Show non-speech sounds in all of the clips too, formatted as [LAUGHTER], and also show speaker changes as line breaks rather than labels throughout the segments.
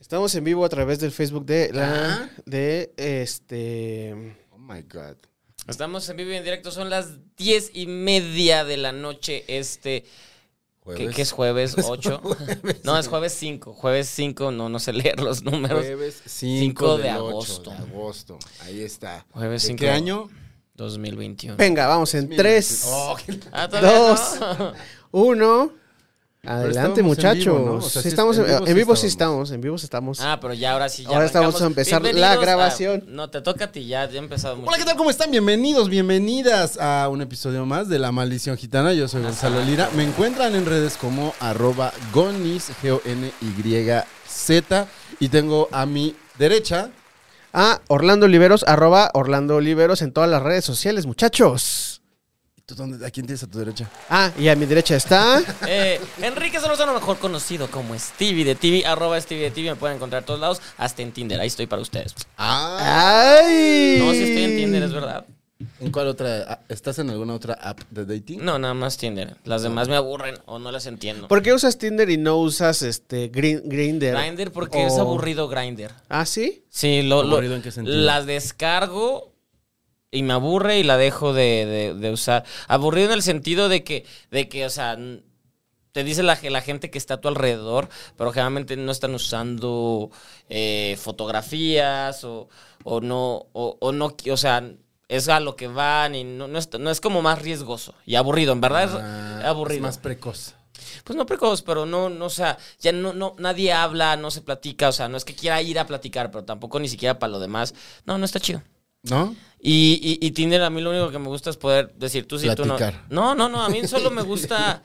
Estamos en vivo a través del Facebook de la
Ah.
de este
Oh my God.
Estamos en vivo y en directo, son las diez y media de la noche este, que,
Jueves.
que es jueves 8. no, es jueves 5, jueves 5, no, no sé leer los números.
Jueves
5
5
de
de agosto.
agosto.
De agosto. Ahí está.
Jueves
¿De
5
qué año?
2021.
Venga, vamos en 3,
Oh, qué-
Ah, todavía
dos,
no.
uno. Adelante,
estábamos oh. en
muchachos.
vivo, ¿no? O sea,
Sí
sí,
estamos en,
en vivo sí
en vivo sí
estábamos.
estamos, en vivo sí estamos.
[LAUGHS] Ah, pero ya ahora sí. Ya
Ahora estamos
arrancamos.
a empezar la
Bienvenidos a-
grabación.
no, te toca a ti, ya, ya he empezado mucho.
Hola, ¿qué tal? ¿Cómo están? Bienvenidos, bienvenidas a un episodio más de La Maldición Gitana. Yo soy Gonzalo Lira. Me encuentran en redes como arroba gonis, G-O-N-Y-Z. Y tengo a mi derecha...
Ah, Orlando Oliveros, arroba Orlando Oliveros en todas las redes sociales, muchachos.
¿Y tú dónde- ¿A quién tienes a tu derecha?
Ah, y a mi derecha está.
Eh, Enrique Solórzano, mejor conocido como Stevie de TV, arroba Stevie de TV, me pueden encontrar a todos lados, hasta en Tinder, ahí estoy para ustedes.
Ah,
¡Ay!
No, si estoy en Tinder, es verdad.
¿En cuál otra? ah, ¿Estás en alguna otra app de dating?
No, nada más Tinder. Las demás me aburren o no las entiendo.
¿Por qué usas Tinder y no usas este Green, Grinder?
Grinder porque es
O-
aburrido Grinder.
¿Ah, sí?
Sí, lo, lo-
¿Aburrido en qué sentido?
las descargo y me aburre y la dejo de, de- de usar. Aburrido en el sentido de que, de que o sea, n- te dice la, ge- la gente que está a tu alrededor, pero generalmente no están usando eh, fotografías o, o no, o, o no, qui- o sea, es a lo que van y no, no, es, no es como más riesgoso y aburrido, en verdad
Ah,
es aburrido.
Es más precoz.
Pues no precoz, pero no, no, o sea, ya no, no, nadie habla, no se platica, o sea, no es que quiera ir a platicar, pero tampoco ni siquiera para lo demás. No, no está chido.
¿No?
Y, y, y Tinder a mí lo único que me gusta es poder decir tú sí,
Platicar.
tú no. No, no, no, a mí solo me gusta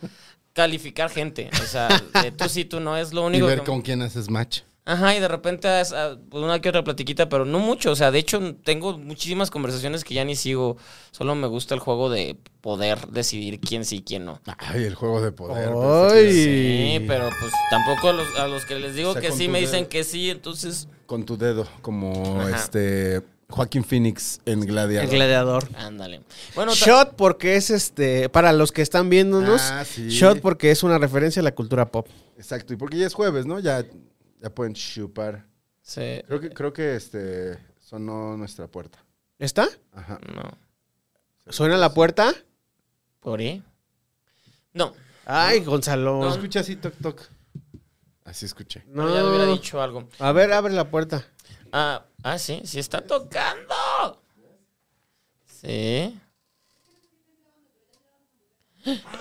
calificar gente, o sea, de tú sí, tú no, es lo único
y ver
que...
con quién haces match.
Ajá, y de repente es, ah, una que otra platiquita, pero no mucho, o sea, de hecho tengo muchísimas conversaciones que ya ni sigo, solo me gusta el juego de poder decidir quién sí, quién no.
Ay, el juego de
Ay.
poder. pensé
pues, Sí, pero pues tampoco a los, a los que les digo
O sea,
que
con
sí
tu
me
dedo.
dicen que sí, entonces.
que Con tu dedo, como
Ajá.
este Joaquín Phoenix en Gladiador.
gladiador.
Ándale. Bueno, ta-
Shot porque es este, para los que están viéndonos,
Ah, sí.
shot porque es una referencia a la cultura pop.
Exacto, y porque ya es jueves, ¿no? Ya, ya pueden chupar.
sí,
Creo que, creo que este sonó nuestra puerta.
¿Está?
Ajá.
No.
¿Suena la puerta?
¿Por ahí? No.
Ay, Gonzalo.
No escuché así, toc, toc. Así escuché.
No. Ya le hubiera
Ah.
dicho algo.
A ver, abre la puerta.
Ah, ah, sí, sí está tocando. Sí.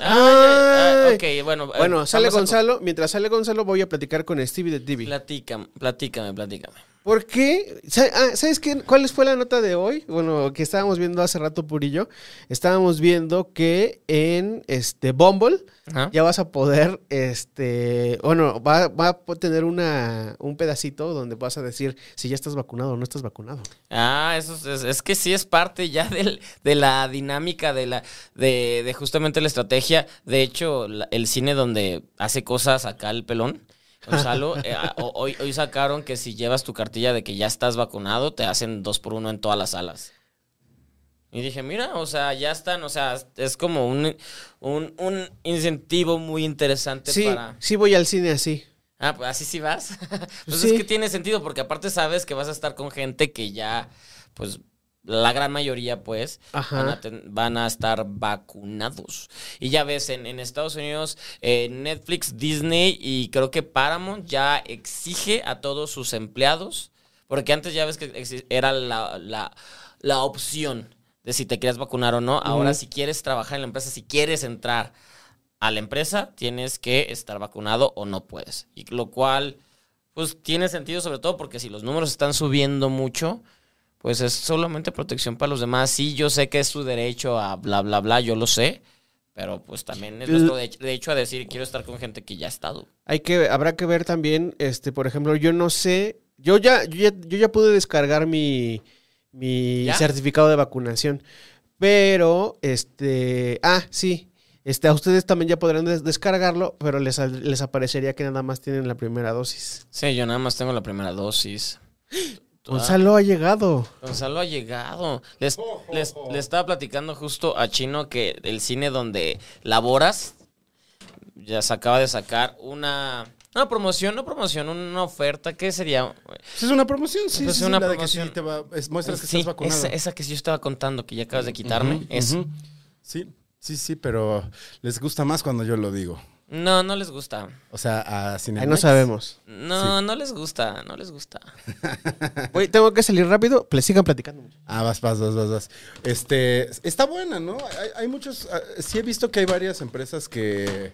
Ah,
Ay.
ok, bueno. eh,
Bueno, sale
vamos a-
Gonzalo. Mientras sale Gonzalo, voy a platicar con Stevie de TV.
Platícame, platícame, platícame.
¿Por qué? Sa- ah, ¿Sabes qué? ¿Cuál fue la nota de hoy? Bueno, que estábamos viendo hace rato, Purillo. Estábamos viendo que en este Bumble
Ajá.
ya vas a poder, este, bueno, va, va a po- tener una, un pedacito donde vas a decir si ya estás vacunado o no estás vacunado.
Ah, eso es, es- es que sí es parte ya [LAUGHS] del- de la dinámica de la de, de justamente la estrategia. De hecho, la- el cine donde hace cosas acá el pelón. Gonzalo, eh, ah, ho- hoy, hoy sacaron que si llevas tu cartilla de que ya estás vacunado, te hacen dos por uno en todas las salas. Y dije, mira, o sea, ya están, o sea, es como un, un, un incentivo muy interesante
Sí,
para...
sí voy al cine así.
Ah, pues así sí vas. [LAUGHS] pues
Sí.
es que tiene sentido, porque aparte sabes que vas a estar con gente que ya, pues, la gran mayoría, pues,
Ajá.
van a, ten- van a estar vacunados. Y ya ves, en, en Estados Unidos, eh, Netflix, Disney y creo que Paramount ya exige a todos sus empleados, porque antes ya ves que exi- era la, la- la opción de si te querías vacunar o no. Ahora,
Ujú.
si quieres trabajar en la empresa, si quieres entrar a la empresa, tienes que estar vacunado o no puedes. Y lo cual, pues tiene sentido sobre todo porque si los números están subiendo mucho, pues es solamente protección para los demás. Sí, yo sé que es su derecho a bla, bla, bla, yo lo sé, Pero pues también es nuestro de- derecho a decir, quiero estar con gente que ya ha estado.
Hay que, habrá que ver también, este, por ejemplo, yo no sé, yo ya, yo ya, yo ya pude descargar mi, mi
¿Ya?
certificado de vacunación, pero, este, ah, sí, este, a ustedes también ya podrán des- descargarlo, pero les, sal- les aparecería que nada más tienen la primera dosis.
Sí, yo nada más tengo la primera dosis. Ah. Pues,
Gonzalo ha llegado.
Gonzalo ha llegado. Les, les- le estaba platicando justo a Chino que el cine donde laboras ya se acaba de sacar una, una promoción, no promoción, una oferta que sería
Pues es una promoción, sí.
Pues
sí, sí,
es una
la de
promoción.
que sí te va- es- muestras que
Sí,
estás vacunado.
Esa, esa que yo estaba contando que ya acabas de quitarme.
Ujú,
es,
ujú. Sí, sí, sí, pero les gusta más cuando yo lo digo.
No, no les gusta.
O sea, a Cinemex.
Ahí no sabemos.
No, no les gusta, no les gusta.
Oye, tengo que salir rápido, pues sigan platicando.
Ah, vas, vas, vas, vas, vas. Este, está buena, ¿no? Hay, hay muchos, ah, sí he visto que hay varias empresas que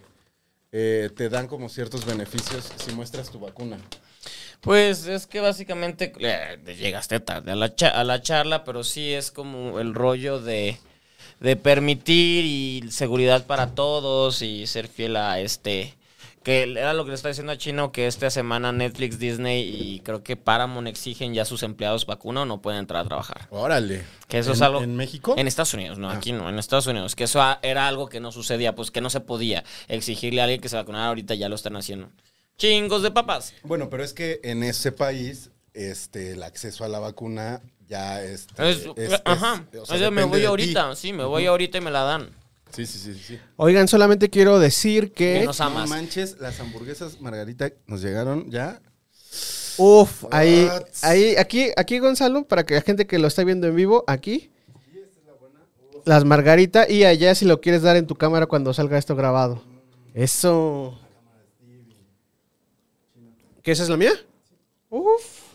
eh, te dan como ciertos beneficios si muestras tu vacuna.
Pues es que básicamente eh, llegaste tarde a la, cha- a la charla, pero sí es como el rollo de, de permitir y seguridad para todos y ser fiel a este... Que era lo que le estaba diciendo a Chino, que esta semana Netflix, Disney y creo que Paramount exigen ya a sus empleados vacuna o no pueden entrar a trabajar.
Órale.
Que eso
¿En-
es algo-
¿En México?
En Estados Unidos, no,
Ah.
aquí no, en Estados Unidos. Que eso a- era algo que no sucedía, pues que no se podía exigirle a alguien que se vacunara ahorita, ya lo están haciendo. Chingos de papas.
Bueno, pero es que en ese país, este, el acceso a la vacuna ya este,
Es-
es-
eh, ajá.
es- o
O
sea,
sea, me
depende de
voy
ti.
ahorita, sí, me voy ahorita y me la dan.
Sí, sí, sí, sí. Eh,
Oigan, solamente quiero decir
Que
que,
nos
No
amas.
manches, las hamburguesas Margarita nos llegaron ya.
uff, ahí,
What?
ahí, aquí, aquí Gonzalo, para que la gente que lo está viendo en vivo, aquí. Las margarita y allá si lo quieres dar en tu cámara cuando salga esto grabado. Eso. ¿Qué esa es la mía? Uf.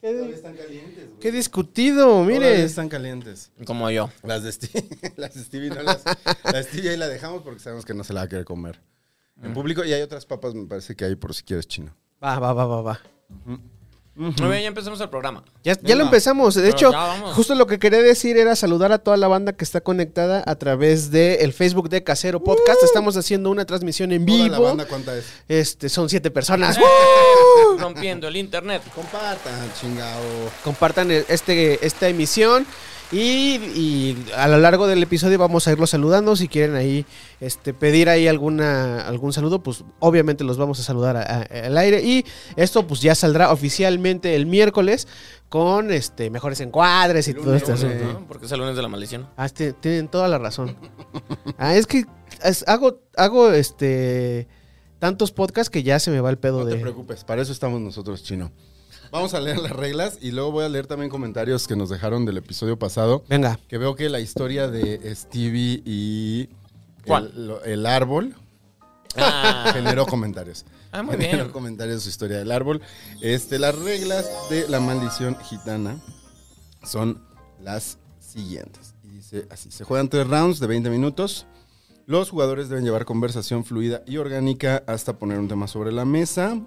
Qué,
Están calientes, güey.
qué discutido,
Todavía
mire.
están calientes.
Como yo.
Las de Stevie, [LAUGHS] las de Stevie no las, la Stevie ahí la dejamos porque sabemos que no se la va a querer comer.
Ah.
En público y hay otras papas, me parece que hay por si quieres chino.
Va, va, va, va, va.
Muy bien, ya empezamos el programa.
Ya, ya lo empezamos. De
Pero
hecho,
ya vamos.
justo lo que quería decir era saludar a toda la banda que está conectada a través del el Facebook de Casero Podcast. Estamos haciendo una transmisión en
Uh. Toda
vivo.
la banda cuánta es.
Este, son siete personas.
Uh.
Rompiendo el internet.
Compartan, chingao.
Compartan el- este, esta emisión. Y, y a lo largo del episodio vamos a irlos saludando. Si quieren ahí este, pedir ahí alguna, algún saludo, pues obviamente los vamos a saludar a- a- al aire. Y esto pues ya saldrá oficialmente el miércoles con este, mejores encuadres y todo este
lunes,
asunto.
¿no? Porque es el lunes de la maldición.
Ah, este, tienen toda la razón. Ah, es que es- hago, hago este tantos podcasts que ya se me va el pedo
No te
de.
preocupes, para eso estamos nosotros, chino. Vamos a leer las reglas y luego voy a leer también comentarios que nos dejaron del episodio pasado.
Venga.
Que veo que la historia de Stevie y
¿Cuál?
el, lo- el árbol
Ah,
generó comentarios.
Ah, muy
Generó
bien.
comentarios su historia del árbol. Este, las reglas de la maldición gitana son las siguientes. Y dice así, se juegan tres rounds de 20 minutos. Los jugadores deben llevar conversación fluida y orgánica hasta poner un tema sobre la mesa.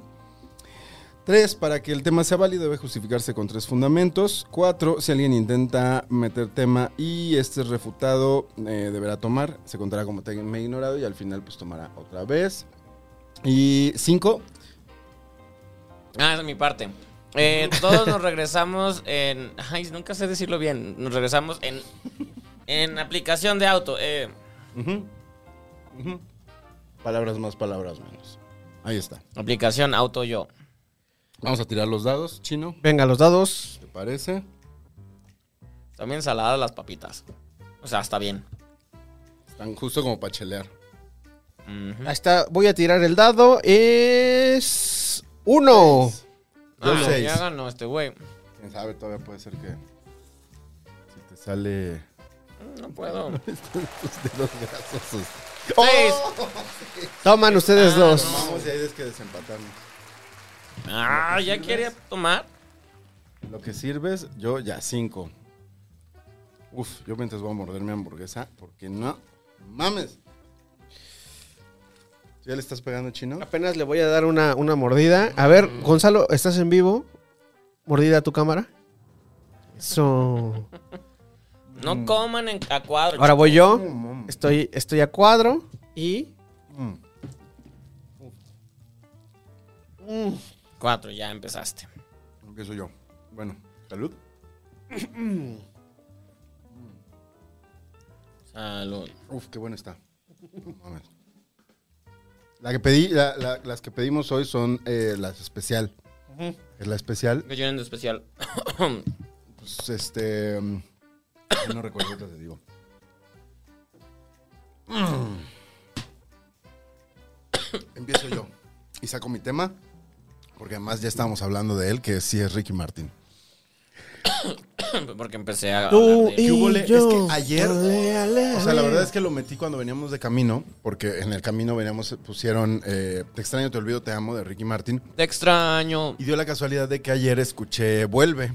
3. Para que el tema sea válido debe justificarse con tres fundamentos. 4. Si alguien intenta meter tema y este es refutado, eh, deberá tomar. Se contará como tema ignorado y al final pues tomará otra vez. Y 5.
ah, esa es mi parte. Eh, todos nos regresamos en. Ay, nunca sé decirlo bien. Nos regresamos en. En aplicación de auto. Eh.
Palabras más, palabras menos. Ahí está.
Aplicación Auto Yo.
Vamos a tirar los dados, chino.
Venga, los dados.
¿Te parece?
También saladas las papitas. O sea, está bien.
Están justo como para chelear.
Ujú.
Ahí está. Voy a tirar el dado. Es. Uno.
Yo
Ah,
seis.
ya ganó este güey.
Quién sabe, todavía puede ser que. Si te sale.
No
[LAUGHS]
puedo.
Los dedos grasosos.
Seis.
Toman ustedes
Ah,
dos.
Vamos y ahí es que desempatamos.
Ah, ya quería tomar.
Lo que sirves, yo ya cinco. Uf, yo mientras voy a morder mi hamburguesa porque no mames. ¿Ya le estás pegando chino?
Apenas le voy a dar una, una mordida. A ver,
Mm.
Gonzalo, ¿estás en vivo? Mordida a tu cámara. Eso.
No coman en- a cuadro.
Ahora voy yo.
Mm.
Estoy, estoy a cuadro y.
Mm.
mm,
Cuatro, ya empezaste.
Empiezo yo. Bueno, salud.
Salud.
Uf, qué bueno está. No mames. La que pedí, la- la- las que pedimos hoy son eh, las especial. Es la especial.
Que tienen de especial. [COUGHS]
Pues este. mm, No recuerdo ahorita te digo. Mm. Empiezo yo. Y saco mi tema. Porque además ya estábamos hablando de él, que sí es Ricky Martin.
Porque empecé a.
Tú
hablar de-
y
¿Qué hubole? Es que
yo.
ayer-
Ole, ale,
O sea, la
ale.
verdad es que lo metí cuando veníamos de camino, porque en el camino veníamos, pusieron eh, Te extraño, te olvido, te amo de Ricky Martin.
Te extraño.
Y dio la casualidad de que ayer escuché Vuelve.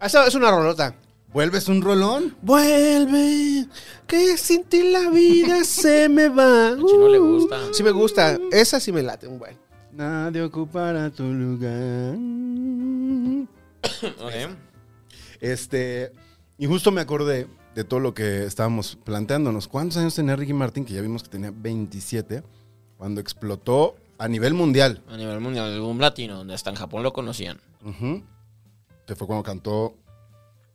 Eso ah, es una rolota.
Vuelve es un rolón.
Vuelve, que sin ti la
[LAUGHS]
vida se me va. Uh.
Al chino le gusta.
Sí me gusta. Esa sí me late un buen.
Nadie ocupará tu lugar.
Ok.
Este, y justo me acordé de todo lo que estábamos planteándonos. ¿Cuántos años tenía Ricky Martin? Que ya vimos que tenía 27, cuando explotó a nivel mundial.
A nivel mundial, algún latino, donde hasta en Japón lo conocían.
Ujú. Que fue cuando cantó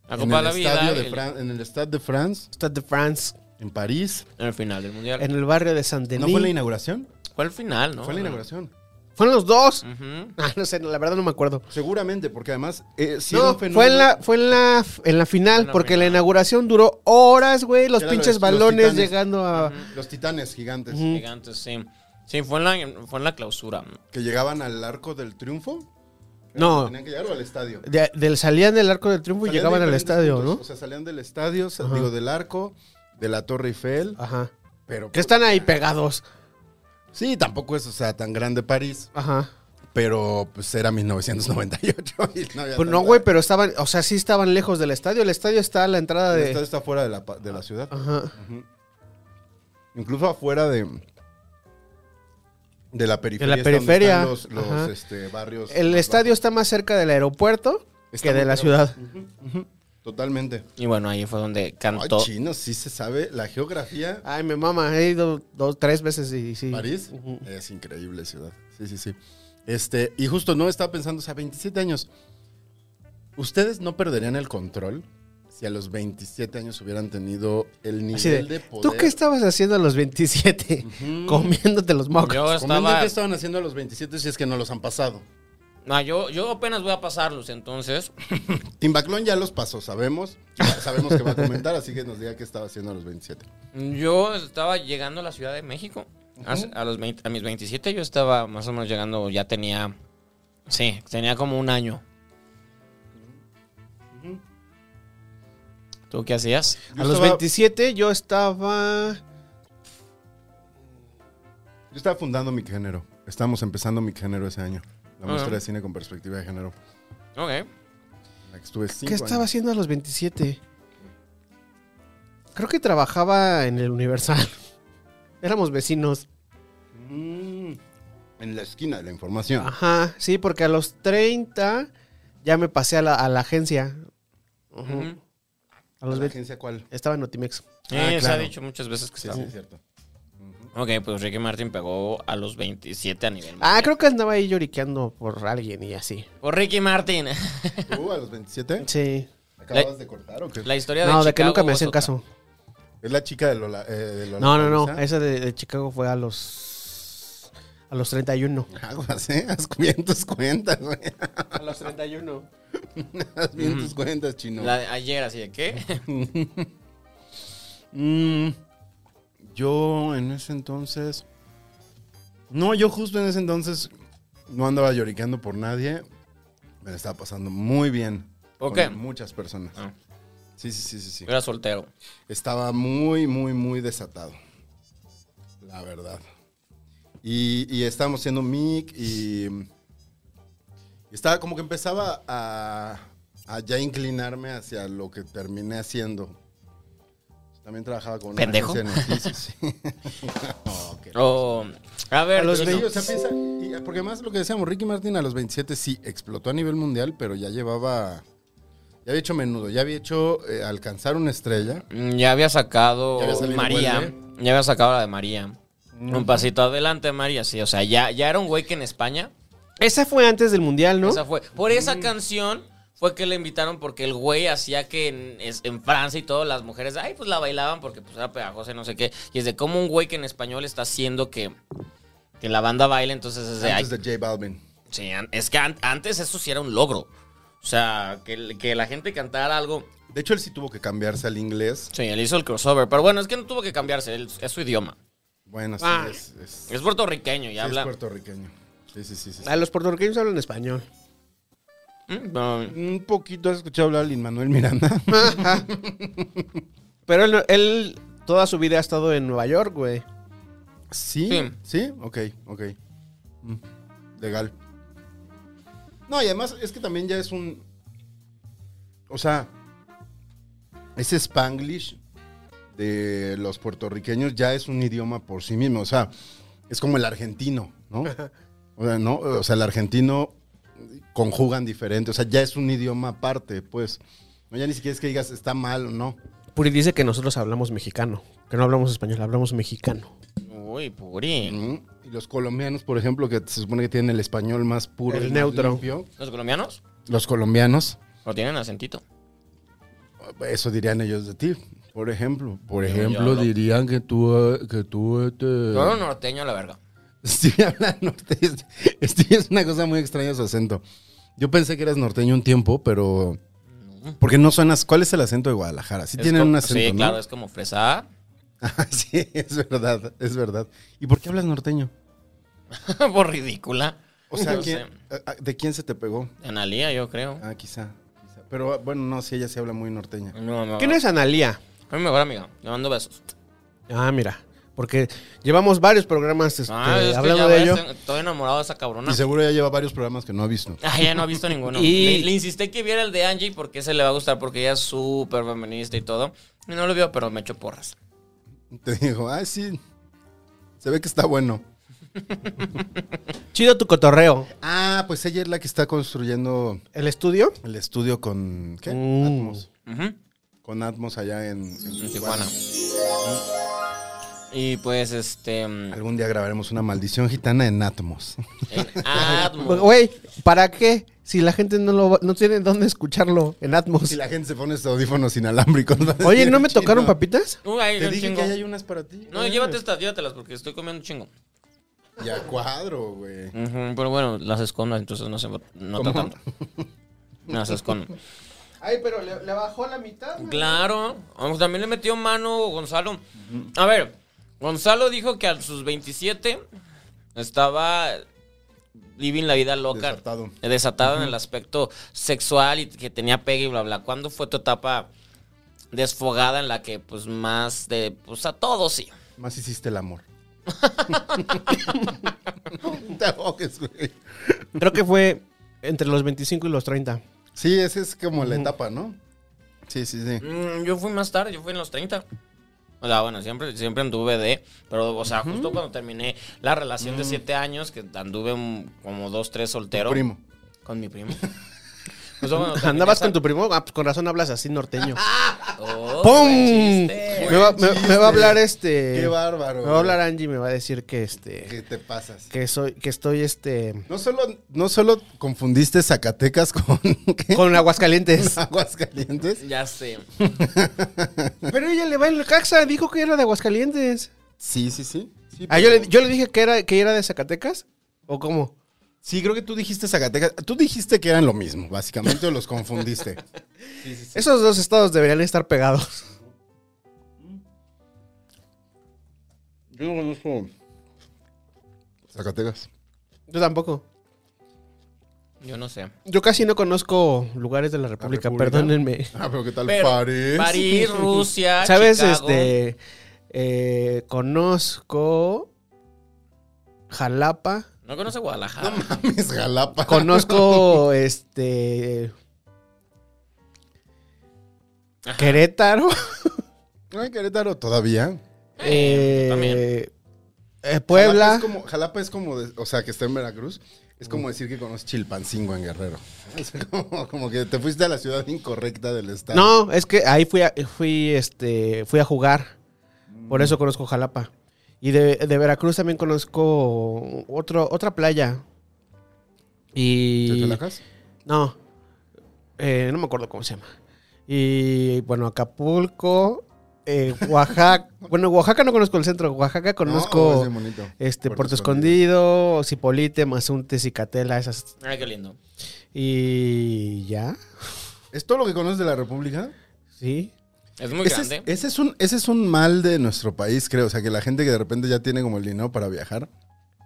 La
en
Copa de
el,
la Vida.
estadio de
el-
Fran- en el Stade de France,
Stade de France,
en París.
en el final del mundial.
en el barrio de San
¿No
Denis.
fue la inauguración?
Fue el final, ¿no?
fue la inauguración.
¿Fueron los dos?
Ujú.
Ah, no sé, la verdad no me acuerdo.
Seguramente, porque además... eh, sí era
no,
un fenómeno.
fue en la, fue en la, en la final,
En la
porque la
final.
inauguración duró horas, güey. Los
Era
pinches
los- los
balones
titanes.
llegando a.
Los titanes gigantes
Ujú.
Gigantes, sí. Sí, fue en la, fue en la clausura.
que llegaban al arco del triunfo.
No,
Tenían que llegar o al estadio.
de- del- salían del arco del triunfo y
Salían
Ah. Pues llegaban
de
al
diferentes
estadio,
puntos. O sea, salían del estadio, sa-
Ajá. Ah.
digo, del arco, de la Torre Eiffel.
¿no? Ajá.
Pero
Que están ahí pegados.
sí, tampoco es, o sea, tan grande París.
Ajá.
Pero pues era 1998. y no, había
Pues
tanta-
no, güey, pero estaban, o sea, sí estaban lejos del estadio. El estadio está a la entrada
El
de.
estadio está fuera de la, pa- de la ciudad.
Ajá.
Incluso afuera de. De la periferia.
la
está donde
periferia,
están los- los,
ajá.
este, barrios.
El
más
estadio
bajos.
está más cerca del aeropuerto
Está
que de
muy
la
pegado.
ciudad.
Totalmente.
Y bueno, ahí fue donde
Ay,
cantó.
chino, sí se sabe la geografía.
Ay, mi mamá, he ido dos, tres veces y Ah, sí.
París
Ujú.
es increíble ciudad. Sí, sí, sí. Este, y justo no estaba pensando, o sea, 27 años. ¿Ustedes no perderían el control si a los 27 años hubieran tenido el nivel
Así
de,
de,
poder?
¿Tú qué estabas haciendo a los
[LAUGHS]
27? [LAUGHS]
Ujú.
Comiéndote los mocos.
Yo
Comiendo,
estaba.
¿Qué estaban haciendo a los 27 si es que no los han pasado?
No, Ah, yo, yo apenas voy a pasarlos, entonces.
Timbaclón ya los pasó, sabemos. Ya Sabemos que va a comentar, así que nos diga qué estaba haciendo a los 27.
Yo estaba llegando a la Ciudad de México. Hace- a, los 20 a mis 27 yo estaba más o menos llegando, ya tenía... Sí, tenía como un año. ¿Tú qué hacías?
Yo
a los
estaba-
27 yo estaba.
Yo estaba fundando mi género. Estábamos empezando mi género ese año. La
Ah.
muestra de cine con perspectiva de género.
Ok.
en La que estuve cinco
¿Qué estaba
años.
haciendo a los 27? Creo que trabajaba en el Universal. [LAUGHS] Éramos vecinos.
Mm, en la esquina de la información.
Ajá, sí, porque a los 30 ya me pasé a la, a la agencia. Ujú.
Ujú.
A los
¿La
20
agencia cuál?
estaba en Notimex.
Ah,
Eh, Se ha
claro.
dicho muchas veces que
Sí,
estaba.
sí, es cierto.
Ok, pues Ricky Martin pegó a los 27 a nivel.
Ah,
mundial.
creo que andaba ahí lloriqueando por alguien y así.
Por Ricky Martin. [LAUGHS]
¿Tú a los 27?
Sí.
¿Acabas de cortar o qué?
la historia de
No, de que
Chicago
nunca me
es
hacen
otra.
caso.
Es la chica de Lola. eh, de Lola
No, no, no.
Palusa.
Esa de, de Chicago fue a los. A los
[LAUGHS]
31.
Aguas, ¿eh? [LAUGHS] Haz bien tus cuentas, güey.
A los 31.
Haz bien tus cuentas, chino.
La de ayer, así de
[LAUGHS]
qué.
Mm, yo en ese entonces. No, yo justo en ese entonces no andaba lloriqueando por nadie. Me la estaba pasando muy bien.
¿Por
con
qué?
Muchas personas.
Ah.
Sí, sí, sí, sí, sí.
Yo era soltero.
Estaba muy, muy, muy desatado. La verdad. Y, y estábamos siendo mic y, y estaba como que empezaba a, a ya inclinarme hacia lo que terminé haciendo. También trabajaba con una
¿Pendejo?
agencia de noticias,
[LAUGHS]
sí. No, qué-
Oh, a ver,
A los
Chino.
Sí, o sea, piensa- y- eh, porque además lo que decíamos, Ricky Martin a los 27 sí explotó a nivel mundial, pero ya llevaba Ya había hecho menudo, ya había hecho eh, alcanzar una estrella.
Mm, Ya había sacado
Ya había salido
María.
Welder.
Ya había sacado la de María. Un pasito adelante, María. Sí, o sea, ya, ya era un güey que en España.
Esa fue antes del mundial, ¿no?
Esa fue. Por esa canción fue que le invitaron porque el güey hacía que en, es- en Francia y todo las mujeres, ay, pues la bailaban porque pues era pegajosa y no sé qué. Y es de cómo un güey que en español está haciendo que, que la banda baile, entonces es de, ay,
antes de J Balvin.
sí, an- es que an- antes eso sí era un logro. O sea, que, el- que la gente cantara algo.
De hecho, él sí tuvo que cambiarse al inglés.
Sí, él hizo el crossover, pero bueno, es que no tuvo que cambiarse, él- es su idioma.
Bueno, sí,
Ah.
es, es, sí,
Es puertorriqueño y
es
habla.
puertorriqueño. Sí, sí, sí. sí, sí.
A los puertorriqueños hablan español.
Mm, no,
Un poquito has escuchado hablar a Lin Manuel Miranda.
Pero él, él toda su vida ha estado en Nueva York, güey.
¿Sí?
Sí.
sí. Ok, ok. Mm, Legal. No, y además es que también ya es un. O sea, ese spanglish de los puertorriqueños ya es un idioma por sí mismo. O sea, es como el argentino, ¿no? O sea, ¿no? O sea, el argentino conjugan diferente. O sea, ya es un idioma aparte, pues. No, ya ni siquiera es que digas está mal o no.
Puri dice que nosotros hablamos mexicano, que no hablamos español, hablamos mexicano.
Uy, puri.
Mm, Y los colombianos, por ejemplo, que se supone que tienen el español más puro.
El
y más
neutro.
limpio.
¿Los colombianos?
Los colombianos,
¿O tienen acentito?
eso dirían ellos de ti. Por ejemplo, por
Yo
ejemplo,
no.
dirían que tú, eh, que tú, este...
Todo norteño a la verga.
Sí, habla norteño. Este es una cosa muy extraña su acento. Yo pensé que eras norteño un tiempo, pero... Porque no suenas... ¿Cuál es el acento de Guadalajara? Sí
Es
tienen
como-
un acento,
Sí,
¿no?
claro, es como fresa.
[LAUGHS]
[LAUGHS]
Ah, sí, es verdad, es verdad. ¿Y por qué hablas norteño?
Por ridícula.
O sea,
No
¿quién- a- a- Ah, ¿de quién se te pegó?
sé. Analía, yo creo.
Ah, quizá, quizá. Pero ah, bueno, no, sí, ella se habla muy norteña.
No, no.
¿Quién es Analía?
Es mi mejor amiga. Le mando besos.
Ah, mira, porque llevamos varios programas este,
Ah, es que ya
hablando de
ves,
ello.
Estoy enamorado de esa cabrona.
Y seguro ella lleva varios programas que no ha visto.
Ah, ya no ha visto
[LAUGHS]
ninguno.
Y-
Le, le insistí que viera el de Angie porque ese le va a gustar porque ella es súper feminista y todo. Y no lo vio, pero me echó porras.
Te dijo, ah, sí, se ve que está bueno.
Chido tu cotorreo.
Ah, pues ella es la que está construyendo
¿El estudio?
el estudio con, ¿qué?
Mm.
Atmos.
Ujú.
Con Atmos allá en, en
En Tijuana. Y pues, este... mm,
Algún día grabaremos una maldición gitana en Atmos. [LAUGHS]
En
pues,
Atmos.
Güey, ¿para qué? Si la gente no lo va- no tiene dónde escucharlo en Atmos.
Si la gente se pone estos audífonos inalámbricos. [LAUGHS] va a
Pues Oye,
decir,
¿no me tocaron
"Chino,
papitas?
Uy, ahí
Te
un
dije
chingo.
que ahí hay unas para ti.
No, llévate estas, llévatelas porque estoy comiendo un chingo.
Y a cuadro, güey.
Ujú, pero bueno, las escondas, entonces no se no
¿Cómo?
tanto. Las escondo.
Ay, pero le, bajó la mitad.
Claro, aunque también le metió mano Gonzalo. A ver, Gonzalo dijo que a sus 27 estaba living la vida loca.
Desatado.
Eh, desatado en el aspecto sexual y que tenía pegue y bla, bla. ¿Cuándo fue tu etapa desfogada en la que, pues, más de, pues, a todos sí?
Más hiciste el amor. [LAUGHS] Te ahogues, güey.
Creo que fue entre los 25 y los 30.
Sí, esa es como la etapa, ¿no? Sí, sí, sí.
Mm, yo fui más tarde, yo fui en los 30. O sea, bueno, siempre, siempre anduve de. Pero, o sea, justo cuando terminé la relación de 7 años, que anduve un- como 2, 3 soltero.
Primo.
Con mi
[LAUGHS]
primo. Justo cuando terminé
¿Andabas
esa-
con tu primo? Ah, pues con razón hablas así [LAUGHS] norteño.
Oh,
¡Pum!
buen chiste.
Me va, me-
Buen
me va a hablar
Qué
este.
bárbaro.
me va a hablar
güey.
Angie, me va a decir que este.
¿Qué te pasas?
Que soy, que estoy este.
No solo, no solo confundiste Zacatecas [LAUGHS] con, ¿qué?
Con Aguascalientes.
Aguascalientes.
Ya sé.
[LAUGHS] Pero ella le va en el Caxa, dijo que era de Aguascalientes.
Sí, sí, sí. Sí,
Ah, yo
pero-
le, yo le dije que era, que era de Zacatecas. ¿O cómo?
sí, creo que tú dijiste Zacatecas. Tú dijiste que eran lo mismo, básicamente, o los confundiste.
Esos dos estados deberían estar pegados.
[LAUGHS]
[LAUGHS]
Yo no conozco Zacatecas.
Yo tampoco.
Yo no sé.
Yo casi no conozco lugares de la República,
República?
perdónenme.
Ah, pero ¿qué tal
Pero,
París? [LAUGHS]
París, Rusia.
¿Sabes?
Ah, Chicago.
Este. eh, conozco. Jalapa.
No conoce Guadalajara.
Mis Jalapa.
Conozco. este. Querétaro.
Ay, Querétaro todavía.
eh,
también.
eh, Puebla.
Jalapa es como, Jalapa es como de- o sea, que está en Veracruz. Es
Mm.
como decir que conoces Chilpancingo en Guerrero. [LAUGHS] Es como, como que te fuiste a la ciudad incorrecta del estado.
No, es que ahí fui a, fui, este, fui a jugar. Por eso conozco Jalapa. Y de, de Veracruz también conozco otro, otra playa. Y.
¿Chacalacas?
No. Eh, no me acuerdo cómo se llama. Y bueno, Acapulco, eh,
[LAUGHS]
Oaxaca. bueno, Oaxaca no conozco el centro. Oaxaca
No, es
conozco
bien bonito.
este, Puerto, Escondido, Cipolite, Mazunte, Cicatela, esas.
Ay, qué lindo.
Y ya.
¿Es todo lo que conoces de la República?
Sí.
Es muy
ese,
grande.
Es, ese es un, ese es un mal de nuestro país, creo. O sea, que la gente que de repente ya tiene como el dinero para viajar,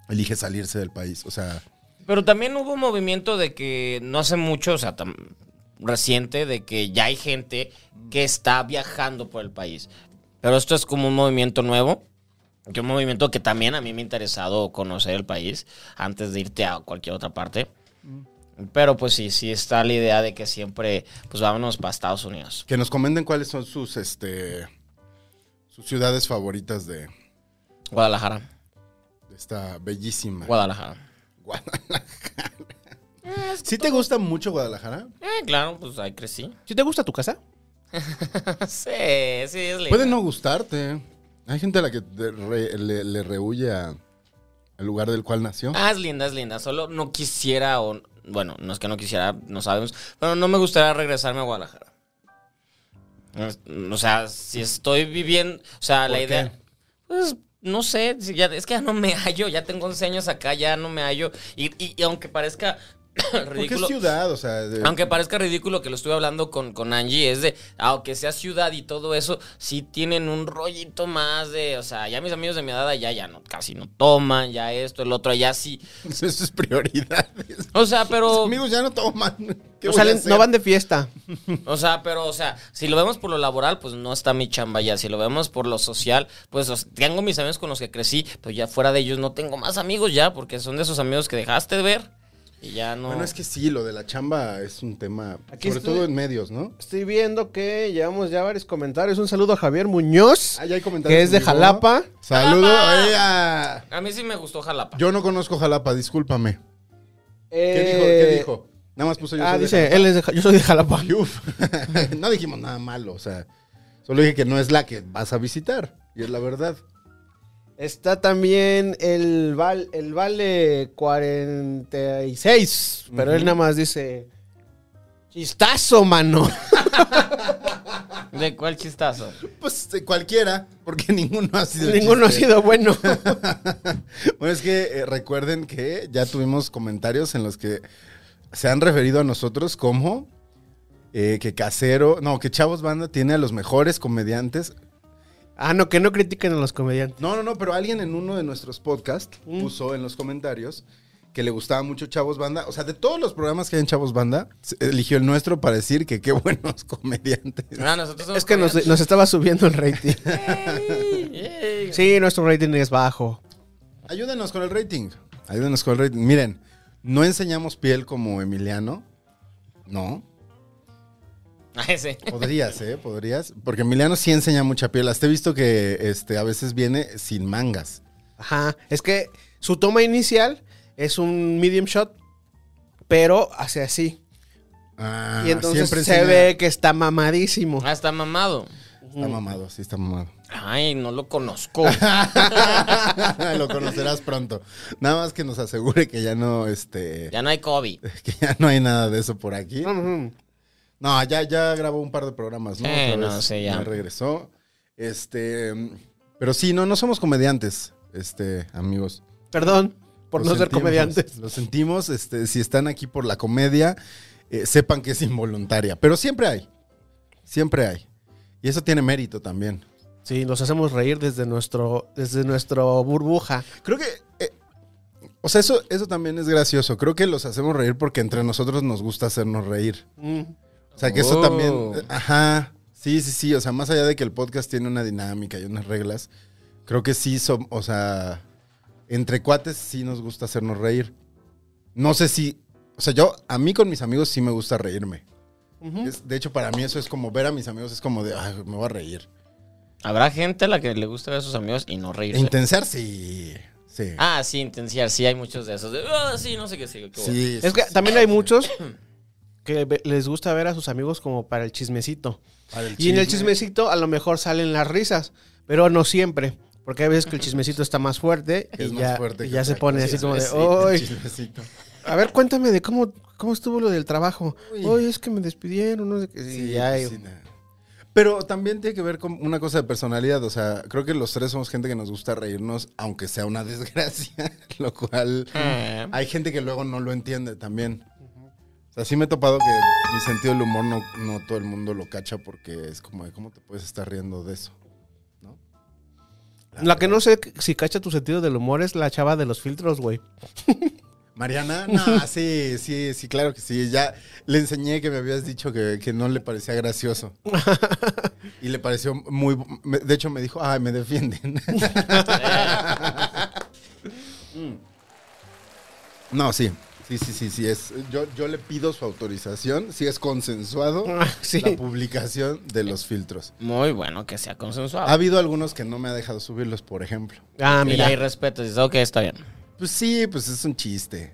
elige salirse del país. O sea,
Pero también hubo un movimiento de que no hace mucho, o sea, tam- reciente, de que ya hay gente que está viajando por el país. Pero esto es como un movimiento nuevo, que un movimiento que también a mí me ha interesado conocer el país antes de irte a cualquier otra parte. Pero pues sí, sí está la idea de que siempre, pues vámonos para Estados Unidos.
que nos comenten cuáles son sus, este, sus ciudades favoritas de,
Guadalajara,
de esta bellísima
Guadalajara.
Guadalajara. ¿Sí te gusta mucho Guadalajara?
Eh, claro, pues ahí crecí. [LAUGHS]
¿Sí te gusta tu casa?
sí, sí, es lindo.
Puede no gustarte. Hay gente a la que te re- le, le rehuye a- al lugar del cual nació.
Ah, es linda, es linda. Solo no quisiera, o bueno, no es que no quisiera, no sabemos, pero no me gustaría regresarme a Guadalajara. Es- O sea, si estoy viviendo, o sea, la
qué?
idea, pues no sé, si ya, es que ya no me hallo, ya tengo 11 años acá, ya no me hallo. Y, y- y aunque parezca [COUGHS]
Porque es
ridículo,
ciudad, o sea, de- [LAUGHS]
aunque parezca ridículo que lo estuve hablando con, con Angie, es de, aunque sea ciudad y todo eso, sí tienen un rollito más de, o sea, ya mis amigos de mi edad allá ya no, casi no toman, ya esto, el otro, allá sí.
son sus prioridades.
O sea,
Mis [LAUGHS]
pero.
amigos ya no toman. ¿Qué
No,
voy a
salen,
hacer?
no van de fiesta.
O sea, pero, o sea, si lo vemos por lo laboral, pues no está mi chamba ya. Si lo vemos por lo social, pues o sea, tengo mis amigos con los que crecí, pero ya fuera de ellos no tengo más amigos ya, porque son de esos amigos que dejaste de ver y ya no.
Bueno, es que sí, lo de la chamba es un tema,
Aquí
sobre
estoy-
todo en medios, ¿no?
Estoy viendo que llevamos ya varios comentarios. Un saludo a Javier Muñoz,
Ah, ya hay comentarios
que es de
en vivo.
Jalapa.
Saludo.
¡Jalapa!
Ay, ah.
A mí sí me gustó Jalapa.
Yo no conozco Jalapa, discúlpame. ¿Qué dijo?
Eh,
¿Qué dijo? Nada más puso yo.
Ah,
soy de
dice, él es de Ja- yo soy de Jalapa.
Y uf, [LAUGHS] no dijimos nada malo, o sea, solo dije que no es la que vas a visitar, y es la verdad.
Está también el, val, el Vale 46, pero él nada más dice, chistazo, [LAUGHS] mano.
¿De cuál chistazo?
Pues eh, cualquiera, porque [LAUGHS] ninguno ha sido. el
Ninguno ha
chiste.
sido bueno.
Bueno, es que eh, recuerden que ya tuvimos comentarios en los que se han referido a nosotros como eh, que Casero, no, que Chavos Banda tiene a los mejores comediantes.
[LAUGHS] ah, no, que no critiquen a los comediantes.
No, no, no, pero alguien en uno de nuestros podcasts puso en los comentarios que le gustaba mucho Chavos Banda. O sea, de todos los programas que hay en Chavos Banda, se- eligió el nuestro para decir que qué [LAUGHS] buenos comediantes.
No, nosotros somos
Es que nos, nos estaba subiendo el [LAUGHS] rating.
comediantes. Yay, yay.
Sí, nuestro rating es bajo.
Ayúdenos con el rating. Ayúdenos con el rating. Miren, no enseñamos piel como Emiliano. No.
[LAUGHS] Ay, sí.
[LAUGHS] Podrías, ¿eh? Podrías. Porque Emiliano sí enseña mucha piel. Hasta he visto que este, a veces viene sin mangas.
Ajá, es que su toma inicial es un medium shot, pero hace así.
Ah,
y entonces se
siempre enseña-
ve que está mamadísimo.
Ah, está mamado.
Está mamado, sí, está mamado.
Ay, no lo conozco.
[LAUGHS] Lo conocerás pronto. Nada más que nos asegure que ya no, este,
Ya no hay COVID.
que ya no hay nada de eso por aquí.
Ujú.
No, ya, ya grabó un par de programas, ¿no?
Sí,
Otra
no,
vez
sí, ya.
regresó. Este, pero sí, no, no somos comediantes, este, amigos.
Perdón por
Lo
no ser
sentimos,
comediantes.
Lo sentimos, este, si están aquí por la comedia, eh, sepan que es involuntaria, pero siempre hay, siempre hay. Y eso tiene mérito también.
Sí, nos hacemos reír desde nuestro, desde nuestro burbuja.
Creo que. eh, o sea, eso, eso también es gracioso. Creo que los hacemos reír porque entre nosotros nos gusta hacernos reír.
Mm.
O sea, que eso
Oh.
también. eh, Ajá. Sí, sí, sí. O sea, más allá de que el podcast tiene una dinámica y unas reglas, creo que sí, som- o sea, entre cuates sí nos gusta hacernos reír. No sé si. O sea, yo, a mí con mis amigos sí me gusta reírme. Es- de hecho, para mí eso es como ver a mis amigos, es como de, ay, me voy a reír.
Habrá gente a la que le gusta ver a sus amigos y no
E
reírse.
Intensar, sí. Sí.
Ah, sí, intensiar, sí, hay muchos de esos. De, "Ah, sí, no sé qué, sí. qué bueno".
sí,
Es que también hay muchos que ve- les gusta ver a sus amigos como para el chismecito.
para el
Y en el
chisme.
chismecito a lo mejor salen las risas, pero no siempre. Porque hay veces que el chismecito está más fuerte y
[LAUGHS] Es más
ya,
fuerte
y
que
ya se
otra
pone
cosa.
así
[LAUGHS]
como de,
Chismecito.
"Ay,
El chismecito.
A ver, cuéntame de cómo, cómo estuvo lo del trabajo.
Uy.
Hoy es que me despidieron, no sé qué. Y
Sí,
ya,
pues sí, nada. Pero también tiene que ver con una cosa de personalidad. O sea, creo que los tres somos gente que nos gusta reírnos, aunque sea una [LAUGHS] desgracia. Lo cual
Eh,
hay gente que luego no lo entiende también. O sea, sí me he topado que mi sentido del humor no, no todo el mundo lo cacha porque es como, de, ¿cómo te puedes estar riendo de eso? ¿No?
La que no sé si cacha tu sentido del humor es la chava de los filtros, güey.
Mariana, no, sí, sí, sí, claro que sí. Ya le enseñé que me habías dicho que, que no le parecía gracioso. Y le pareció muy... me- De hecho, me dijo, ay, me defienden. No, sí, sí, sí, sí, sí. Es, yo, yo le pido su autorización, si es consensuado,
Ah, sí.
la publicación de los filtros.
muy bueno que sea consensuado.
Ha habido algunos que no me ha dejado subirlos, por ejemplo.
Ah,
y hay
mira.
respeto. Dices, ok, está bien.
Pues sí, pues es un chiste.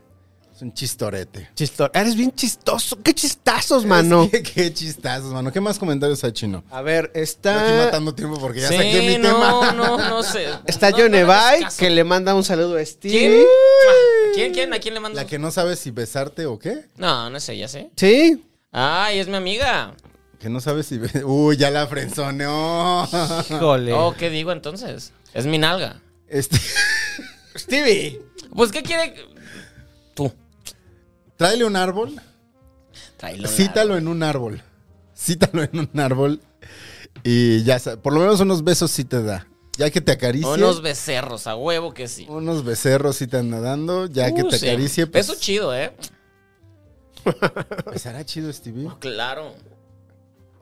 Es un chistorete.
Chisto- Eres bien chistoso. ¡Qué chistazos, mano!
Es que- [LAUGHS] qué chistazos, mano. ¿Qué más comentarios hay, Chino?
A ver,
Estoy aquí
está.
matando tiempo porque ya saqué
Sí,
mi
no,
tema.
no, no
[LAUGHS]
sé.
Está
No, no
Johnny
le hagas
Bay,
caso.
que le manda un saludo a Steve.
¿Quién? ¿Quién, quién? ¿A quién le mando?
La que no sabe si besarte o qué.
No, no sé, ya sé.
¿Sí?
Ay, es mi amiga.
Que no sabe si... be- [LAUGHS] Uy, ya la frenzoneó. [LAUGHS]
Híjole.
Oh, ¿qué digo entonces? Es mi nalga.
Este,
Stevie.
Pues, ¿qué quiere? Tú.
tráele un árbol.
Tráelo.
Cítalo en un árbol. Cítalo en un árbol. Y ya, sa- por lo menos unos besos sí te da. Ya que te acaricie.
Unos becerros, a huevo que sí.
unos becerros sí te andan dando. Ya que
Uh,
te
sí.
acaricie. Pues,
Eso chido, ¿eh?
Estará chido, Stevie.
Claro.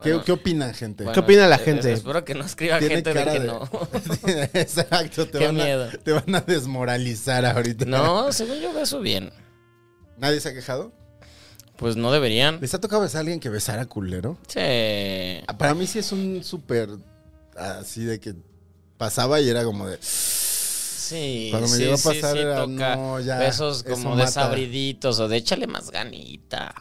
¿Qué,
Bueno,
qué opinan, gente?
bueno,
¿Qué opina la
eh,
gente?
Espero que no escriba
Tiene
gente de
cara
que
de-
no.
[LAUGHS] Exacto, te
Qué
van,
miedo.
a, te van a desmoralizar ahorita.
No, según yo beso bien.
[LAUGHS] ¿Nadie se ha quejado?
Pues no deberían.
¿Les ha tocado besar a alguien que besara culero?
Sí.
Ah, Para mí sí es un súper así de que pasaba y era como de...
Sí,
Cuando me
sí,
llegó a
sí,
pasar
sí,
era,
toca
no, ya,
besos
eso
como
mata.
desabriditos o de échale más ganita.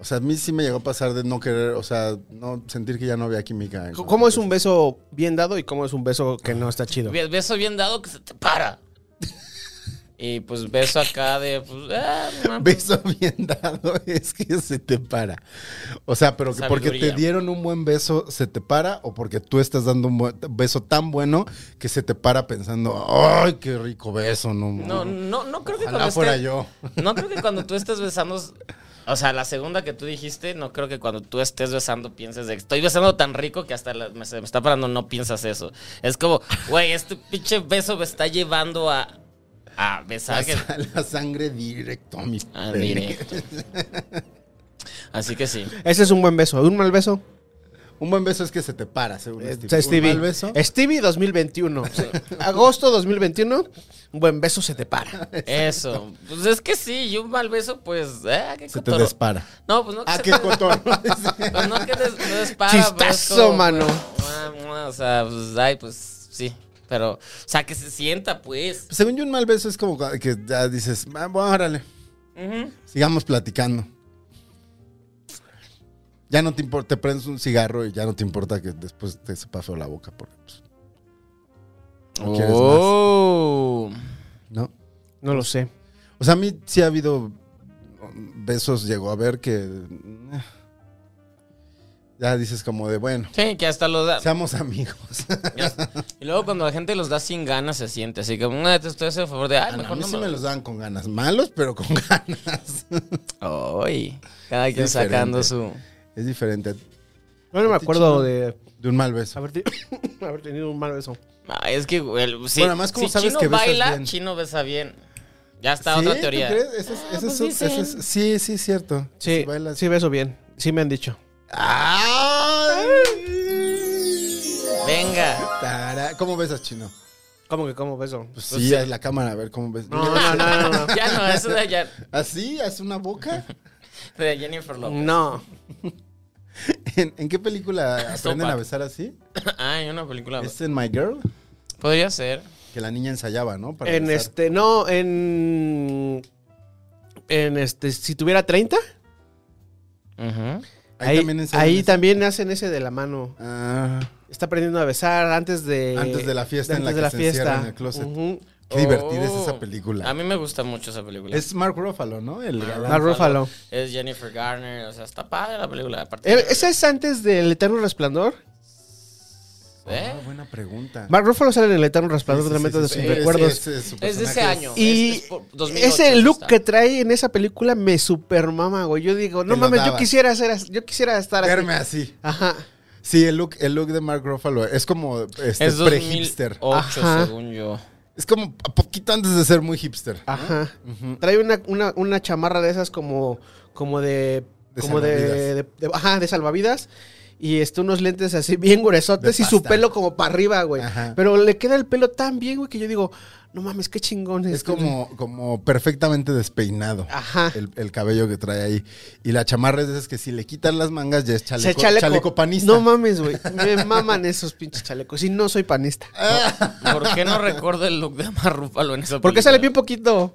O sea, a mí sí me llegó a pasar de no querer, o sea, no sentir que ya no había química. en-
¿Cómo es un beso bien dado y cómo es un beso que no está chido?
Be- Beso bien dado que se te para. [LAUGHS] Y pues beso acá de pues, ah, no,
beso [LAUGHS] bien dado? Es que se te para. O sea, pero que porque te
Sabiduría.
dieron un buen beso, se te para, o porque tú estás dando un buen- beso tan bueno que se te para pensando, ¡ay, qué rico beso! No,
no, no, no este, creo que
Ojalá
cuando
fuera
esté-
yo.
No creo que cuando tú estés besando, o sea, la segunda que tú dijiste, no creo que cuando tú estés besando pienses de estoy besando tan rico que hasta la- me, se me está parando, no piensas eso. Es como, güey, este pinche beso me está llevando a, a
La, [LAUGHS]
besar que-
sa- la sangre directo a mi
Ah,
pene.
directo. Así que sí.
Ese es un buen beso. ¿Un mal beso?
Un buen beso es que se te para, según
Eh,
Stevie.
Stevie.
Un mal beso.
Stevie 2021. Agosto 2021. Un buen beso se te para.
Eso. Pues es que sí, y un mal beso, pues, ah, qué
Se te
cotorro.
despara. [LAUGHS]
No, pues no que
Ah,
se
qué
te-
cotorro. [LAUGHS]
Pues no que des, no dispara,
Chistazo,
pero es pues, como,
mano.
pues, mua, mua, o sea, pues, ay, pues, sí. Pero, o sea, que se sienta, pues.
Según yo, un mal beso es como cua- que ya dices, "Ah, bueno, órale,
Ujú.
sigamos platicando. Ya no te importa, te prendes un cigarro y ya no te importa que después te sepa feo la boca porque pues, no quieres más,
Oh.
¿no?
No lo sé.
O sea, a mí sí ha habido um, besos, llegó a ver que eh, ya dices como de, bueno,
Sí, que hasta los da.
seamos amigos.
Y luego cuando la gente los da sin ganas se siente. Así que, "Mua, te estoy haciendo favor de,
[LAUGHS]
ay,
a
mejor
mí
no
sí
me
me los dan con ganas, malos, pero con [LAUGHS] ganas.
Ay, cada quien
Diferente.
sacando su.
es diferente
Yo no me
¿A ti,
acuerdo
Chino?
de
de un mal beso.
haber, te- [COUGHS] haber tenido un mal beso.
Ay, es que, güey, si,
Bueno, además, ¿cómo
si
sabes
Chino
que besas
baila,
bien?
Chino besa bien. Ya está
¿Sí?
otra
¿Tú
teoría.
crees? Ese es-
Ah,
ese es-
pues
ese es-
dicen.
sí, sí, es cierto.
Sí,
Si bailas-
sí beso bien. Sí me han dicho.
¡Ay!
Venga.
Tara- ¿Cómo besas, chino?
¿Cómo que cómo beso?
Pues sí, haz la cámara, a ver cómo ves.
No, no, no,
[LAUGHS]
no.
[LAUGHS] Ya no, eso de, ya,
¿Así? ¿Haz
[LAUGHS]
una boca?
de Jennifer Lopez.
No.
¿En, en qué película aprenden
Sopa.
a besar así?
Ah, hay una película.
¿Es en My Girl?
Podría ser.
Que que la niña ensayaba, ¿no? Para
en
regresar.
este, no, en. En este, si tuviera 30,
Ujú.
ahí, ahí también,
ensayan eso.
hacen ese de la mano.
Ah,
Está aprendiendo a besar antes de.
Antes de la fiesta en
antes
la
de
que se encierra en el closet.
Ujú.
qué divertida es esa
Oh.
película.
A mí me gusta mucho esa película.
Es Mark Ruffalo, ¿no? El galán.
Ah,
Ah,
Mark Ruffalo.
Es Jennifer Garner. O sea, está padre la película. Aparte,
Eh, ¿Esa es antes del Eterno Resplandor?
¿Eh?
Ah, buena pregunta.
Mark Ruffalo sale en el Eterno
Sí, sí,
Resplandor de la
sí,
mente
sí,
de
sí.
sus
Ese-
recuerdos.
ese su
Es de ese
personaje
año.
Y
Es- es por 2008
ese look
está.
que trae en esa película me super mama, güey. Yo digo, no
lo
mames, yo
dabas.
quisiera ser, as- yo quisiera estar aquí.
Verme así.
Ajá.
Sí, el look, el look de Mark Ruffalo es como este,
Es
pre-hipster.
2008,
Ajá.
según yo.
Es como a poquito antes de ser muy hipster.
Ajá.
Ujú.
Trae una, una, una chamarra de esas como, como de.
De
como de,
salvavidas.
de- de- Ajá, de salvavidas. Y este, unos lentes así bien gruesotes
De
y su
pasta.
pelo como para arriba, güey.
Ajá.
Pero le queda el pelo tan bien, güey, que yo digo, no mames, qué chingón
Es
este-
como, como perfectamente despeinado.
Ajá.
El, el cabello que trae ahí. Y la chamarra es de esas que si le quitan las mangas ya es
O
chaleco,
sea, chaleco.
chaleco panista.
No mames, güey. Me maman esos pinches chalecos. Y no soy panista.
Ah,
¿Por qué no recuerdo el look de Mark Ruffalo en esa
pues,
película?
Porque sale bien poquito.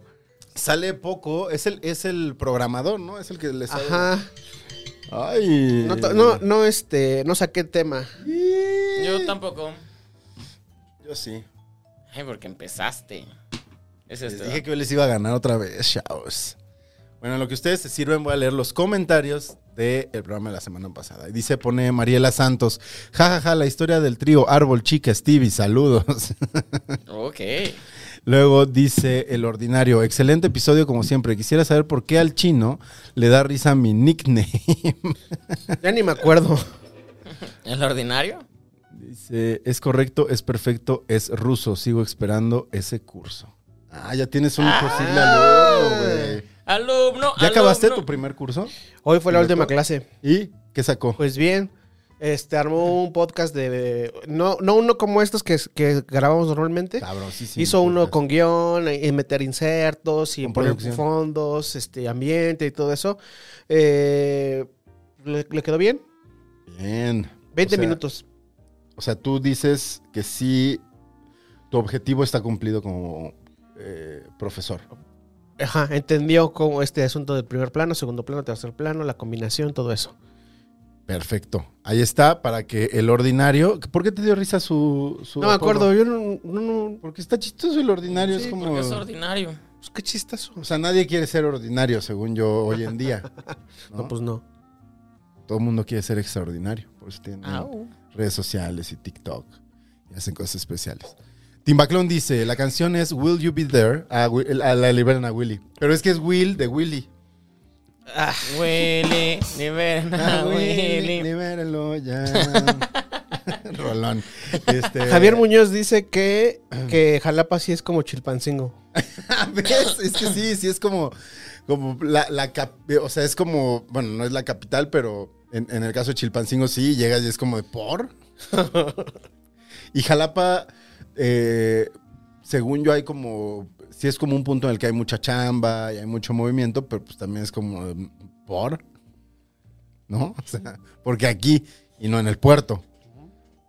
Sale poco. Es el, es el programador, ¿no? Es el que le sale.
Ajá.
Ay.
No, to- no, no, este, no saqué tema.
Yo tampoco.
Yo sí.
Ay, porque empezaste. Es
Les
este.
dije que yo les iba a ganar otra vez, chavos. Bueno, en lo que ustedes se sirven, voy a leer los comentarios del programa de la semana pasada. Y Dice, pone Mariela Santos, jajaja, la historia del trío Árbol Chica Stevie, saludos. [LAUGHS]
¿verdad? Ok.
Luego dice el ordinario, excelente episodio como siempre. Quisiera saber por qué al chino le da risa mi nickname. [LAUGHS]
Ya ni me acuerdo.
¿El ordinario?
Dice, es correcto, es perfecto, es ruso. Sigo esperando ese curso. Ah, ya tienes un posible alumno, güey.
Alumno.
¿Ya acabaste
alumno.
tu primer curso?
Hoy fue la
¿Neta?
última clase.
¿Y qué sacó?
Pues bien, este, armó un podcast de... No, no uno como estos que, que grabamos normalmente.
Sabrosísimo.
Eh, Hizo uno
Ah, podcast.
con guión, eh, y meter insertos y
Con
poner
producción.
fondos, este, ambiente y todo eso. Eh, ¿le, le quedó bien?
Bien.
20
O sea,
minutos.
O sea, tú dices que sí, tu objetivo está cumplido como eh, profesor.
Ajá, entendió cómo este asunto del primer plano, segundo plano, tercer plano, la combinación, todo eso.
Perfecto. Ahí está, para que el ordinario. ¿Por qué te dio risa su.? su
No me
apodo?
acuerdo, yo no... no, no
Porque está chistoso el ordinario.
Sí,
es
porque
como.
es ordinario.
pues, qué chistazo.
O sea, nadie quiere ser ordinario, según yo, hoy en
[LAUGHS]
día. ¿no?
No, pues no.
Todo el mundo quiere ser extraordinario. Por eso tienen
Au.
redes sociales y TikTok. Y hacen cosas especiales. Timbaclón dice: La canción es Will You Be There. A, Wi- a la liberan a Willy. Pero es que es Will de Willy.
Willy, libera
[LAUGHS] Ah,
a
Willy,
Willy.
libéralo [LAUGHS] ya. Rolón. Este,
Javier Muñoz dice que,
[CLEARS THROAT]
que Jalapa sí es como Chilpancingo.
[LAUGHS] ¿Ves? Es que sí, sí es como, como la, la cap- o sea, es como, bueno, no es la capital, pero en, en el caso de Chilpancingo sí, llegas y es como de por. y Jalapa, eh, según yo, hay como, sí es como un punto en el que hay mucha chamba y hay mucho movimiento, pero pues también es como de, por, ¿no? O sea, porque aquí y no en el puerto,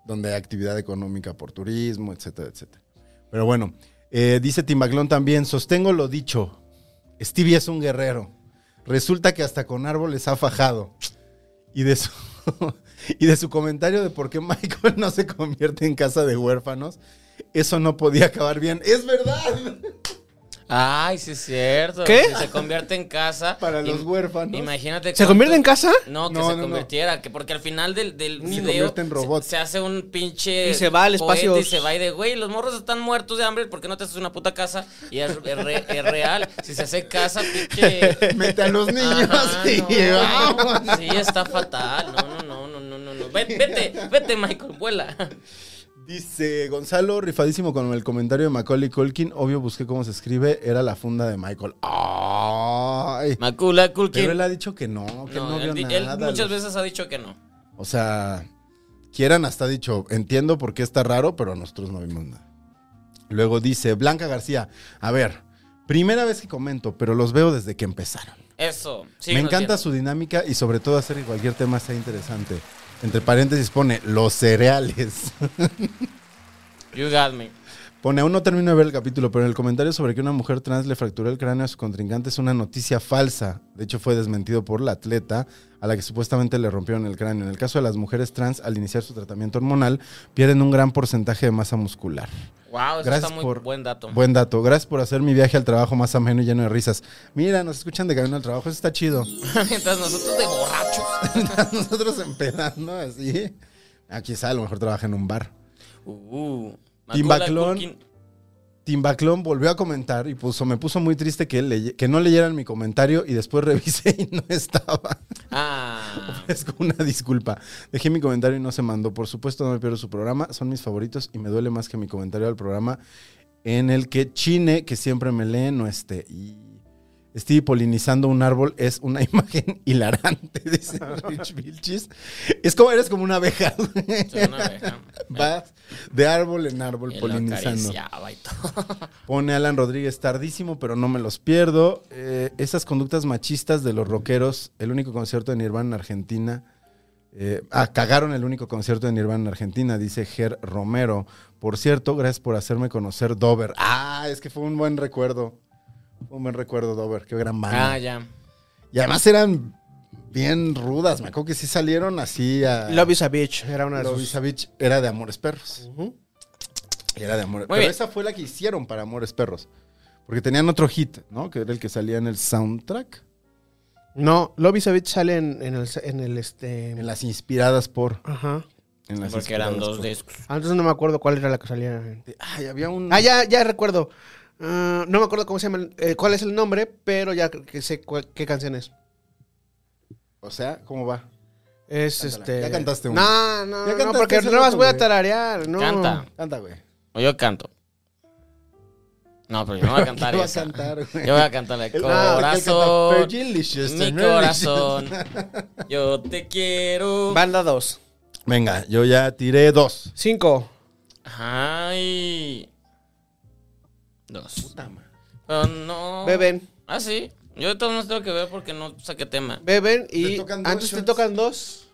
donde hay actividad económica por turismo, etcétera, etcétera. Pero bueno, eh, dice Timbaglón también, sostengo lo dicho, Stevie es un guerrero. Resulta que hasta con árboles ha fajado. Y de su, [LAUGHS] y de su comentario de por qué Michael [LAUGHS] no se convierte en casa de huérfanos, eso no podía acabar bien. ¡Es verdad! [LAUGHS]
Ay, sí es cierto.
¿Qué?
Si se convierte en casa.
Para
im-
los huérfanos.
Imagínate.
¿Se convierte en
cuánto-
casa?
No, que
No,
se
no, no.
convirtiera, que porque al final del, del
Se
video
convierte en robot.
Se, se hace un pinche
Y se va al
poeta
espacio.
y se va y de güey, los morros están muertos de hambre porque no te haces una puta casa y es, es re- es real. Si se hace casa, pinche
Mete a
[LAUGHS]
los niños [LAUGHS]
Ajá,
y
no.
vamos.
Sí, está fatal. No, no, no, no, no, no. Vete, vete, vete, Michael, vuela.
Dice Gonzalo, rifadísimo con el comentario de Macaulay Culkin. Obvio, busqué cómo se escribe. Era la funda de Michael. ¡Ay!
Macula,
Pero
Culkin.
él ha dicho que no, que no,
No, él,
vio
di- él
nada.
muchas
Los-
veces ha dicho que no.
O sea, quieran hasta ha dicho, entiendo por qué está raro, pero nosotros no vimos nada. Luego dice Blanca García, a ver, primera vez que comento, pero los veo desde que empezaron.
Eso.
Me
síguenos
encanta
viendo.
su dinámica y sobre todo hacer que cualquier tema sea interesante. Entre paréntesis pone los cereales.
You got me.
Pone, aún no termino de ver el capítulo, pero el comentario sobre que una mujer trans le fracturó el cráneo a su contrincante es una noticia falsa. De hecho, fue desmentido por la atleta a la que supuestamente le rompieron el cráneo. En el caso de las mujeres trans, al iniciar su tratamiento hormonal, pierden un gran porcentaje de masa muscular.
Wow, eso
Gracias
está muy
por-
buen dato.
Buen dato. Gracias por hacer mi viaje al trabajo más ameno y lleno de risas. Mira, nos escuchan de camino al trabajo. Eso está chido.
[LAUGHS]
[LAUGHS]
Mientras nosotros de borrachos.
Nosotros empedando así. Aquí está, a lo mejor trabaja en un bar.
Uh,
Tim
Macaulay
Baclón.
Culkin.
Timbaclón volvió a comentar y puso, me puso muy triste que, leye- que no leyeran mi comentario y después [LAUGHS] revisé y no estaba. [LAUGHS]
Ah.
Es como una disculpa. Dejé mi comentario y no se mandó. Por supuesto no me pierdo su programa, son mis favoritos y me duele más que mi comentario al programa en el que Chine, que siempre me lee, no esté. Y Steve polinizando un árbol es una [LAUGHS] imagen hilarante, dice Rich Vilchis. Es como, eres como una abeja.
soy una abeja.
[LAUGHS] Vas de árbol en árbol
Él lo
polinizando.
acariciaba y todo.
Pone Alan Rodríguez tardísimo, pero no me los pierdo. Eh, esas conductas machistas de los rockeros, el único concierto de Nirvana en Argentina. eh, ah, cagaron el único concierto de Nirvana en Argentina, dice Ger Romero. Por cierto, gracias por hacerme conocer Dover. Ah, es que fue un buen recuerdo. Fue un buen recuerdo, Dover. Qué gran banda.
Ah, ya.
y además eran bien rudas. Me acuerdo que sí salieron así a.
Love is a Bitch era una de
Love
sus-
is a Bitch era de Amores Perros.
Ujú.
Era de Amores
Muy
Pero
bien.
esa fue la que hicieron para Amores Perros. Porque tenían otro hit, ¿no? Que era el que salía en el soundtrack.
No, Love is a Bitch sale en, en el, en el, este...
En las inspiradas por.
Ajá.
en las
Porque eran
inspiradas
dos
por.
discos.
Antes Ah, no me acuerdo cuál era la que salía.
Ay, había un.
Ah, ya, ya recuerdo. Ah, no me acuerdo cómo se llama, el- eh, cuál es el nombre, pero ya que sé cuál- qué canción es.
O sea, ¿cómo va?
Es
Cántala.
este.
Ya cantaste una.
No, no,
Ya
no,
cantaste
porque
hace
no las
rato,
voy a
güey.
tararear, no.
Canta.
Anda,
[LAUGHS]
güey.
O yo canto. No, pero yo no voy a
[LAUGHS]
cantar
¿Qué va a
esa.
cantar, güey?
Yo voy a cantar
[LAUGHS]
el
El- ah, porque él canta este,
corazón.
Fergalicious,
Mi
Fergalicious. [LAUGHS]
corazón. Yo te quiero.
Banda 2.
Venga, yo ya tiré dos.
5.
Ay. Dos. Pero no.
Beben,
Ah, sí. Yo de todos modos tengo que ver porque no saqué tema.
beben y
Te tocan dos
antes te
shots.
tocan dos.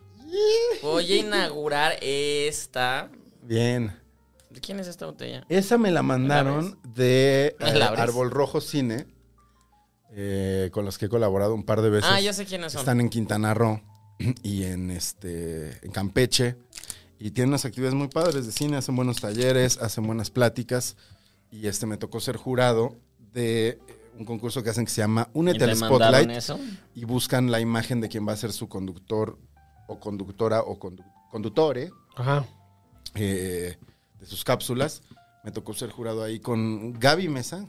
Voy a inaugurar esta.
Bien.
¿De quién es esta botella?
Esa me la mandaron de
¿Me [LAUGHS] la
eh,
abres?
Árbol Rojo Cine, eh, con los que he colaborado un par de veces.
Ah, ya sé quiénes son.
Están en Quintana Roo [CLEARS THROAT] y en este en Campeche. Y tienen unas actividades muy padres de cine, hacen buenos talleres, hacen buenas pláticas. Y este me tocó ser jurado de eh, un concurso que hacen que se llama
¿Y
Únete
te
al
mandaron
Spotlight
eso?
y buscan la imagen de quien va a ser su conductor o conductora o condu- conductore
Ajá.
eh, de sus cápsulas. Me tocó ser jurado ahí con Gaby Mesa.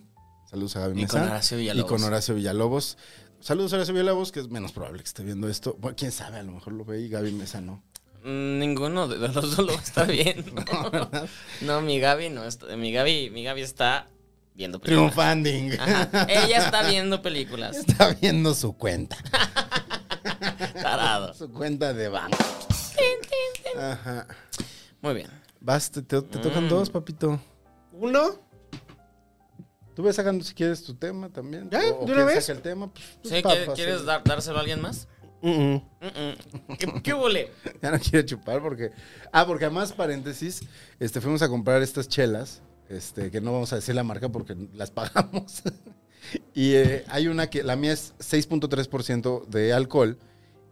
Saludos a Gaby
Y
Mesa.
con Horacio Villalobos.
Y con Horacio Villalobos. Saludos a Horacio Villalobos, que es menos probable que esté viendo esto. Bueno, quién sabe, a lo mejor lo ve y Gaby Mesa
[LAUGHS]
no.
Mm, Ninguno de los dos lo va
[LAUGHS]
a estar viendo. no, mi Gaby no está. Mi Gaby, mi Gaby está viendo películas.
Triunfanding.
Ajá. Ella está viendo
[LAUGHS]
películas.
Está viendo su cuenta.
Tarado.
Su cuenta de banco. Ajá.
Muy bien.
Vas, te, te- te tocan
Mm.
dos, papito.
Uno.
Tú ves sacando si quieres tu tema también.
¿Ya?
O- o
¿De una
quien
vez?
saca el tema, pues, pues,
Sí,
pa-
¿qué-
pa-
¿Quieres
sí.
dar- dárselo a alguien más?
Mm, mm.
Mm-mm. ¿Qué, qué huele?
[LAUGHS] Ya no quiero chupar porque. Ah, porque además, paréntesis, este, fuimos a comprar estas chelas, este, que no vamos a decir la marca porque las pagamos. [LAUGHS] y eh, hay una que, la mía es 6.3% de alcohol.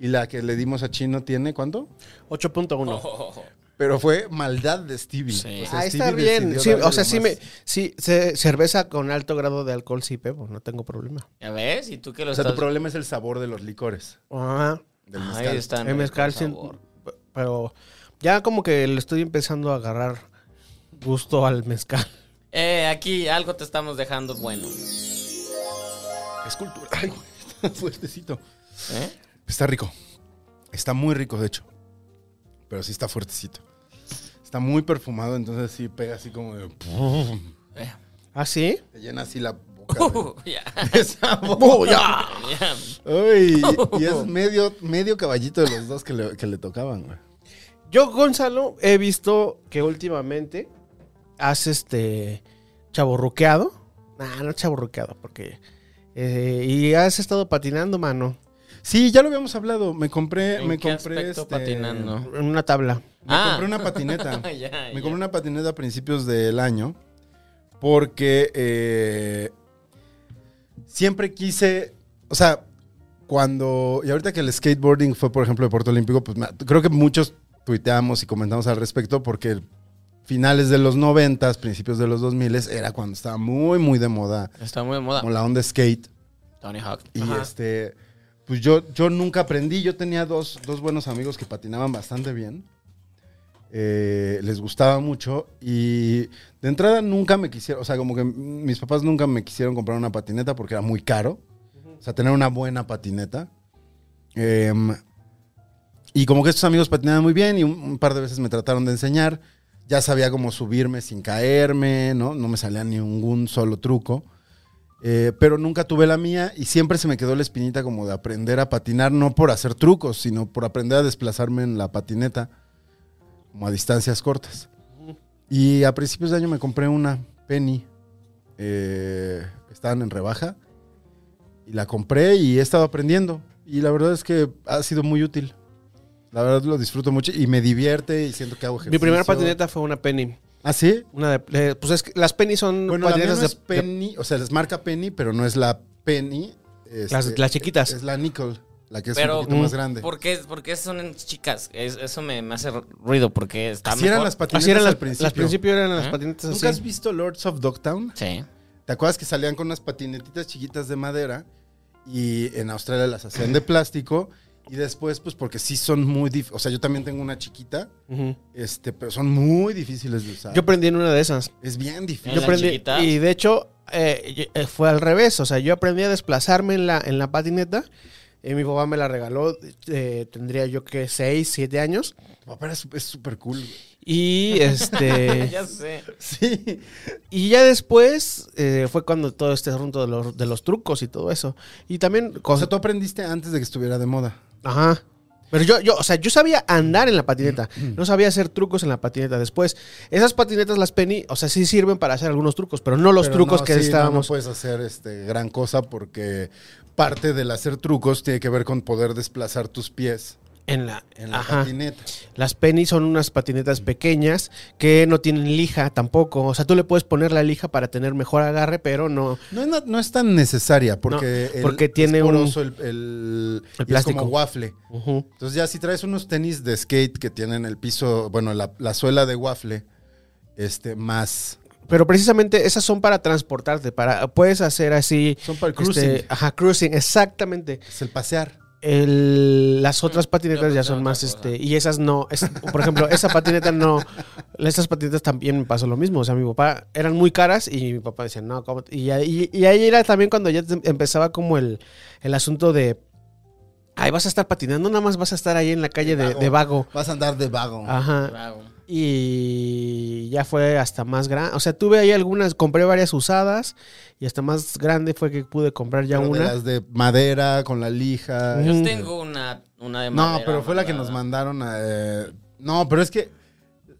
Y la que le dimos a Chino tiene, ¿cuánto?
8.1.
Oh.
Pero fue maldad de Stevie.
Sí.
Ah, está
Stevie
bien.
decidió
Sí, o
darle
sea,
lo
sí
más.
me. Sí, ce- cerveza con alto grado de alcohol sí bebo, no tengo problema.
¿Ya ves? ¿Y tú qué lo
O sea, tu
estás...?
problema es el sabor de los licores.
Ajá.
Del
Ay,
mezcal.
está
el
rico
mezcal
el
sí,
sabor.
p- pero ya como que le estoy empezando a agarrar gusto al mezcal.
Eh, aquí algo te estamos dejando bueno.
Es cultura. Ay, güey, [LAUGHS] está fuertecito.
¿Eh?
[LAUGHS] Está rico. Está muy rico, de hecho. Pero sí está fuertecito. Está muy perfumado, entonces sí pega así como de.
Eh.
¿Ah, sí?
Te llena así la boca.
[LAUGHS] Uh, ya.
güey, [LAUGHS] de sabor.
Ya.
Ay, y, y
[LAUGHS]
es medio, medio caballito de los dos que le, que le tocaban, güey.
Yo, Gonzalo, he visto que últimamente has este chaborruqueado. Nah, no chaborruqueado, porque. eh, y has estado patinando, mano,
Sí, ya lo habíamos hablado. Me compré,
¿En
me
qué
compré
aspecto
este,
patinando?
[LAUGHS]
Ah.
en una tabla.
Me compré una patineta.
[LAUGHS] Ya,
Me
ya.
compré una patineta a principios del año. porque eh, siempre quise, o sea, cuando, y ahorita que el skateboarding fue, por ejemplo, deporte olímpico, pues me- creo que muchos tuiteamos y comentamos al respecto porque el- finales de los 90, principios de los 2000 era cuando estaba muy, muy de moda,
Está muy de moda.
como la onda skate.
Tony Hawk.
Y
Ajá.
este, pues yo, yo nunca aprendí. Yo tenía dos, dos buenos amigos que patinaban bastante bien. Eh, les gustaba mucho. Y de entrada nunca me quisieron, o sea, como que m- mis papás nunca me quisieron comprar una patineta porque era muy caro. O sea, tener una buena patineta. Em, y como que estos amigos patinaban muy bien y un, un par de veces me trataron de enseñar. Ya sabía cómo subirme sin caerme, ¿no? No me salía ningún solo truco. Eh, pero nunca tuve la mía y siempre se me quedó la espinita como de aprender a patinar, no por hacer trucos, sino por aprender a desplazarme en la patineta, como a distancias cortas. Y a principios de año me compré una Penny, eh, estaban en rebaja, y la compré y he estado aprendiendo. Y la verdad es que ha sido muy útil. La verdad lo disfruto mucho y me divierte y siento que hago ejercicio.
Mi primera patineta fue una penny.
¿Ah, sí?
Una de, le- pues es que las penny son
Bueno, la mía
patinetas
no es
de- de-
Penny, o sea, es marca Penny, pero no es la Penny. este,
Las- las chiquitas.
Es la Nicole, la que es
Pero-
un poquito más grande.
¿Por qué, por qué son chicas? Es- eso me, me hace ruido porque está
Así eran
mejor.
las patinetas
Así eran las,
al principio.
las principio eran las
¿Eh?
patinetas así.
¿Nunca has visto Lords of Dogtown?
Sí.
¿Te acuerdas que salían con unas patinetitas chiquitas de madera y en Australia las hacían de plástico? Y después, pues porque sí son muy difíciles. O sea, yo también tengo una chiquita,
Ujú.
este, pero son muy difíciles de usar.
Yo aprendí en una de esas.
es bien
¿En
difícil.
Yo
la
aprendí-
chiquita?
y de hecho eh, yo- eh, fue al revés, o sea, yo aprendí a desplazarme en la, en la patineta y mi papá me la regaló, eh, tendría yo que 6, 7 años
Pero es es súper cool. güey.
y este
[LAUGHS] ya sé.
Sí.
y ya después eh, fue cuando todo este asunto de los, de los trucos y todo eso. Y también
O
cosas
sea, tú aprendiste antes de que estuviera de moda.
Ajá. Pero yo, yo, o sea, yo sabía andar en la patineta.
Mm,
No sabía hacer trucos en la patineta. Después, esas patinetas, las Penny, o sea, sí sirven para hacer algunos trucos, pero no los
Pero
trucos
no,
que
sí, no, No,
estábamos.
puedes hacer este, gran cosa porque parte del hacer trucos tiene que ver con poder desplazar tus pies
en la,
en la
ajá.
patineta.
Las Penny son unas
Mm.
patinetas pequeñas que no tienen lija tampoco. O sea, tú le puedes poner la lija para tener mejor agarre, pero no.
No es, na- no es tan necesaria porque,
No, porque tiene
es
un-
poroso el, el-
el
y es
plástico.
como waffle.
Ujú.
Entonces ya si traes unos tenis de skate que tienen el piso, bueno, la, la suela de waffle, este, más...
Pero precisamente esas son para transportarte. Para, puedes hacer así.
Son para el
este,
cruising,
ajá, cruising, exactamente.
es el pasear.
El- las otras patinetas
yo
ya
pensaba
son
otra
más
cosa.
este y esas no es- por ejemplo esa patineta no esas patinetas también me pasó lo mismo o sea mi papá eran muy caras y mi papá decía no ¿cómo te-?" y, ahí- y ahí era también cuando ya te- empezaba como el, el asunto de ay vas a estar patinando nada más vas a estar ahí en la calle de, de vago
Vas a andar Mm, de vago.
ajá
Bravo.
y ya fue hasta más grande o sea tuve ahí algunas compré varias usadas y hasta más grande fue que pude comprar ya
Pero de
una
las de madera, con la lija.
Ujú.
Yo tengo una, una de
No,
madera
pero fue la que nos
mandada.
mandaron a, eh, no, pero es que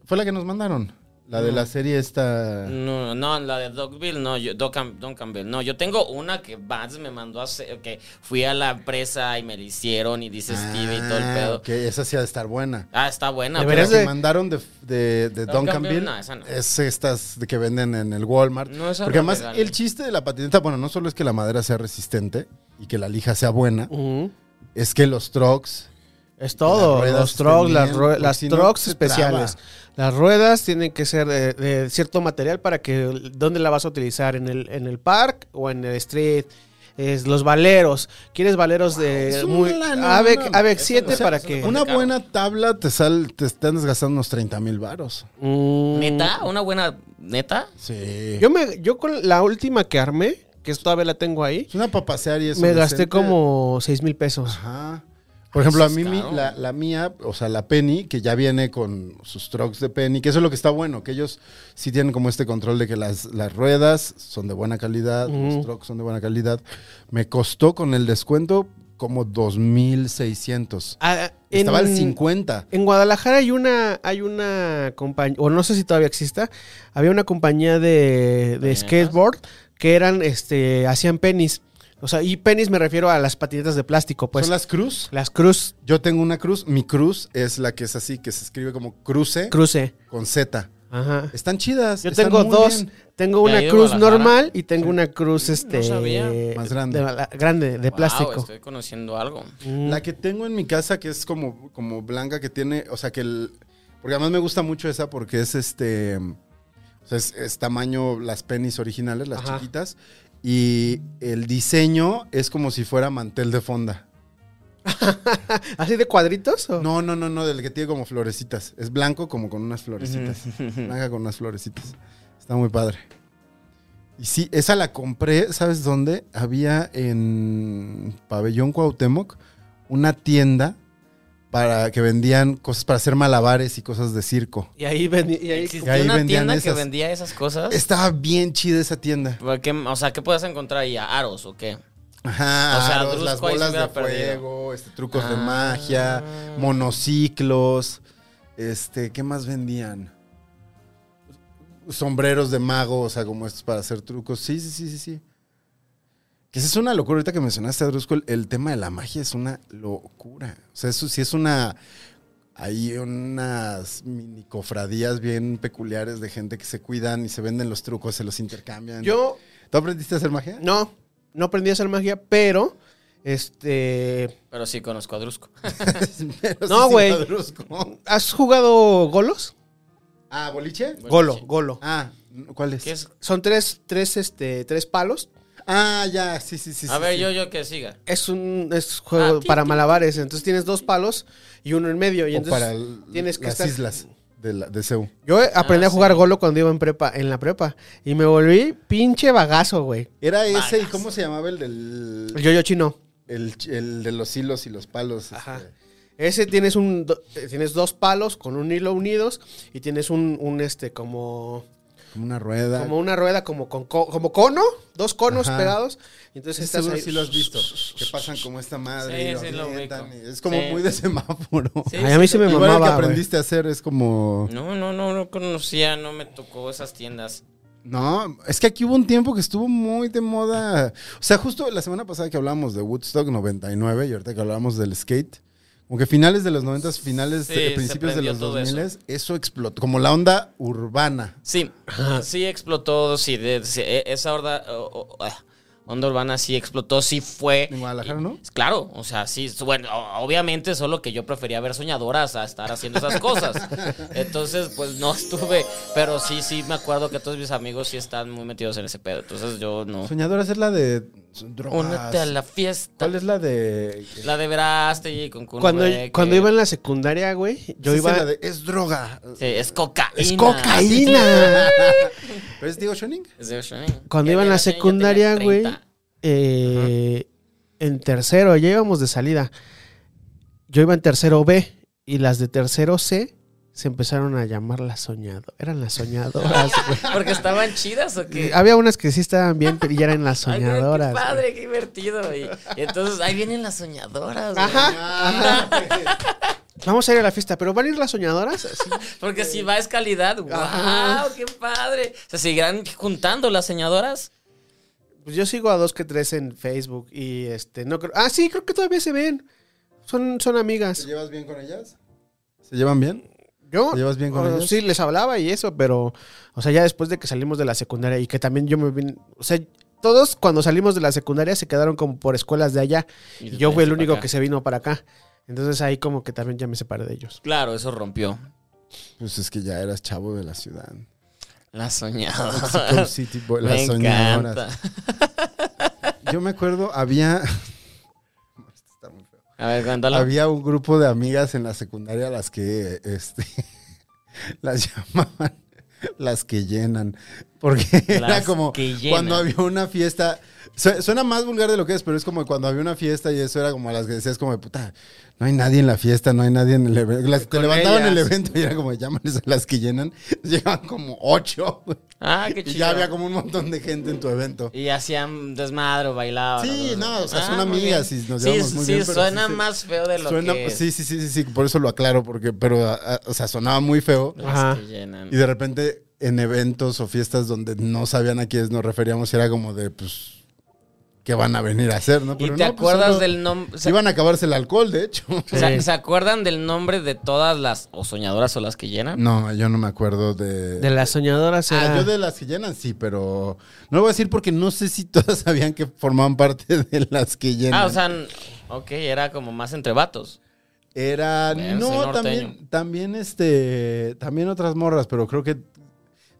fue la que nos mandaron. La
Mm.
de la serie esta.
No, no, la de Dogville, no, yo, Doc Cam- Don Campbell, no, yo tengo una que Vance me mandó a hacer, que fui a la empresa y me la hicieron y dice Steve y todo el
Ah,
pedo.
ok, esa sí ha de estar buena.
Ah, está buena,
Pero
Deberías
la
pero
que
de-
mandaron de, de, de
Duncan
Duncanville
Bill, no, esa no.
es estas de que venden en el Walmart.
No, esa
Porque
no
además
me ganan.
el chiste de la patineta, bueno, no solo es que la madera sea resistente y que la lija sea buena,
Ujú.
es que los trucks
Es todo,
Las ruedas
los trucks, las,
también,
rue-
porque
las
si no,
trucks
se
especiales.
traba.
Las ruedas tienen que ser de, de cierto material para que dónde la vas a utilizar, en el, en el park o en el street. Es los valeros. ¿Quieres valeros de
es una
muy
lana,
AVEC,
una-
AVEC
eso
7
no se-
para
eso no
que
pone-
una
caro.
buena tabla te sal, te están desgastando unos 30 mil varos.
Mm,
neta, una buena neta.
Sí.
Yo me yo con la última que armé, que todavía la tengo ahí,
es una papasear y eso.
me gasté
decente.
como 6 mil pesos.
Ajá. Por ejemplo, a
Eso
mí
es
mi-
caro.
la, la mía, o sea, la Penny, que ya viene con sus trucks de Penny, que eso es lo que está bueno, que ellos sí tienen como este control de que las, las ruedas son de buena calidad,
Ujú.
los trucks son de buena calidad. Me costó con el descuento como 2.600.
Ah, en-
Estaba al 50.
En Guadalajara hay una, hay una compañía, o no sé si todavía exista, había una compañía de, de
¿Patinetas?
skateboard que eran, este, hacían penis. O sea, y penis me refiero a las patinetas de plástico, pues.
¿Son
las,
las cruz?
cruz,
Yo tengo una cruz. Mi cruz es la que es así, que se escribe como cruce
cruce.
con Z.
Ajá.
Están chidas.
Yo
están
tengo
muy
dos.
bien.
Tengo
¿De
una
ahí de
cruz
Guadalajara?
normal y tengo una cruz este
sabía.
Más grande.
De, la- grande, de
Wow,
plástico.
estoy conociendo algo.
Mm.
La que tengo en mi casa, que es como, como blanca, que tiene, o sea, que el... Porque además me gusta mucho esa porque es este... O sea, es, es tamaño, las penis originales, las
Ajá.
chiquitas. Y el diseño es como si fuera mantel de fonda.
¿Así de cuadritos? o?
No, no, no, no, del que tiene como florecitas. Es blanco como con unas
[LAUGHS]
florecitas.
Mm.
Blanca con unas florecitas. Está muy padre. Y sí, esa la compré, ¿sabes dónde? Había en Pabellón Cuauhtémoc una tienda para que vendían cosas para hacer malabares y cosas de circo.
Y ahí ven- y ahí-
¿Existía
ahí
una
vendían
tienda que
esas.
vendía esas cosas?
Estaba bien chida esa tienda.
¿Por qué? o sea, ¿qué puedes encontrar ahí? ¿Aros o qué?
Ajá,
O sea,
aros,
Drusco
las
ahí se
bolas de
hubiera perdido.
fuego, este, trucos de
Ah.
magia, monociclos, este, ¿qué más vendían? Sombreros de mago, o sea, como estos para hacer trucos. Sí, sí, sí, sí, sí. Que esa es una locura. Ahorita que mencionaste a Drusco, el, el tema de la magia es una locura. O sea, eso sí es una. Hay unas mini cofradías bien peculiares de gente que se cuidan y se venden los trucos, se los intercambian.
Yo
¿Tú aprendiste a hacer magia? [LAUGHS]
no, no aprendí a hacer magia, pero este
Pero sí conozco a Drusco.
Pero
No,
sí, sí,
güey.
Padrusco.
¿Has jugado golos?
Ah, boliche.
Golo, golo.
Ah, ¿cuál es?
¿Qué es?
Son tres, tres, este, tres palos.
Ah, ya, sí, sí, sí.
A
sí,
ver,
sí.
yo, yo que siga.
Es un es juego
Ah, ti,
para
ti,
malabares. Entonces tienes dos palos y uno en medio. Y
O
entonces
para el-
tienes que
las
estar-
islas de, la, de CEU.
Yo eh, aprendí
Ah,
a jugar golo cuando iba en prepa, en la prepa. Y me volví pinche bagazo, güey.
Era ese, ¿y
Vagas.
cómo se llamaba el
El
del.
yo-yo chino.
El, el de los hilos y los palos.
Ajá.
este.
Ese tienes un do- eh, tienes dos palos con un hilo unidos y tienes un, un este como
como una rueda.
como una rueda como con co- como cono, dos conos
Ajá.
pegados. Y entonces estás
Seguro
ahí.
sí lo has visto. Que pasan como esta madre.
Sí,
y lo
sí lo
avientan
ubico.
y es como
Sí.
muy de semáforo.
Sí,
Ay, a mí se me
Igual el
mamaba.
que
güey.
aprendiste a hacer es como.
No, no, no, no conocía, no me tocó esas tiendas.
No, es que aquí hubo un tiempo que estuvo muy de moda. O sea, justo la semana pasada que hablábamos de Woodstock 99 y ahorita que hablábamos del skate, como que finales de los 90, finales,
Sí,
de-
se
principios de
prendió
los
todo
2000,
eso.
eso. explotó, como la onda urbana.
Sí, sí explotó, sí, de- sí, e- esa horda, o- o- ah, onda urbana sí explotó, sí fue.
En Guadalajara, ¿no?
Claro, o sea, sí, su- bueno, o- obviamente solo que yo prefería ver soñadoras a estar haciendo esas cosas.
[LAUGHS]
Entonces, pues no estuve, pero sí, sí, me acuerdo que todos mis amigos sí están muy metidos en ese pedo. Entonces yo no.
Soñadora es la de
Únete a
drogas.
la fiesta.
¿Cuál es la de...?
La de Verástegui con Kun
Cuando,
Reque.
cuando iba en la secundaria, güey, yo
Esa
iba
Es la de es droga.
Sí, es cocaína.
es cocaína.
[LAUGHS] ¿Pero es Diego Schoening?
Es de Oceanía.
Cuando
Ya
iba en la
tenía- ya tenía
secundaria, güey,
30.
eh, en tercero, ya íbamos de salida. Yo iba en tercero B y las de tercero C se empezaron a llamar las soñadoras. Eran las soñadoras, güey.
Porque estaban chidas o [LAUGHS]
[LAUGHS]
qué.
Había unas que sí estaban bien, pero ya eran las
[LAUGHS] Ay, güey,
soñadoras.
qué padre, qué divertido. Y, y entonces ahí vienen las soñadoras. güey. Ah.
güey. Vamos a ir a la fiesta, pero ¿van a ir las soñadoras? Sí.
Porque si va es calidad. ¡Wow!
Ajá.
¡Qué padre! ¿Se seguirán juntando las soñadoras?
Pues yo sigo a dos que tres en Facebook y este, no creo. Ah, sí, creo que todavía se ven. Son, son
¿Te
amigas.
llevas bien con ellas? ¿Se llevan bien?
Yo
¿Te llevas bien con
o-
ellos?
Sí, les hablaba y eso, pero, o sea, ya después de que salimos de la secundaria y que también yo me vine, o sea, todos cuando salimos de la secundaria se quedaron como por escuelas de allá y yo fui el único que se vino para acá. Entonces ahí como que también ya me separé de ellos.
Claro, eso rompió.
Pues es que ya eras chavo de la ciudad. [LAUGHS]
Las [LAUGHS]
Mexico
soñadoras.
City Boy, las
Me
soñadoras.
encanta.
Yo me acuerdo, había. Esto está muy feo.
A ver, cuéntalo.
Había un grupo de amigas en la secundaria a las que este, [LAUGHS] las llamaban las que llenan. Porque [LAUGHS] era
Las
como
que llenan.
cuando había una fiesta. su- Suena más vulgar de lo que es, pero es como cuando había una fiesta y eso era como las que decías como de puta, no hay nadie en la fiesta, no hay nadie en el evento. Las que te
Con
levantaban el
ellas.
evento y era como llámales a las que llenan. [LAUGHS] Llegaban como ocho.
Ah, qué
Y
chido.
ya había como un montón de gente en tu evento.
Y hacían desmadre o bailaban.
Sí,
o todo
no,
eso.
o sea, son
muy
amigas
bien.
y nos
Sí,
llevamos
sí,
muy
sí,
bien, pero
suena
sí se-
más feo de lo
Suena-
que...
sí, sí, sí, sí, sí, por eso lo aclaro, porque, pero, a- a- o sea, sonaba muy feo.
las
Ajá.
que llenan.
Y de repente en eventos o fiestas donde no sabían a quiénes nos referíamos, era como de, pues, ¿Qué van a venir a hacer, no?
¿Y
Pero
te
no, pues,
acuerdas
solo-
del nombre?
Iban a acabarse el alcohol, de
[LAUGHS]
hecho.
¿Se, se acuerdan del nombre de todas las o soñadoras o las que llenan?
No, yo no me acuerdo de...
De las soñadoras eh,
Ah,
era-
yo de las que llenan sí, pero no lo voy a decir porque no sé si [LAUGHS] todas sabían que formaban parte de las que llenan.
Ah, o sea, n- ok, era como más entre vatos.
Era.
Bueno, soy
no,
norteño.
también, también este. También otras morras, pero creo que.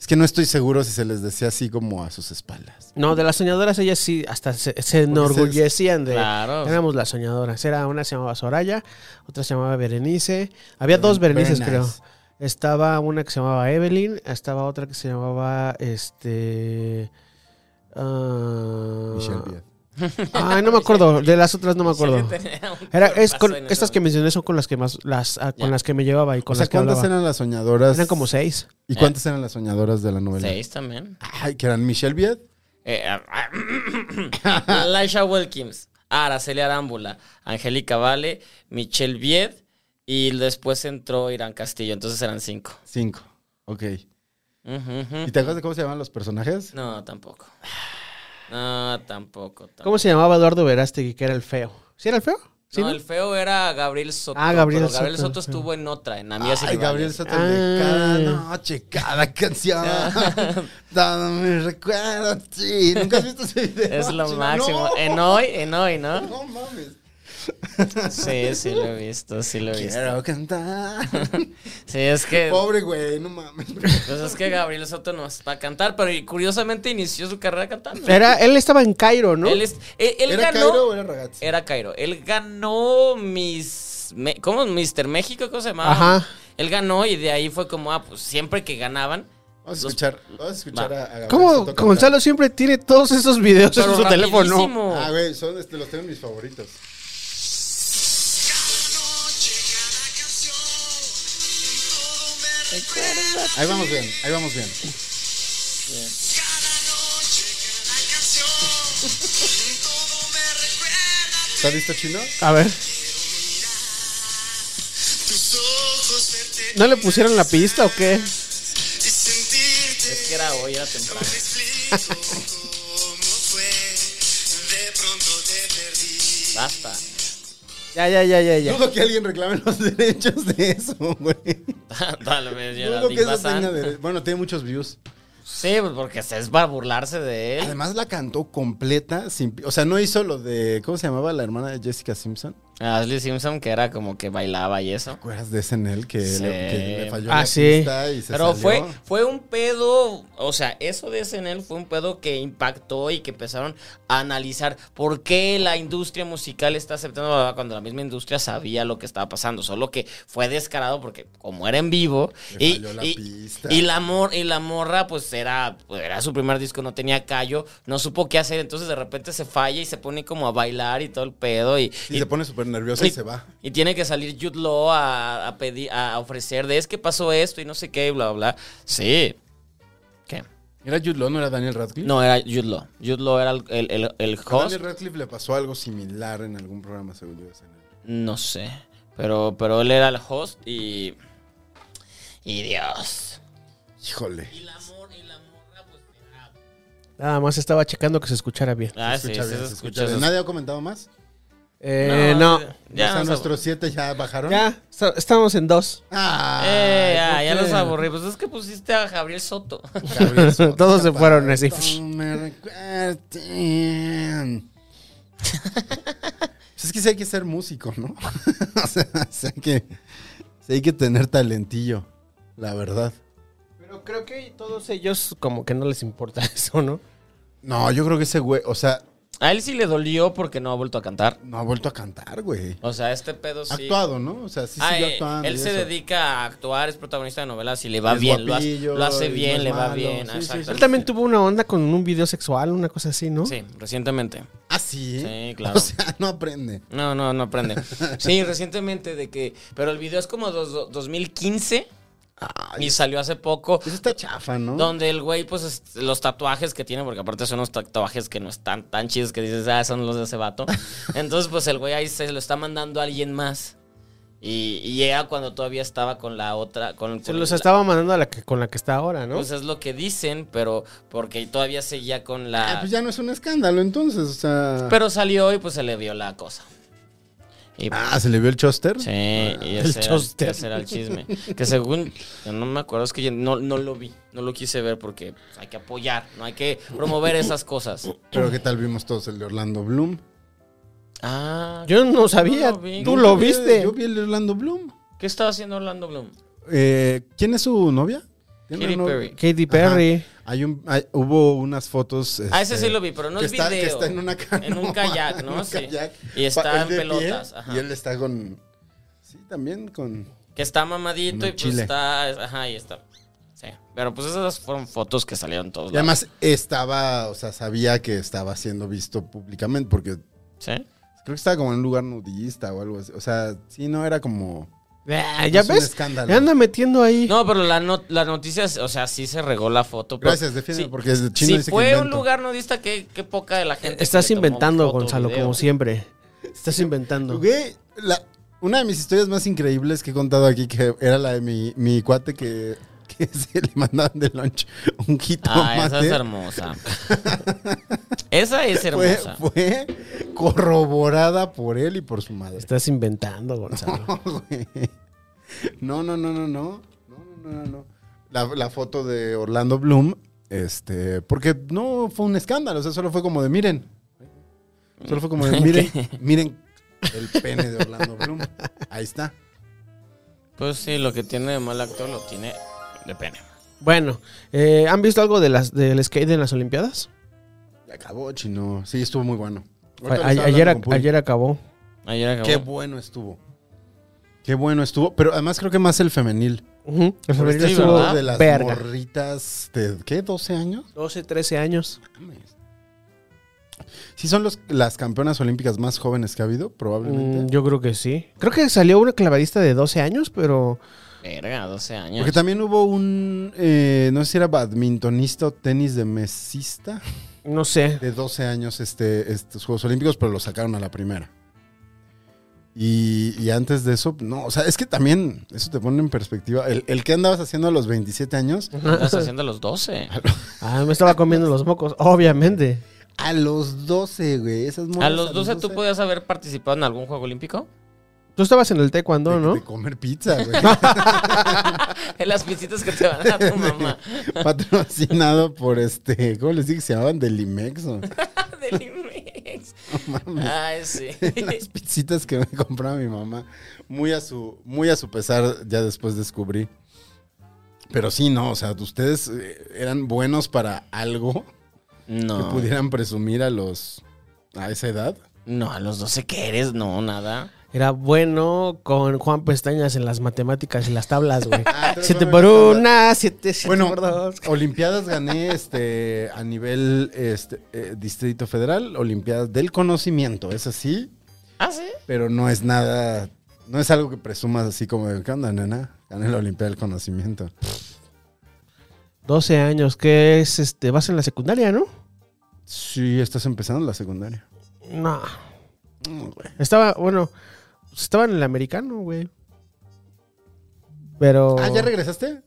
Es que no estoy seguro si se les decía así como a sus espaldas.
No, de las soñadoras ellas sí, hasta se, se enorgullecían de...
Claro.
Éramos las soñadoras. Era una se llamaba Soraya, otra se llamaba Berenice. Había dos Berenices, creo.
Berenice.
Estaba una que se llamaba Evelyn, estaba otra que se llamaba este... ah,
Michelle Viet.
Ay, no me acuerdo. De las otras no me
[LAUGHS]
acuerdo. Era, es con- estas que mencioné son con las que más, las, ah, con
Ya.
las que me llevaba y con
O sea,
las que
¿cuántas
hablaba. Eran,
eran las soñadoras?
como seis.
¿Y cuántas eran las soñadoras de la novela?
Seis también.
Ay, que eran Michelle Viet.
Eh, ah, ah, [COUGHS] Laisha Wilkins, Araceli Arámbula, Angélica Vale, Michelle Vied y después entró Irán Castillo, entonces eran cinco.
Cinco. Ok. ¿Y
Ujú, ujú.
te acuerdas de cómo se llamaban los personajes?
No, tampoco. No, tampoco. tampoco.
¿Cómo se llamaba Eduardo Verástegui, que era el feo? ¿Sí era el feo? ¿Sí,
no,
no?
el feo era Gabriel Soto.
Ah, Gabriel
pero Gabriel
Soto,
Soto
sí.
estuvo en otra, en Amigas y
Ay,
Rivales.
Gabriel Soto, el de cada
Ah.
noche, cada
[LAUGHS]
canción. Todo me recuerda a ti. ¿Nunca has visto ese video?
Es lo
Chino?
máximo.
No.
En hoy, en hoy, ¿no?
No mames.
Sí, sí lo he visto, sí lo he visto.
Quiero [LAUGHS] cantar.
Sí, es que.
Pobre güey, no mames.
Pues es que Gabriel Soto no es para cantar, pero curiosamente inició su carrera cantando.
Era, él estaba en Cairo, ¿no?
Él, es- él- él
¿Era
ganó.
Cairo o era Ragazzi?
Era Cairo. Él ganó mis. me- ¿Cómo? Mister México, ¿cómo se llamaba?
Ajá.
Él ganó y de ahí fue como, ah, pues siempre que ganaban.
Vamos a escuchar, vamos a, escuchar a, a Gabriel
¿Cómo
Soto cantar.
Gonzalo siempre tiene todos esos videos en
pero
su teléfono?
rapidísimo.
Ah, güey, son, este, los tengo en mis favoritos. Ahí vamos bien, ahí vamos bien. ¿Está listo, chino?
A ver. ¿No le pusieron la pista o [LAUGHS] qué?
Es que era hoy, era temprano. Basta.
Ya, ya, ya, ya, ya.
Dudo que alguien reclame los [LAUGHS] derechos de eso, güey.
[LAUGHS] Dale, me decía,
Dudo que eso
Bazán.
tenga dere- Bueno, tiene muchos views.
Sí, pues, porque se es para burlarse de él.
Además la cantó completa, sin pi- o sea, no hizo lo de, ¿cómo se llamaba la hermana de Jessica Simpson?
Ashley Simpson, que era como que bailaba y eso.
¿Te acuerdas de ese en él que,
Sí.
le, que le falló
Ah,
la
sí.
pista y se
Pero
salió?
fue, fue un pedo, o sea, eso de SNL fue un pedo que impactó y que empezaron a analizar por qué la industria musical está aceptando bla, bla, cuando la misma industria sabía lo que estaba pasando, solo que fue descarado porque como era en vivo
Le
y,
falló la
y-
pista.
y la mor- y la morra pues era, pues, era su primer disco, no tenía callo, no supo qué hacer, entonces de repente se falla y se pone como a bailar y todo el pedo y,
Sí,
y-
se pone súper nerviosa y se va.
y tiene que salir Jude Law a, a pedir, a ofrecer de es que pasó esto y no sé qué, y bla, bla, bla. Sí. ¿Qué?
¿Era Jude Law, no era Daniel Radcliffe?
No, era Jude Law. Jude Law era el, el- el- el
A
host.
Daniel Radcliffe le pasó algo similar en algún programa, según yo, de SNL.
No sé. Pero, pero él era el host y. Y Dios.
Híjole.
Y la morra, y la morra, pues era.
Nada más estaba checando que se escuchara bien.
Ah, sí,
Escucha
sí,
bien,
se
se
escucha.
escucha
se
bien. ¿Nadie ha comentado más?
Eh,
No,
no.
o
Ya,
sea,
nos
nuestros siete ya bajaron.
Ya, está- estamos en dos.
Ah,
Eh, ya,
¿por
ya
qué?
los aburrí. Pues es que pusiste a Gabriel Soto. [LAUGHS]
Gabriel Soto,
Todos se
capaz.
fueron así.
No me
[LAUGHS]
recuerden. Pues es que sí hay que ser músico, ¿no? [LAUGHS] o sea, sí hay que, sí hay que tener talentillo, la verdad.
Pero creo que todos ellos como que no les importa [LAUGHS] eso, ¿no?
No, yo creo que ese güey, o sea,
A él sí le dolió porque no ha vuelto a cantar.
no ha vuelto a cantar, güey.
O sea, este pedo sí.
Ha Actuado, ¿no? O sea, sí
Ah,
siguió
eh,
actuando. y
él se
eso.
dedica a actuar, es protagonista de novelas y le va
Es
bien, lo hace,
guapillo,
lo hace
y no
bien,
es
le va
malo, sí, sí,
bien.
sí.
Él
exactamente.
también tuvo una onda con un video sexual, una cosa así, ¿no?
Sí, recientemente.
Ah, sí.
Sí, claro.
O sea, no aprende.
No, no, no
[LAUGHS]
aprende. Sí, recientemente de que... Pero el video es como dos- do- 2015
Ay,
y salió hace poco.
eso está chafa, ¿no?
Donde el güey, pues, es- los tatuajes que tiene, porque aparte son unos tatuajes que no están
[LAUGHS]
tan chidos que dices, ah, son los de ese vato. Entonces, pues, el güey ahí se lo está mandando a alguien más. Y, y era cuando todavía estaba con la otra. Con,
Se
con
los
la-
estaba mandando a la que, con la que está ahora, ¿no?
Pues es lo que dicen, pero porque todavía seguía con la.
Ah, pues ya no es un escándalo, entonces, o sea.
Pero salió y pues se le vio la cosa. Y, pues,
Ah, se le vio el choster.
sí, y
el
ese, era,
choster.
ese era el chisme. Que según, yo no me acuerdo, es que yo no, no lo vi, no lo quise ver porque pues, hay que apoyar, no hay que promover esas cosas.
Pero qué tal vimos todos el de Orlando Bloom.
Ah,
Yo no sabía.
No lo vi.
Tú lo
Yo vi-
viste.
Yo vi el de Orlando Bloom.
¿qué estaba haciendo Orlando Bloom?
Eh, ¿Quién es su novia? ¿Tiene
Katy
una novia?
Perry.
Katy Perry.
Hay un, hay- hubo unas fotos.
Ah, ese
este,
sí lo vi, pero no
que
es
está,
video.
Que está en una canoa, [LAUGHS]
En un kayak,
en
¿no?
un
Sí.
kayak.
Y está
Pa- él
en
de pie,
pelotas, ajá.
Y él está con. Sí, también con.
Que está mamadito
En
y pues
Chile.
está, ajá, ahí está. Sí, pero pues esas fueron fotos que salieron en todos
Y además estaba, o sea, sabía que estaba siendo visto públicamente, porque
lados. Sí.
creo que estaba como en un lugar nudista o algo así. O sea, sí, no era como.
Ah, ¿Ya
es un
ves?
escándalo.
Me anda metiendo ahí.
No, pero la, no- la noticia, es- o sea, sí se regó la foto. pero-
Gracias, defiende,
sí.
porque es chino
si
dice que
fue un
invento.
lugar nudista, qué, qué poca de la gente.
Estás
que le tomó
inventando,
foto,
Gonzalo,
video.
como siempre. Estás inventando.
Güey, la- una de mis historias más increíbles que he contado aquí, que era la de mi, mi cuate que, [LAUGHS] que se le mandaban de lunch un
Ah,
jitomate.
esa es hermosa. esa
[LAUGHS]
es
fue,
hermosa.
fue corroborada por él y por su madre.
Estás inventando, Gonzalo. [LAUGHS]
Güey. [LAUGHS] No, no, no, no, no. No, no, no, no, no. La, la foto de Orlando Bloom, este, porque no fue un escándalo, o sea, solo fue como de miren. Solo fue como de miren, miren el pene de Orlando Bloom. Ahí está.
Pues sí, lo que tiene de mal actor lo tiene de pena.
Bueno, eh, ¿han visto algo de las del skate en las Olimpiadas?
Ya Acabó, chino. Sí, estuvo muy
A-
bueno. Ahorita lo estaba
ayer,
hablando con Puri.
ayer acabó.
Ayer acabó.
Qué bueno estuvo. Qué bueno estuvo, pero además creo que más el femenil.
Ujú, el
Porque
femenil
sí,
estuvo
¿verdad?
de las
verga.
morritas de, ¿qué? ¿12 años?
12, 13 años.
Sí, son los, las campeonas olímpicas más jóvenes que ha habido,
Mm,
probablemente.
yo creo que sí. Creo que salió una clavadista de 12 años, pero
Verga, 12 años.
Porque también hubo un, eh, no sé si era badmintonista o tenis de mesista,
no
[LAUGHS]
sé.
de 12 años este, estos Juegos Olímpicos, pero lo sacaron a la primera. Y, y antes de eso, no, o sea, es que también, eso te pone en perspectiva, el, el que andabas haciendo a los 27 años,
Estás haciendo los 12.
[LAUGHS]
Ah, me estaba comiendo los mocos, obviamente.
a los 12, güey, esas
¿A
morras
los 12 tú
12,
podías haber participado en algún juego olímpico?
Tú estabas en el taekwondo,
de-
¿no?
de comer pizza, güey.
En las visitas que te van a
[LAUGHS]
dar tu mamá.
[LAUGHS] Patrocinado por este, ¿cómo les dije que se llamaban? Delimexo.
Del Imex. Ay, sí.
Las pizzitas que me compraba mi mamá. Muy a su, muy a su pesar, ya después descubrí. Pero sí, no, o sea, ustedes eh, eran buenos para algo que
No.
pudieran presumir a los a esa edad.
No, a los 12 que eres, no, nada.
Era bueno con Juan Pestañas en las matemáticas y las tablas,
[LAUGHS]
güey.
Ah, entonces
7
no
por
me gusta.
1, 7
Bueno,
por 2.
Olimpiadas gané este a nivel este, eh, Distrito Federal, Olimpiadas del Conocimiento, es así,
Ah, sí.
pero no es nada, no es algo que presumas así como de, ¿qué onda, nena? Gané la Olimpiada del Conocimiento.
12 años, que es este, vas en la secundaria, ¿no?
Sí, estás empezando la secundaria.
No.
Mm, güey.
Estaba, bueno, pues, estaba en el americano, güey. Pero
Ah, ¿ya regresaste?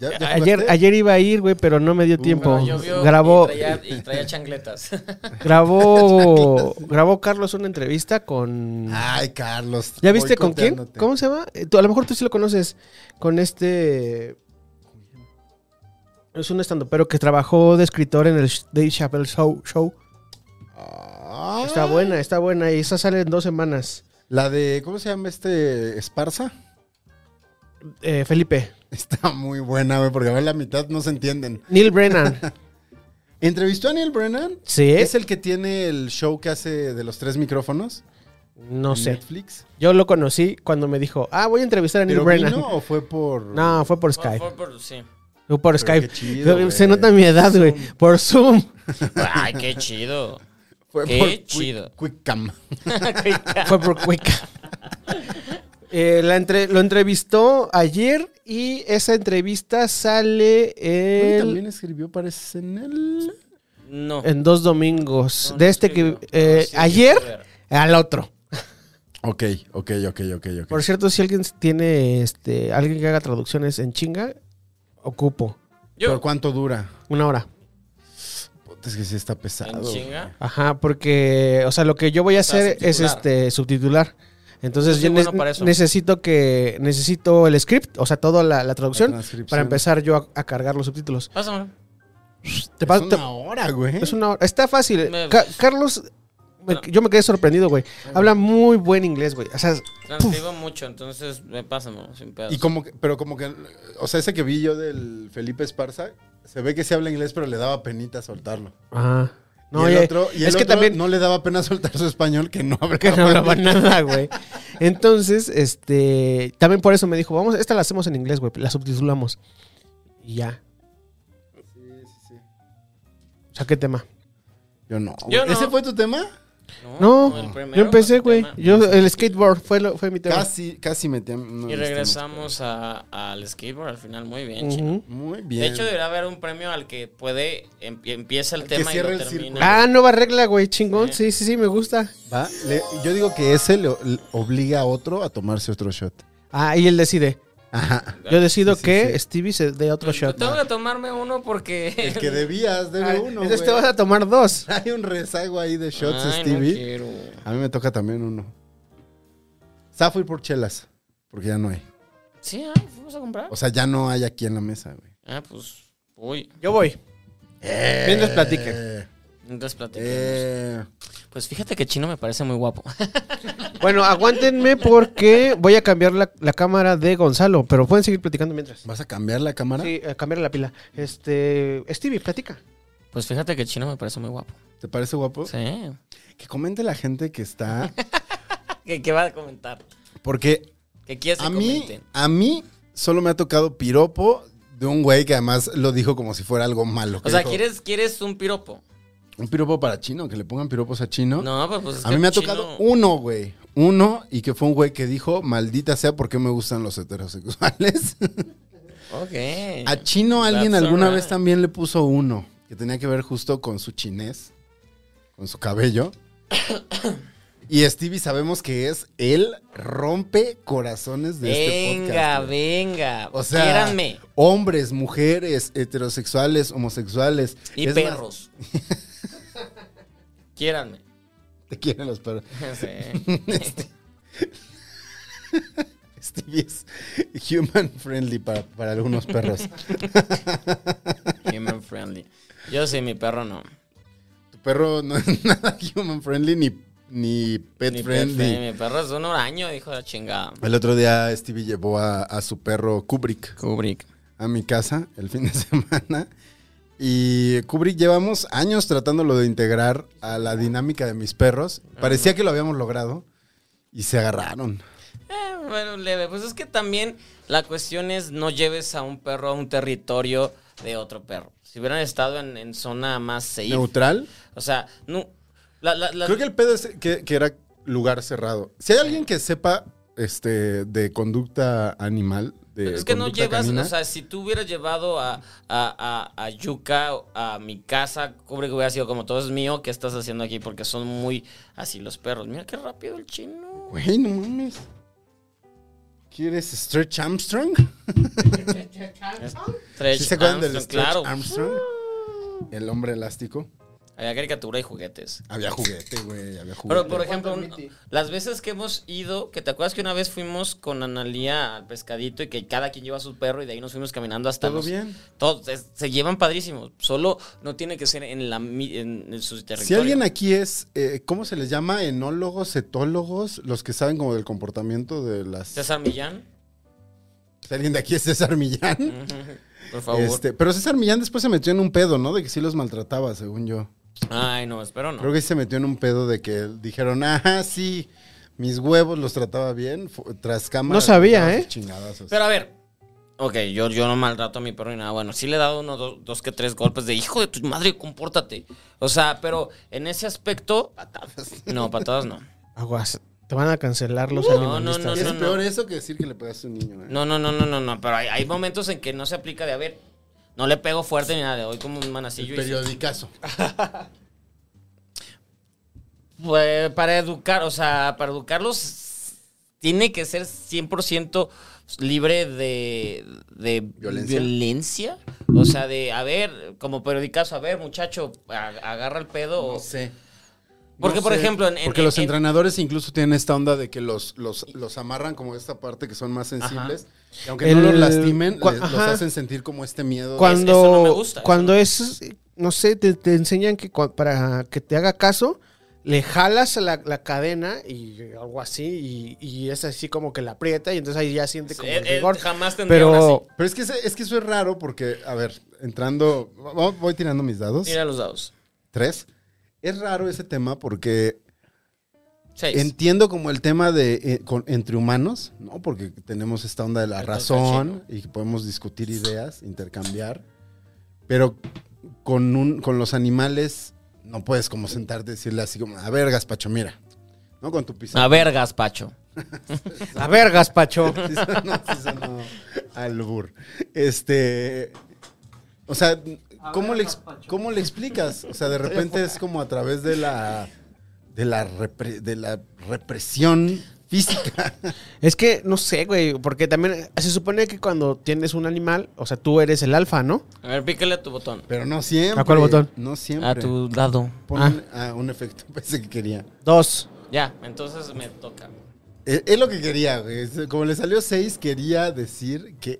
¿Ya- ya
ayer,
jugaste?
ayer iba a ir, güey, pero no me dio
Uh,
tiempo.
no,
Mm, Llovió
Pues, grabó,
Y traía, y traía changletas.
[LAUGHS]
[LAUGHS]
grabó, grabó Carlos una entrevista con.
Ay, Carlos.
¿Ya viste con quién?
Ah, boicoteándote.
¿Cómo se llama? Eh, tú- a lo mejor tú sí lo conoces. Con este. Es un estando, pero que trabajó de escritor en el Sh- Dave Chappelle Show. show.
Ah,
Está buena, está buena. Y esa sale en dos semanas.
La de, ¿cómo se llama este Esparza? [LAUGHS]
Eh, Felipe.
Está muy buena, güey, porque a ver la mitad no se entienden.
Neil
[LAUGHS]
Brennan.
¿Entrevistó a Neil Brennan?
Sí,
¿Es el que tiene el show que hace de los tres micrófonos?
no
en
sé.
Netflix.
Yo lo conocí cuando me dijo, ah, voy a entrevistar a Neil
¿Pero
Brennan.
vino o fue por...?
No, fue por
Por-
Skype.
por- por- sí.
Fue Por,
Pero
Skype.
qué chido,
Se
güey.
nota mi edad, güey. Por Zoom. [LAUGHS]
Ay, qué chido.
Fue
Qué
por Quick-
chido.
Quickcam.
Fue por
[LAUGHS]
Cuica. Eh, la entre- lo entrevistó ayer y esa entrevista sale
Él
el-
también escribió, parece, en el...
No.
en dos domingos.
No,
de
no
este que
escribió.
eh,
No, sí,
ayer
a ver.
al otro.
Ok, ok, ok, ok, ok.
Por cierto, si alguien tiene, este, alguien que haga traducciones en chinga, ocupo
¿Pero
Yo,
cuánto dura?
una hora.
Puta, es que sí está pesado.
en
güey.
chinga.
Ajá, porque, o sea, lo que yo voy a
O sea,
hacer es
subtitular.
este subtitular. Entonces
Yo soy
yo ne-
bueno para eso.
necesito que necesito el script, o sea, toda la, la traducción
transcripción.
para empezar yo a, a cargar los subtítulos.
Pásamelo.
Te
Es
paso- te-
una hora, güey.
es una hora. Está fácil.
Me-
Ca- Carlos, me-
Pero-
yo me quedé sorprendido, güey. Habla muy buen inglés, güey. O sea,
Transcribo mucho, entonces eh, pásamelo, sin pedos.
Y como que- pero como que, o sea, ese que vi yo del Felipe Esparza, se ve que se habla inglés, pero le daba penita soltarlo.
Ah.
ajá. No,
y el
oye,
otro, y el
es que
otro
también
no le daba pena soltar su español, que no hablaba.
que no hablaba nada, güey. Entonces, este, también por eso me dijo, vamos, esta la hacemos en inglés, güey, la subtitulamos. Y ya. O sea, ¿qué tema?
Yo no.
Yo
güey. ¿Ese
no.
fue tu tema?
No,
Ah, el primero,
yo empecé,
el
güey.
tema.
Yo, el skateboard fue, lo- fue mi tema.
Casi, casi metí.
Y regresamos a- al skateboard al final, muy bien,
Ujú.
chico.
Muy
De
bien.
hecho, debería haber un premio al que puede em- empieza el
Al que
tema y
cierre
lo
el círculo.
termina.
Ah, nueva regla, güey, chingón. Sí, sí, sí, me gusta.
Va, le- yo digo que ese le, le obliga a otro a tomarse otro shot.
Ah, y él decide.
[LAUGHS]
Ajá.
Yo decido
Sí, sí,
que
sí.
Stevie se dé otro
Yo
shot.
tengo que tomarme uno porque.
[LAUGHS] El que debías,
Ah,
debe uno.
Entonces
güey.
te vas a tomar dos.
[LAUGHS] Hay un rezago ahí
[LAUGHS]
de shots,
Ay, no
Stevie.
quiero.
a mí me toca también uno. Safo y por chelas, porque ya no hay.
Sí, ah, fuimos a comprar.
O sea, ya no hay aquí en la mesa, güey.
Ah, pues. Uy,
Yo voy.
Eh,
Mientras platiquen.
entonces platiquemos.
Eh,
Pues fíjate que Chino me parece muy guapo. [LAUGHS]
Bueno, aguántenme porque voy a cambiar la, la cámara de Gonzalo, pero pueden seguir platicando mientras.
¿Vas a cambiar la cámara?
Sí, eh, cambiar la pila. Este, Stevie, platica.
Pues fíjate que Chino me parece muy guapo.
¿Te parece guapo?
Sí. [LAUGHS]
Que comente la gente que está.
¿Qué, qué va a comentar?
Porque
¿Qué quieres [LAUGHS] que
a mí,
comenten?
a mí solo me ha tocado piropo de un güey que además lo dijo como si fuera algo malo.
O
que
sea,
dijo,
¿quieres, ¿quieres un piropo?
Un piropo para chino, que le pongan piropos a chino.
No, pues, pues es
a
que
mí me ha
Chino-
tocado uno, güey. Uno, y que fue un güey que dijo, maldita sea, ¿por qué me gustan los heterosexuales?
[LAUGHS] Ok.
A Chino alguien
That's
alguna
alright.
vez también le puso uno, que tenía que ver justo con su chinés, con su cabello. Y Stevie sabemos que es el rompe corazones de este podcast.
venga,
güey.
venga.
O sea,
Quiéranme.
hombres, mujeres, heterosexuales, homosexuales.
Y
Es más,
perros. [LAUGHS] Quiéranme. [LAUGHS]
te quieren los perros.
Sí.
Este- Stevie es human friendly para, para algunos
[LAUGHS]
perros.
Human friendly. Yo sí, mi perro no.
tu perro no es [LAUGHS] nada human friendly ni, ni pet
Mi,
friendly.
perro, mi perro es un oraño, dijo la chingada.
El otro día Stevie llevó a, a su perro Kubrick
Kubrick.
a mi casa el fin de [LAUGHS] semana. Y Kubrick llevamos años tratándolo de integrar a la dinámica de mis perros. Parecía que lo habíamos logrado y se agarraron.
Eh, bueno, leve. Pues es que también la cuestión es no lleves a un perro a un territorio de otro perro. Si hubieran estado en, en zona más safe.
Neutral.
O sea, no. la- la- la-
Creo que el pedo es que, que era lugar cerrado. Si hay alguien que sepa este, de conducta animal, de
es que no
conducta
llevas,
canina,
o sea, si tú hubieras llevado a, a, a, a Yuka a mi casa, Kubrick hubiera sido como todo es mío, ¿qué estás haciendo aquí? Porque son muy así los perros. Mira qué rápido el chino.
Güey, no mames. ¿Quieres Stretch Armstrong?
Stretch
¿Sí se acuerdan del
Armstrong,
Stretch
claro. Ah.
Armstrong? El hombre elástico.
Había caricatura y juguetes.
Había juguete, güey, había juguete.
Pero, por ejemplo, un- las veces que hemos ido, que te acuerdas que una vez fuimos con Analía al pescadito y que cada quien lleva a su perro y de ahí nos fuimos caminando hasta
¿Todo
los-
bien?
Todos es- se llevan padrísimos. Solo no tiene que ser en, la, mi- en, en su territorio.
Si alguien aquí es, eh, ¿cómo se les llama? Enólogos, etólogos, los que saben como del comportamiento de las...
César Millán,
Si alguien de aquí es César Millán.
Mm, por favor.
Este, pero César Millán después se metió en un pedo, ¿no? De que sí los maltrataba, según yo.
Ay, no, espero no.
Creo que sí se metió en un pedo de que dijeron, ah, sí, mis huevos los trataba bien, fu- tras cámara.
No sabía, ¿eh?
Chingadazos.
Pero a ver. Ok, yo, yo no maltrato a mi perro ni nada. Bueno, sí le he dado uno, dos, dos que tres golpes de hijo de tu madre, compórtate. O sea, pero en ese aspecto. Patadas. No, patadas no.
Aguas, te van a cancelar los
No, no,
animalistas.
no,
es
no, no.
peor eso que decir que le pegaste a un niño, ¿eh?
No, no, no, no, no, no. Pero hay, hay momentos en que no se aplica de a ver. No le pego fuerte ni nada, le doy como un
El
manacillo. y sí.
periodicazo.
Pues para educar, o sea, para educarlos tiene que ser 100% libre de, de
Violencia.
violencia. O sea, de, a ver, como periodicazo, a ver, muchacho, a- agarra el pedo. o-
No sé.
Porque,
No
por
sé.
ejemplo, en- en-
Porque los
en-
entrenadores incluso tienen esta onda de que los, los, los amarran como esta parte que son más sensibles. Y aunque no
El-
los lastimen,
cua-
les- los
ajá.
hacen sentir como este miedo. de-
Cuando,
eso no me gusta, eso
cuando
no me
es, no sé, te, te enseñan que cua- para que te haga caso, le jalas la, la cadena y algo así, y, y es así como que la aprieta y entonces ahí ya siente como
Eh,
el
eh,
rigor.
jamás tendría una
Pero
Pero es que, ese- es que eso es raro porque, a ver, entrando, va- va- voy tirando mis dados.
así. Tira los dados.
Tres. Es raro ese tema porque
Seis.
Entiendo como el tema de eh, con- entre humanos, ¿no? Porque tenemos esta onda de la
El
razón y que podemos discutir ideas, intercambiar. Pero con, un, con los animales no puedes como sentarte y decirle así como, a ver, Gaspacho, mira. ¿No? Con tu pizarra.
A ver, Gaspacho.
a ver, Gaspacho.
[LAUGHS] Sí sonó- sí sonó albur. Este. O sea, ¿cómo le, ex- ¿cómo le explicas? O sea, de repente es como a través de la. De la, repre- de la represión física.
Es que no sé, güey, porque también se supone que cuando tienes un animal, o sea, tú eres el alfa, ¿no?
A ver, pícale a tu botón.
Pero no siempre.
¿A cuál botón?
No siempre.
A tu dado.
Pon un- ah, un efecto, [LAUGHS] pensé que quería.
Dos.
Ya, entonces me toca.
Es, es lo que quería, güey. Es- Como le salió 6, quería decir que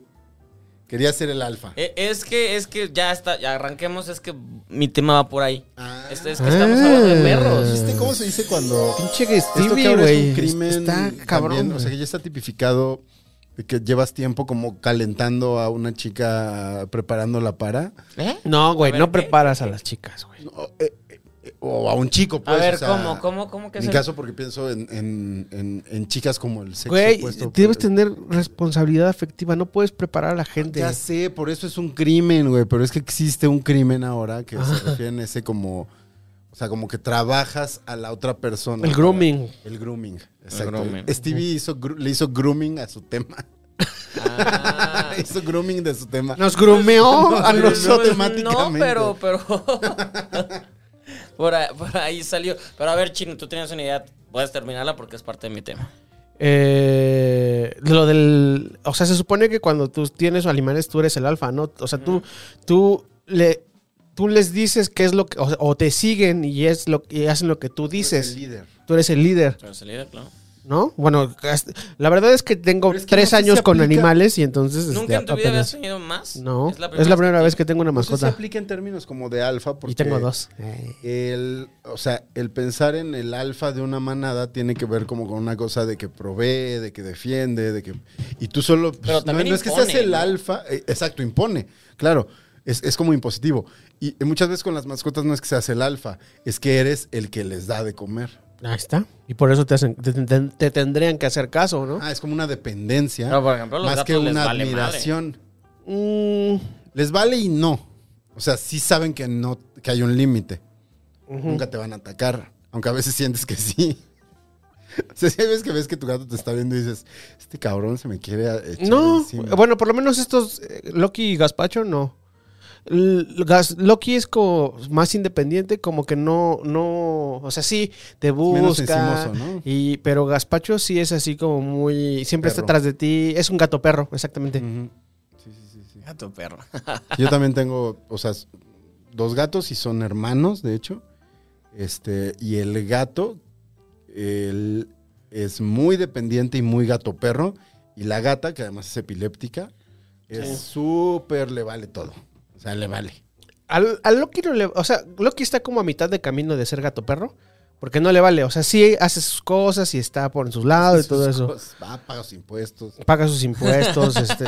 quería ser el alfa.
Eh, Es que, es que ya está, ya arranquemos, es que mi tema va por ahí.
Ah.
Este, Es, es que estamos hablando de perros.
¿Viste cómo se dice cuando...
Pinche que
Esto que
Stevie,
ahora es
güey.
un crimen
Está cabrón.
también, o sea, que
güey.
ya está tipificado de que llevas tiempo como calentando a una chica preparándola para...
¿Eh?
No, güey,
A ver,
no
¿qué?
preparas a las chicas, güey.
O, eh, eh, o a un chico,
A
pues.
ver,
o sea,
¿cómo, cómo, cómo que
En
es
mi
el- [LAUGHS]
caso, porque pienso en, en- en- en chicas como el sexo
Güey,
opuesto,
debes
pues.
tener responsabilidad afectiva, no puedes preparar a la gente.
Ya sé, por eso es un crimen, güey. Pero es que existe un crimen ahora que se refiere en ese como. O sea, como que trabajas a la otra persona.
El grooming.
El grooming. Exacto.
grooming.
Stevie hizo, gru- le hizo grooming a su tema.
Ah.
[LAUGHS] hizo grooming de su tema.
Nos grumeó
[LAUGHS] No,
a
no,
los...
no,
Pues, No,
temáticamente.
pero,
[LAUGHS]
pero. por, ahí, por ahí salió. Pero a ver, Chino, tú tenías una idea. Puedes terminarla porque es parte de mi tema.
Eh, lo del... O sea, se supone que cuando tú tienes animales, tú eres el alfa, ¿no? O sea, tú, tú, le, tú les dices qué es lo que... O, o te siguen y, es lo, y hacen lo que tú
El
dices.
líder.
Tú eres el líder,
Pero salida, claro.
¿no? Bueno, hasta- la verdad es que tengo
Pero es que
tres
no sé si
años con
aplica-
animales y entonces... este,
¿Nunca en tu vida habías
apenas-
tenido más?
No, es la primera, vez que tengo una
No sé si
mascota.
aplica en términos como de alfa. Porque
Pues,
Eh.
y tengo dos.
El, o sea, el pensar en el alfa de una manada tiene que ver como con una cosa de que provee, de que defiende, de que... Y tú solo... pues,
Pero
no-
también
no, es que
impone,
seas el
¿no?
alfa, eh, exacto, impone, claro. Es, es como impositivo. Y eh, muchas veces con las mascotas no es que seas el alfa, es que eres el que les da de comer.
Ahí está. Y por eso te, hacen, te, te- te tendrían que hacer caso, ¿no?
Ah, es como una dependencia.
Pero, por ejemplo, Ah, a los
más
gatos
que
les
una
vale madre.
admiración.
Mm,
Les vale y no. O sea, sí saben que, no, que hay un límite.
ujú.
Nunca te van a atacar, aunque a veces sientes que sí. [LAUGHS] O sea, si hay veces que ves que tu gato te está viendo y dices, este cabrón se me quiere echar
No,
encima".
bueno, por lo menos estos, eh, Loki y Gaspacho, no. L- Gas- Loki es como más independiente, como que no, no, o sea, sí, te
menos
busca,
encimoso, ¿no?
y, pero Gaspacho sí es así como muy, siempre está
Perro.
atrás de ti, es un gato perro, exactamente.
Ujú. Sí, sí, sí, sí.
Gato perro.
Yo también tengo, o sea, dos gatos y son hermanos, de hecho. Este, y el gato, él es muy dependiente y muy gato perro. Y la gata, que además es epiléptica, es súper, le vale todo. O sea, le vale.
Al- A, Loki no le, o sea, Loki está como a mitad de camino de ser gato perro, porque no le vale, o sea, sí hace sus cosas y está por en sus lados y todo
Sus
eso.
cosas, Va, paga sus impuestos.
paga sus
[LAUGHS]
impuestos, este.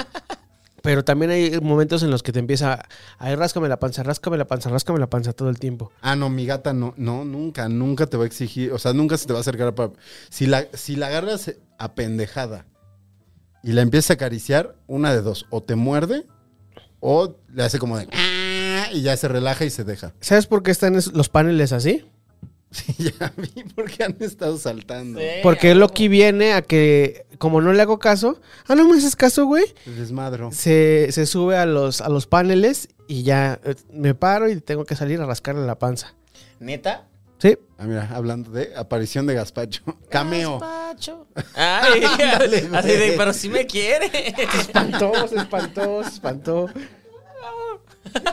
Pero también hay momentos en los que te empieza, ay, ráscame la panza, ráscame la panza, ráscame la panza todo el tiempo.
Ah, no, mi gata no, no, nunca, nunca te va a exigir, o sea, nunca se te va a acercar para... Si la, si la agarras a pendejada y la empiezas a acariciar, una de dos, o te muerde o le hace como de... "Ah", Y ya se relaja y se deja. [LAUGHS]
¿Sabes por qué están es- los paneles así?
Sí, ya vi porque han estado saltando.
Porque Loki viene a que, como no le hago caso, ah, no me haces caso, güey,
El desmadro.
se, se sube a los, a los paneles y ya eh, me paro y tengo que salir a rascarle la panza.
¿Neta?
Sí.
Ah, mira, hablando de aparición de
[LAUGHS]
Gaspacho. Cameo.
Gaspacho.
[LAUGHS]
Ay,
Ándale, güey.
así de, pero si
[LAUGHS]
me quiere.
Espantó, se espantó, se espantó.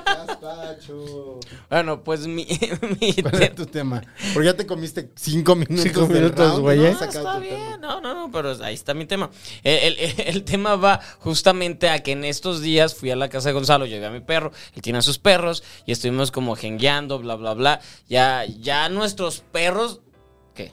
Gaspacho.
Bueno, pues mi, [LAUGHS] mi
¿Cuál era tu tema? Porque ya te comiste cinco minutos.
Cinco
del
minutos,
round,
güey,
¿no?
¿eh?
Has
No,
sacado
Ah, está
tu tema.
bien, no, no, no, pero ahí está mi tema. El, el- [LAUGHS] el tema va justamente a que en estos días fui a la casa de Gonzalo, llevé a mi perro, él tiene a sus perros y estuvimos como jengueando, bla, bla, bla. Ya, ya nuestros perros... ¿Qué?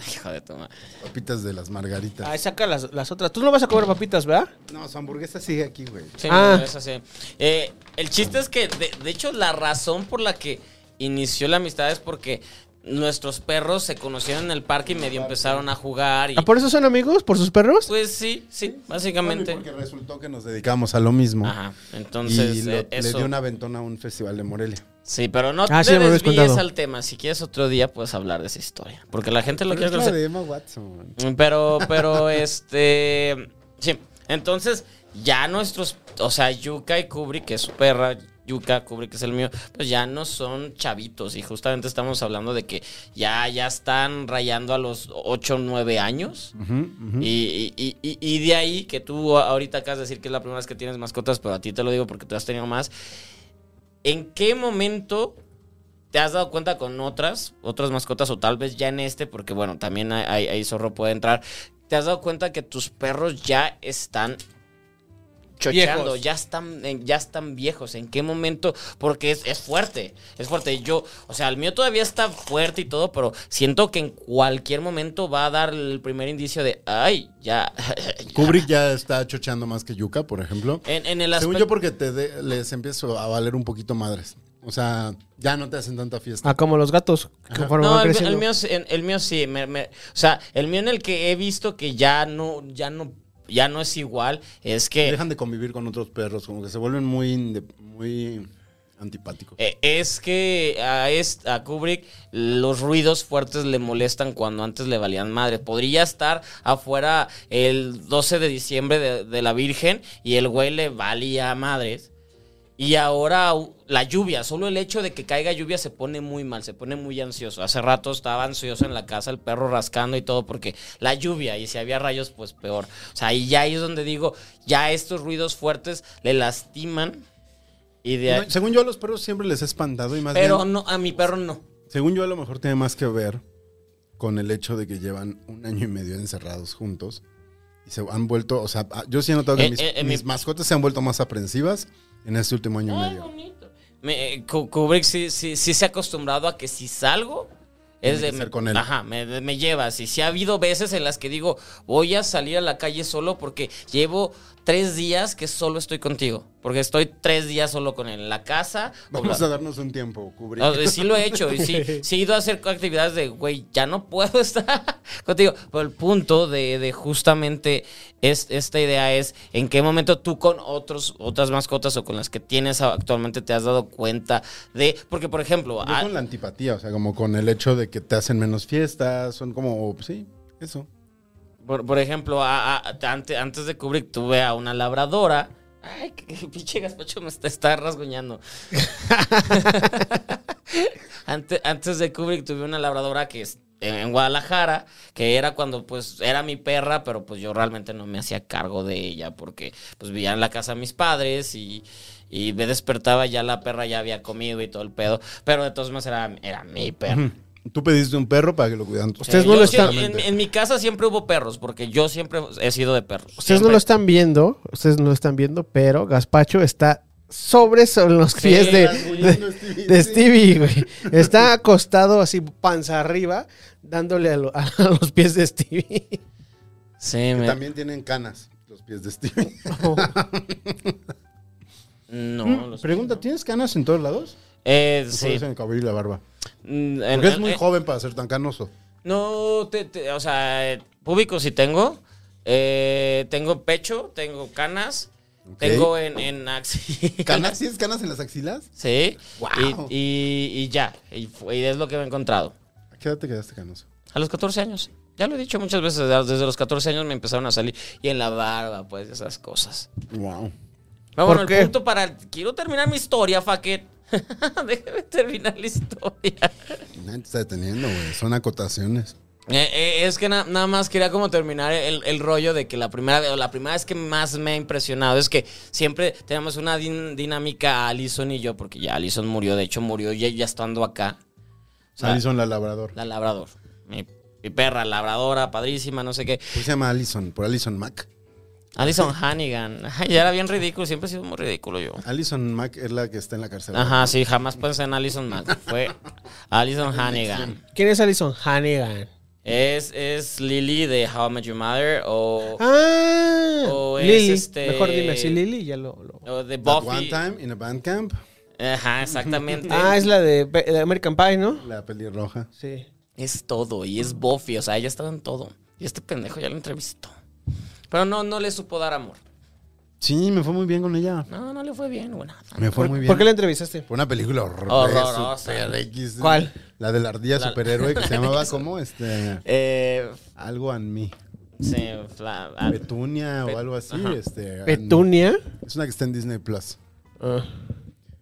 [LAUGHS] Hijo de toma.
Papitas de las margaritas.
Ay, saca las, las otras. Tú no vas a comer papitas, ¿verdad?
No, su hamburguesa sigue aquí, güey.
Sí,
Ah.
no, es así. Eh, el chiste es que, de, de hecho, la razón por la que inició la amistad es porque nuestros perros se conocieron en el parque y medio empezaron a jugar y...
¿Ah, ¿Por eso son amigos? ¿Por sus perros?
Pues sí, sí,
Bueno,
básicamente.
y Porque resultó que nos dedicamos a lo mismo.
Ajá, entonces
y lo-
eh,
le
eso.
dio un aventón a un festival de Morelia.
Sí, pero no
Ah,
te
sí, me habías
desvíes
contado.
al tema. Si quieres otro día puedes hablar de esa historia, porque la gente lo
Pero
quiere
es la
conocer.
de Emma Watson.
Pero,
[LAUGHS]
pero este, sí. Entonces ya nuestros, o sea, Yuka y Kubrick, que es su perra, Yuka, Kubrick que es el mío, pues ya no son chavitos y justamente estamos hablando de que ya ya están rayando a los 8 o 9 años. Y, y- y- y de ahí que tú a- ahorita acabas de decir que es la primera vez que tienes mascotas, pero a ti te lo digo porque tú has tenido más. ¿En qué momento te has dado cuenta con otras, otras mascotas o tal vez ya en este, porque bueno, también ahí- ahí ahí zorro puede entrar, te has dado cuenta que tus perros ya están chocheando,
Viejos.
ya están, eh, ya están viejos. ¿En qué momento? Porque es, es fuerte, es fuerte. Yo, o sea, el mío todavía está fuerte y todo, pero siento que en cualquier momento va a dar el primer indicio de, ay, ya. [LAUGHS] ya".
Kubrick ya está chocheando más que Yuka, por ejemplo.
En, en Eh, el
Según
aspecto-
yo, porque te de- les empiezo a valer un poquito madres. O sea, ya no te hacen tanta fiesta.
Ah, como los gatos. Conforme
No,
van
el, mío-
creciendo.
el mío, sí, en- el mío sí. me- me- o sea, el mío en el que he visto que ya no, ya no, ya no es igual es que
Dejan de convivir con otros perros, como que se vuelven muy, inde- muy antipáticos.
eh, es que a, est- a Kubrick los ruidos fuertes le molestan cuando antes le valían madre. Podría estar afuera el 12 de diciembre de, de la Virgen y el güey le valía madres. Y ahora u- la lluvia, solo el hecho de que caiga lluvia se pone muy mal, se pone muy ansioso. Hace rato estaba ansioso en la casa, el perro rascando y todo, porque la lluvia, y si había rayos, pues peor. O sea, y ya ahí es donde digo, ya estos ruidos fuertes le lastiman. Y de ahí-
No, según yo, a los perros siempre les he espantado y más
pero
bien,
no, a mi perro no.
según yo, a lo mejor tiene más que ver con el hecho de que llevan un año y medio encerrados juntos y se han vuelto, o sea, ah, yo sí he notado que
Eh,
mis,
eh, eh,
mis
mi-
mascotas se han vuelto más aprensivas en este último año y
Ah,
medio.
Me- eh, Ku- Kubrick sí, sí- sí se ha acostumbrado a que si salgo, es
Tiene
de.
que ser con él.
Ajá, me, de- me lleva. Sí, sí ha habido veces en las que digo, voy a salir a la calle solo porque llevo tres días que solo estoy contigo. Porque estoy tres días solo con él. En la casa. o
Vamos
la-
a darnos un tiempo, Kubrick.
o sea, sí lo he hecho y sí, sí he ido a hacer actividades de, güey, ya no puedo estar [LAUGHS] contigo. Pero el punto de, de justamente es, esta idea es en qué momento tú con otros, otras mascotas o con las que tienes actualmente te has dado cuenta de, porque por ejemplo,
Yo
a-
con la antipatía, o sea, como con el hecho de que te hacen menos fiestas, son como, sí, eso.
por, por ejemplo, a- a- ante- antes de Kubrick tuve a una labradora. Ay, qué, qué pinche gazpacho me está, está rasguñando. Ante- antes de Kubrick tuve una labradora que es en, en Guadalajara, que era cuando pues era mi perra, pero pues yo realmente no me hacía cargo de ella porque pues vivía en la casa de mis padres y, y me despertaba ya la perra ya había comido y todo el pedo, pero de todos modos era, era mi perra.
Tú pediste un perro para que lo cuidaran. tus-
Ustedes
Sí,
no
Eh, yo
lo
sí-
están-
En, en mi casa siempre hubo perros, porque yo siempre he sido de perros.
Ustedes no
siempre.
lo están viendo, ustedes no lo están viendo, pero Gaspacho está sobre sobre los
Sí,
pies de,
rasguñando
de-
a Stevie,
de
sí.
Stevie, güey. Está acostado así panza arriba, dándole a, lo- a los pies de Stevie.
Sí, me-
También tienen canas los pies de
[LAUGHS]
Steve.
No,
Mm,
los-
Pregunta, ¿tienes canas en todos lados?
Eh,
¿O solo
sí.
es en el cabello y la barba?
Mm, en-
Porque es muy
en-
joven para ser tan canoso.
No, te- te- o sea, eh, púbico sí tengo. Eh, tengo pecho, tengo canas,
Ok.
tengo en,
[LAUGHS]
en axilas.
¿Canas? ¿Tienes canas en las axilas?
[LAUGHS] Sí.
Wow.
Y, y- y ya. Y, fu- y es lo que me he encontrado.
¿A qué edad te quedaste canoso?
A los 14 años. Ya lo he dicho muchas veces. Desde los 14 años me empezaron a salir. Y en la barba, pues, esas cosas.
Wow.
No,
¿Por
bueno,
qué?
el punto para. Quiero terminar mi historia, Faquet. [LAUGHS] Déjame terminar la historia.
Nadie te está deteniendo, güey. Son acotaciones.
Eh, eh, es que na- nada más quería como terminar el, el rollo de que la primera, la primera vez que más me ha impresionado es que siempre tenemos una din- dinámica Alison y yo, porque ya Alison murió, de hecho murió ya, ya estando acá. O sea,
Alison Ah. la labrador.
La labrador. Mi, mi perra, labradora, padrísima, no sé qué.
¿Por qué se llama Alison? ¿Por Alison Mack?
Alison Hannigan. [LAUGHS] Ay, ya era bien ridículo, siempre he sido muy ridículo
Ah,
yo.
Alison Mack es la que está en la cárcel.
Ajá, sí, jamás pensé en Alison Mack. Fue
[LAUGHS]
Alison Hannigan.
[LAUGHS] ¿Quién es Alison Hannigan?
Es, es Lily de How I Met Your Mother o,
Ah,
O es
Lily.
este-
Mejor dime, sí, Lily, ya lo. lo-
o de
That
Buffy.
One Time in a Band Camp. [LAUGHS]
Ajá, exactamente.
Ah, es la de, Pe- de American Pie, ¿no?
La pelirroja.
Sí.
Es todo y es Buffy, o sea, ella estaba en todo. Y este pendejo ya lo entrevistó. Pero no, no le supo dar amor.
Sí, me fue muy bien con ella.
No, no le fue bien, güey. nada.
Me fue muy bien.
¿Por qué la entrevistaste?
Por una película horror-
Horrorosa.
super X.
¿Cuál?
La de la ardilla superhéroe que se llamaba como este
Eh,
algo en mí.
sí, la- ah,
Petunia o algo así, este. and-
Petunia.
Es una que está en Disney Plus.
Ah.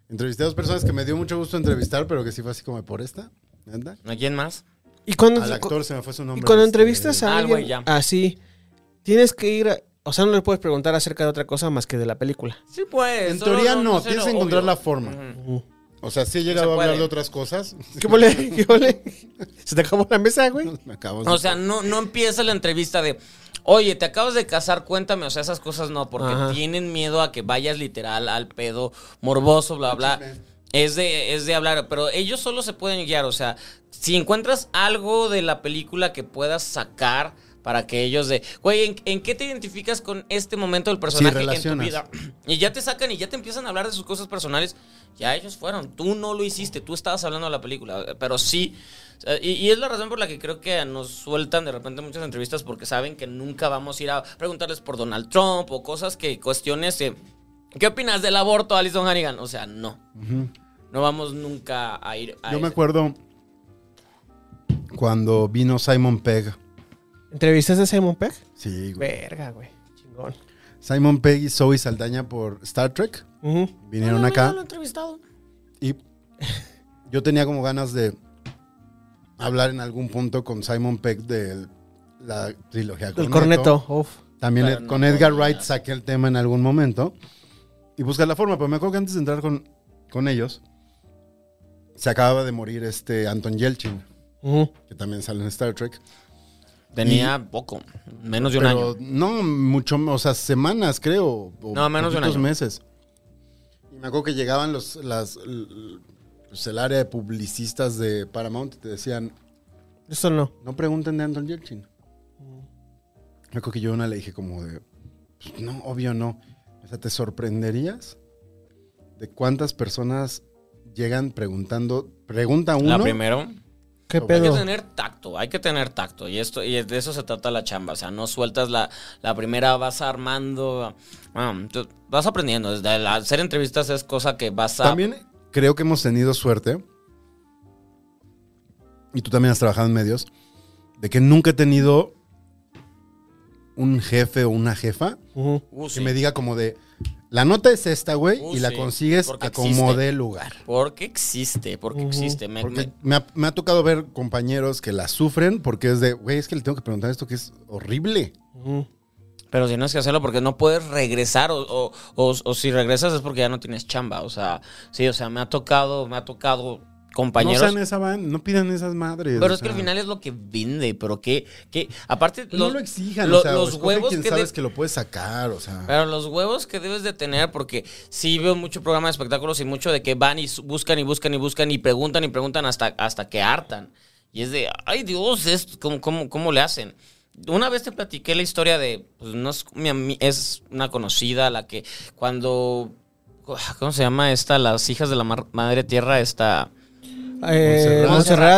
Entrevisté a dos personas que me dio mucho gusto entrevistar, pero que sí fue así como por esta. ¿Anda?
¿A quién más?
Y cuando,
Al actor se me fue su nombre.
y cuando
este,
entrevistas a
Ah,
alguien
güey, ya.
así, tienes que ir. a- o sea, no le puedes preguntar acerca de otra cosa más que de la película.
Sí, pues.
En
solo
teoría no,
sé
tienes
lo
que encontrar
obvio.
la forma.
Ujú.
Uh.
O sea, sí he
Se
llegado a
puede.
hablar de otras cosas.
¿Qué ole? [LAUGHS] ¿Qué ole? ¿Se te acabó la mesa, güey?
Me acabo de-
O sea, no, no empieza la entrevista de, oye, te acabas de casar, cuéntame. O sea, esas cosas no, porque
Ajá.
tienen miedo a que vayas literal al pedo morboso, bla, bla. Es de, es de hablar, pero ellos solo se pueden guiar. O sea, si encuentras algo de la película que puedas sacar para que ellos de, güey, ¿en, en qué te identificas con este momento del personaje en tu
relacionas.
vida? [CLEARS THROAT] Y ya te sacan y ya te empiezan a hablar de sus cosas personales. Ya ellos fueron. Tú no lo hiciste. Tú estabas hablando de la película. Pero sí. o sea, Y, y es la razón por la que creo que nos sueltan de repente muchas entrevistas porque saben que nunca vamos a ir a preguntarles por Donald Trump o cosas que cuestiones. eh, ¿Qué opinas del aborto, Alison Hannigan? O sea, no. No vamos nunca a ir a
Yo me
ese-
acuerdo cuando vino Simon Pegg.
¿Entrevistaste a Simon Pegg?
Sí, güey.
Verga, güey. Chingón.
Simon Pegg y Zoe Saldaña por Star Trek
Ujú.
vinieron
No,
acá.
Ah, no lo he entrevistado.
Y yo tenía como ganas de hablar en algún punto con Simon Peck de la trilogía
El corneto. Uf.
También
Pero
Ed-
no
con Edgar
podía.
Wright saqué el tema en algún momento. Y buscar la forma, pero me acuerdo que antes de entrar con, con ellos, se acababa de morir este Anton Yelchin,
Ujú.
que también sale en Star Trek.
Tenía poco. Menos de un
Pero
año.
no mucho, o sea, semanas creo. o
No, menos de un
poquitos
año.
meses. Y me acuerdo que llegaban los, las, l- pues, el área de publicistas de Paramount y te decían,
Eso no.
no pregunten de Anton Yelchin. Me acuerdo que yo una le dije como de, "Pues, no, obvio no. O sea, ¿te sorprenderías de cuántas personas llegan preguntando, pregunta uno?
La primero.
¿Qué
Hay
Hay que
pedo?
tener tacto, hay que tener tacto. Y esto, y de eso se trata la chamba. O sea, no sueltas la, la primera, vas armando. ah, tú vas aprendiendo. Desde la- hacer entrevistas es cosa que vas a.
También creo que hemos tenido suerte, y tú también has trabajado en medios, de que nunca he tenido un jefe o una jefa
Ujú.
Uh, sí,
que me diga como de, la nota es esta, güey,
Uh,
y la
sí,
consigues
porque
a como
existe.
dé lugar.
Porque existe, porque
Ujú.
existe. Me-
Porque
me-
me ha, me ha tocado ver compañeros que la sufren porque es de, güey, es que le tengo que preguntar esto que es horrible.
Ujú.
pero si no es que hacerlo porque no puedes regresar o, o- o- o si regresas es porque ya no tienes chamba. O sea, sí, o sea, me ha tocado, me ha tocado compañeros.
No sean esa van, no pidan esas madres. o
pero es que al
sea.
final es lo que vende, pero que, que aparte
Pues no
los-
lo exijan,
lo-
o sea,
los
los
huevos
quien
que de-
sabes que lo puedes sacar, o sea.
Pero los huevos que debes de tener, porque sí veo mucho programa de espectáculos y mucho de que van y su- buscan y buscan y buscan y preguntan y preguntan hasta, hasta que hartan. Y es de, ay Dios, esto, ¿cómo, cómo, cómo le hacen? Una vez te platiqué la historia de, pues no es, mi ami- es una conocida, la que cuando, ¿cómo se llama esta? Las hijas de la mar- madre tierra, esta...
Eh,
Montserrat.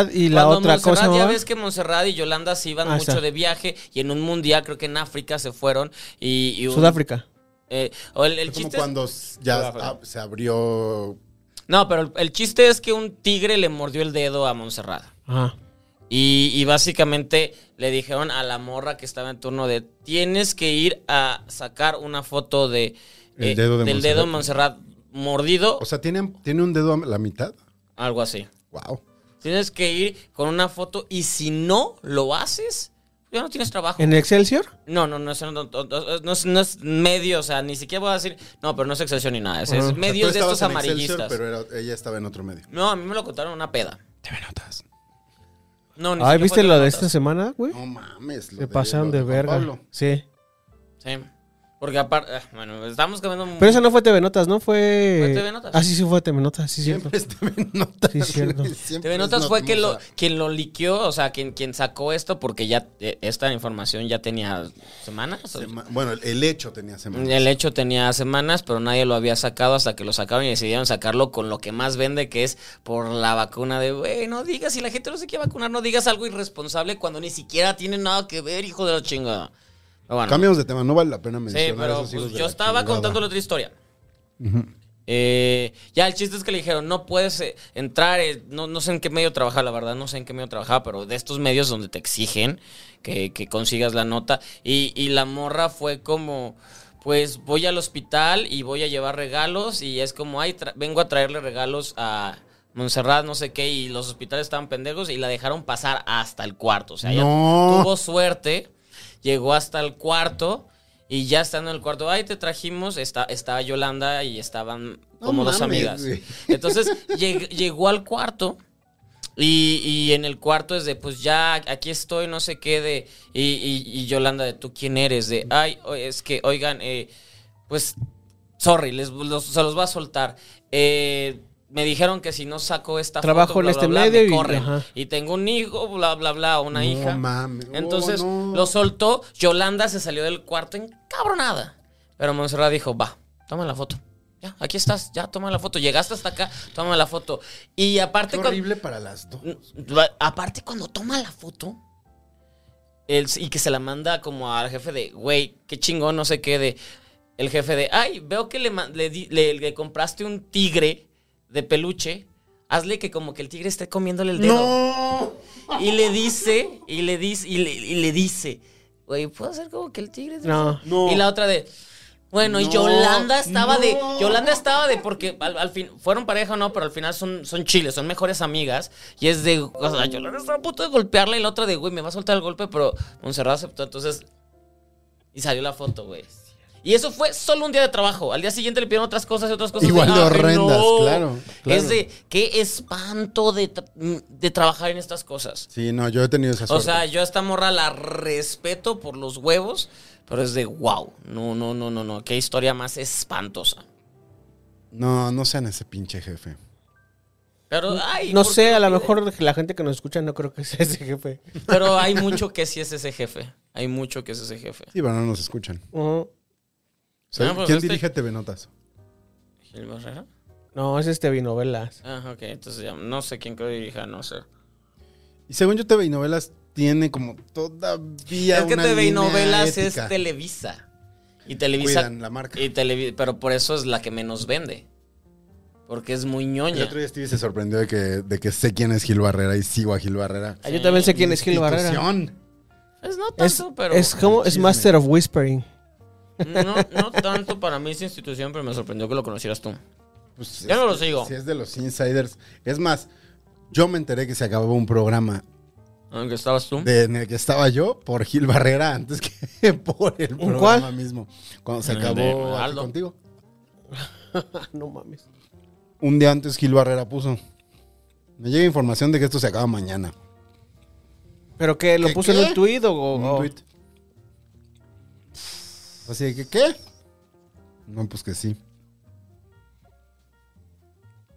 Montserrat y la
Cuando
otra
Montserrat,
cosa.
Ya
¿no?
ves que Montserrat y Yolanda se iban
Ah,
mucho
está.
de viaje y en un mundial, creo que en África se fueron. Y, y un-
Sudáfrica.
eh, o el, el
Es como
chiste es-
cuando s- ya
Claro, claro.
ah, se abrió.
No, pero el, el chiste es que un tigre le mordió el dedo a Montserrat.
Ajá.
Y, y básicamente le dijeron a la morra que estaba en turno de tienes que ir a sacar una foto de
El dedo de
del dedo de
Montserrat.
Montserrat mordido,
O sea, ¿tiene, tiene un dedo a la mitad.
algo así.
Wow.
Tienes que ir con una foto y si no lo haces, ya no tienes trabajo.
¿En Excelsior?
No, no, no, eso no, no, no, no es, no es medio, o sea, ni siquiera voy a decir, no, pero no es excepción ni nada, es, es medios
Tú
de
estabas
estos
en Excelsior,
amarillistas.
pero era- ella estaba en otro medio.
No, a mí me lo contaron en una peda.
Te me notas.
No, ni
Ay,
siquiera
¿viste
fue
lo de
notas.
esta semana, güey?
No mames. lo
Se
de-
pasaron
lo
de
Juan
verga.
Pablo.
Sí.
Sí, porque aparte, ah, bueno, estamos cambiando...
Pero esa no fue TV Notas, ¿no? Fue...
Fue TV Notas.
Ah, sí, sí fue TV Notas, sí, cierto.
Siempre es TV Notas.
Sí, cierto.
güey, [LAUGHS] siempre
TV
es
Notas fue quien lo,
Notas.
quien lo liqueó, o sea, quien, quien sacó esto porque ya eh, esta información ya tenía semanas. o-
Sema- Bueno, el- el hecho tenía semana.
El hecho tenía semanas, pero nadie lo había sacado hasta que lo sacaron y decidieron sacarlo con lo que más vende, que es por la vacuna de, güey, no digas, si la gente no se quiere vacunar, no digas algo irresponsable cuando ni siquiera tiene nada que ver, hijo de la chingada. Pero bueno,
Cambiamos de tema, no vale la pena
Ah, sí,
mencionar.
pero
esos hijos
pues,
de
yo
la
estaba
chingada.
contando la otra historia. Eh, ya, el chiste es que le dijeron, no puedes eh, entrar, eh, no, no sé en qué medio trabaja, la verdad, no sé en qué medio trabaja, pero de estos medios donde te exigen que, que consigas la nota. Y, y la morra fue como, pues voy al hospital y voy a llevar regalos y es como, ay, tra- vengo a traerle regalos a... Montserrat, no sé qué, y los hospitales estaban pendejos y la dejaron pasar hasta el cuarto. O sea, ella
No.
tuvo suerte, llegó hasta el cuarto y ya estando en el cuarto, ay, te trajimos, está, estaba Yolanda y estaban
No
como dos
mames,
amigas.
güey.
Entonces lleg- llegó al cuarto y, y en el cuarto es de, pues ya aquí estoy, no sé qué, de, y, y- y Yolanda de, ¿tú quién eres? De, ay, o- es que, oigan, eh, pues, sorry, les, los- se los va a soltar. Eh, me dijeron que si no saco esta
Trabajo
foto,
en
bla,
este
bla, bla,
medio
me
y-
corren.
ajá.
y tengo un hijo, bla, bla, bla, o una
No
hija.
mames. Oh,
Entonces
no.
lo soltó, Yolanda se salió del cuarto encabronada. Pero Montserrat dijo, va, toma la foto. Ya, aquí estás, ya, toma la foto. Llegaste hasta acá, toma la foto. Y aparte...
Qué
cuan-
horrible para las dos.
la- aparte, cuando toma la foto él- y que se la manda como al jefe de, güey, qué chingón, no sé qué, de. El jefe de, ay, veo que le, ma- le, di- le- le compraste un tigre de peluche, hazle que como que el tigre esté comiéndole el dedo.
¡No!
Y le dice, y le dice, y le, y le dice, güey, ¿puedo hacer como que el tigre? esté
No.
No.
y la otra de. Bueno, y
No,
Yolanda estaba de.
no.
Yolanda estaba de porque al, al fin. Fueron pareja o no, pero al final son, son chiles, son mejores amigas. Y es de. O sea, Yolanda estaba a punto de golpearla y la otra de, güey, me va a soltar el golpe, pero Monserrat aceptó. Entonces. Y salió la foto, güey. Y eso fue solo un día de trabajo. Al día siguiente le pidieron otras cosas y otras cosas.
Igual
Y,
de
ah,
horrendas, claro, claro.
Es de. Qué espanto de, tra- de trabajar en estas cosas.
Sí, no, yo he tenido esa
O
suerte.
sea, yo a esta morra la respeto por los huevos, pero es de wow. No, no, no, no, no. Qué historia más espantosa.
No, no sean ese pinche jefe.
Pero, ay,
No
¿por
sé,
qué
a lo
pide?
mejor la gente que nos escucha no creo que sea ese jefe.
[LAUGHS]
[LAUGHS]
Pero hay mucho que sí es ese jefe. Hay mucho que es ese jefe.
Sí, pero no nos escuchan.
Ujú.
O sea,
No, pues
¿Quién
este-
dirige TV Notas?
¿Gil Barrera?
No, es este Binovelas.
Ah, ok. Entonces ya no sé quién que dirija, no sé.
Y según yo, TV y Novelas tiene como todavía.
es que
una
TV y
línea
novelas
ética.
es Televisa. Y Televisa.
Cuidan la marca.
Y Televi- pero por eso es la que menos vende. Porque es muy
El
ñoña.
otro día Stevie se sorprendió de que, de que sé quién es Gil Barrera y sigo a Gil Barrera.
Ah, Yo también sé quién es Gil Barrera.
Institución.
Pues no tanto,
Es,
pero.
es como, es
Chisme.
Master of Whispering.
No, no tanto para mí esa institución, pero me sorprendió que lo conocieras tú.
Pues,
Yo no lo
este,
sigo.
Si es de los insiders. Es más, yo me enteré que se acababa un programa
Aunque estabas tú.
de- en el que estaba yo por Gil Barrera antes que [LAUGHS] por el
¿Un
programa
cuál?
mismo. Cuando se
El de
acabó aquí
Aldo.
contigo.
Ah, no mames.
Un día antes Gil Barrera puso. Me llega información de que esto se acaba mañana.
¿Pero qué? ¿Lo
¿Qué,
puso
qué?
en un tuit o...?
Oh,
Un
o-
tuit. Así de que, ¿qué? No, pues que sí.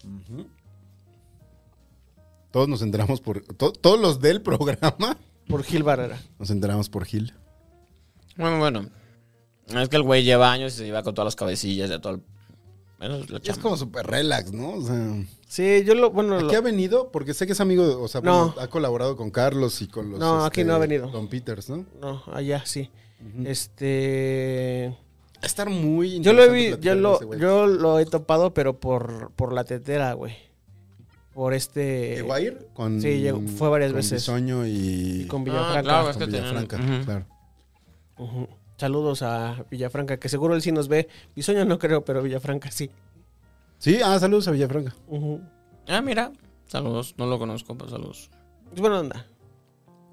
Ujú. Todos nos enteramos por. to- todos los del programa
Por Gil Barrera.
nos enteramos por Gil.
Bueno, bueno. Es que el güey lleva años y se lleva con todas las cabecillas de todo el. Bueno, es la
Es
chamba.
como súper relax, ¿no? O sea,
Sí, yo lo... Bueno, lo-
aquí ha venido porque sé que es amigo, de- o sea,
No.
bueno, ha colaborado con Carlos y con los.
No, aquí no ha venido.
Don Peters, ¿no?
no, allá sí. Este...
Va a Estar muy.
Yo lo, he, vi-
interesante
yo,
platicar con
lo,
ese güey.
yo lo he topado, pero por, por la tetera, güey. Por este...
¿Llegó a ir? Con,
sí, llegó- fue varias
con
veces.
Bisoño y.
y con
Ah,
Villafranca.
claro,
con
es que tenían-
Villafranca,
Ujú.
claro.
Ujú. Saludos a Villafranca, que seguro él sí nos ve. Bisoño no creo, pero Villafranca sí.
Sí, ah, saludos a Villafranca.
Ah, mira. Saludos. No lo conozco, pero saludos.
Es Pues buena onda.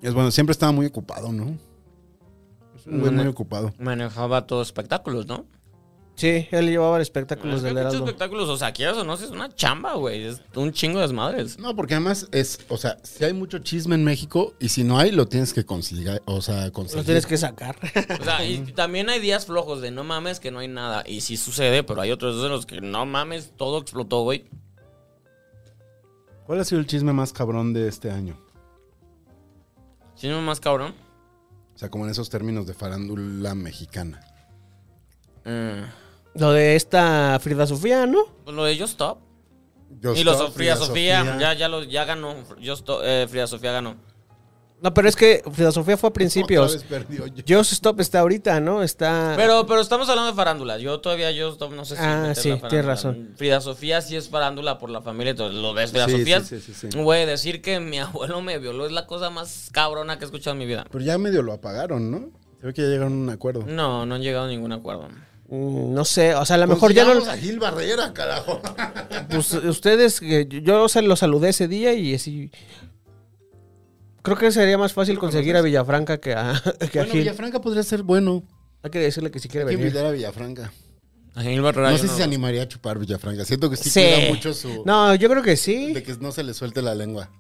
Es bueno, siempre estaba muy ocupado, ¿no? Es un güey muy ocupado.
Manejaba todos espectáculos, ¿no?
Sí, él llevaba espectáculos
Es que
del
hay muchos
Heraldo.
espectáculos, o sea, quieras o no, es una chamba, güey. Es un chingo de desmadres.
No, porque además es, o sea, si hay mucho chisme en México y si no hay, lo tienes que conseguir, o sea,
Lo
conseguir.
tienes que sacar. [LAUGHS]
O sea, y también hay días flojos de no mames que no hay nada. Y sí sucede, pero hay otros en los que no mames, todo explotó, güey.
¿Cuál ha sido el chisme más cabrón de este año?
Si no más cabrón.
O sea, como en esos términos de farándula mexicana.
Mm.
Lo de esta Frida Sofía, ¿no?
Pues lo de Just Stop.
Yo
y lo
estaba-
Frida Sofía, Ya, ya, lo, ya ganó. Just Stop, eh, Frida Sofía ganó.
No, pero es que Frida Sofía fue a principios.
Otra vez perdió yo.
Just Stop está ahorita, ¿no? Está.
Pero, pero estamos hablando de farándula. Yo todavía yo no sé si.
Ah,
meterla
sí,
a farándula.
tienes razón.
Frida Sofía sí es farándula por la familia. y todo. ¿Lo ves, Frida
Sí,
Sofía?
sí, sí, sí, sí.
Güey, decir que mi [LAUGHS] abuelo me violó es la cosa más cabrona que he escuchado en mi vida.
Pero ya medio lo apagaron, ¿no? Se ve que ya llegaron a un acuerdo.
No, no han llegado a ningún acuerdo.
Mm, No sé, o sea, a
pues
lo mejor ya no.
Consigamos a Gil Barrera, carajo.
Pues ustedes, eh, yo se los saludé ese día y así. Creo que sería más fácil conseguir a Villafranca que a, que a
bueno,
Gil.
Villafranca podría ser bueno.
Hay que decirle que si quiere
Hay que
venir.
invitar a Villafranca.
A Gil Barrera
No
yo
sé si se animaría a chupar Villafranca. Siento que sí, cuida mucho su...
No, yo creo que sí.
De que no se le suelte la lengua.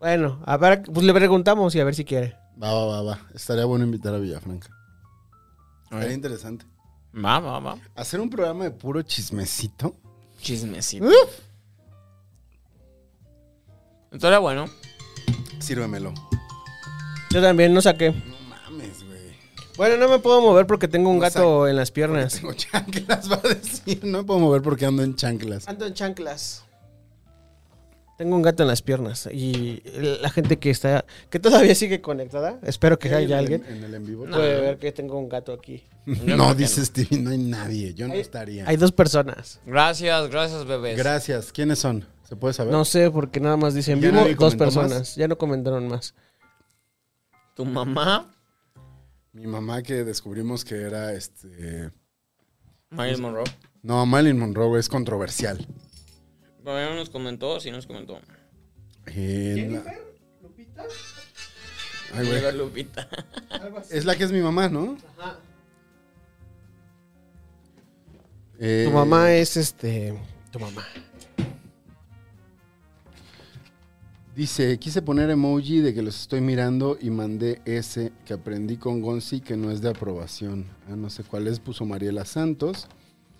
Bueno, a ver, pues le preguntamos y a ver si quiere.
Va, va, va, va. Estaría bueno invitar a Villafranca. Sería interesante.
Va, va, va.
Hacer un programa de puro chismecito.
Chismecito.
Uf.
Entonces era bueno.
Sírvemelo.
Yo también no saqué.
No mames, güey.
Bueno, no me puedo mover porque tengo un
No
gato en las piernas.
Tengo chanclas, [LAUGHS] va a decir. No me puedo mover porque ando en chanclas.
Ando en chanclas. Tengo un gato en las piernas y la gente que está, que todavía sigue conectada, espero que haya alguien,
En, el en vivo. [LAUGHS]
puede ver que tengo un gato aquí.
No,
Yo creo que
dice Stevie, no hay nadie. Yo no estaría.
Hay dos personas.
Gracias, gracias, bebés.
Gracias. ¿Quiénes son? ¿Se puede saber?
No sé, porque nada más dicen
¿Ya
vivo
nadie
dos
comentó
personas.
más?
Ya no comentaron más.
Tu mamá,
Mi mamá que descubrimos que era este.
Miles Monroe.
No, Marilyn Monroe es controversial.
Todavía no nos comentó, sí nos comentó.
En la- Ay, güey.
Llega Lupita.
Pues
Es la que es mi mamá, ¿no? Eh,
Tu mamá es este. Tu mamá.
Dice, quise poner emoji de que los estoy mirando y mandé ese que aprendí con Gonzi que no es de aprobación. Ah, no sé cuál es, puso Mariela Santos.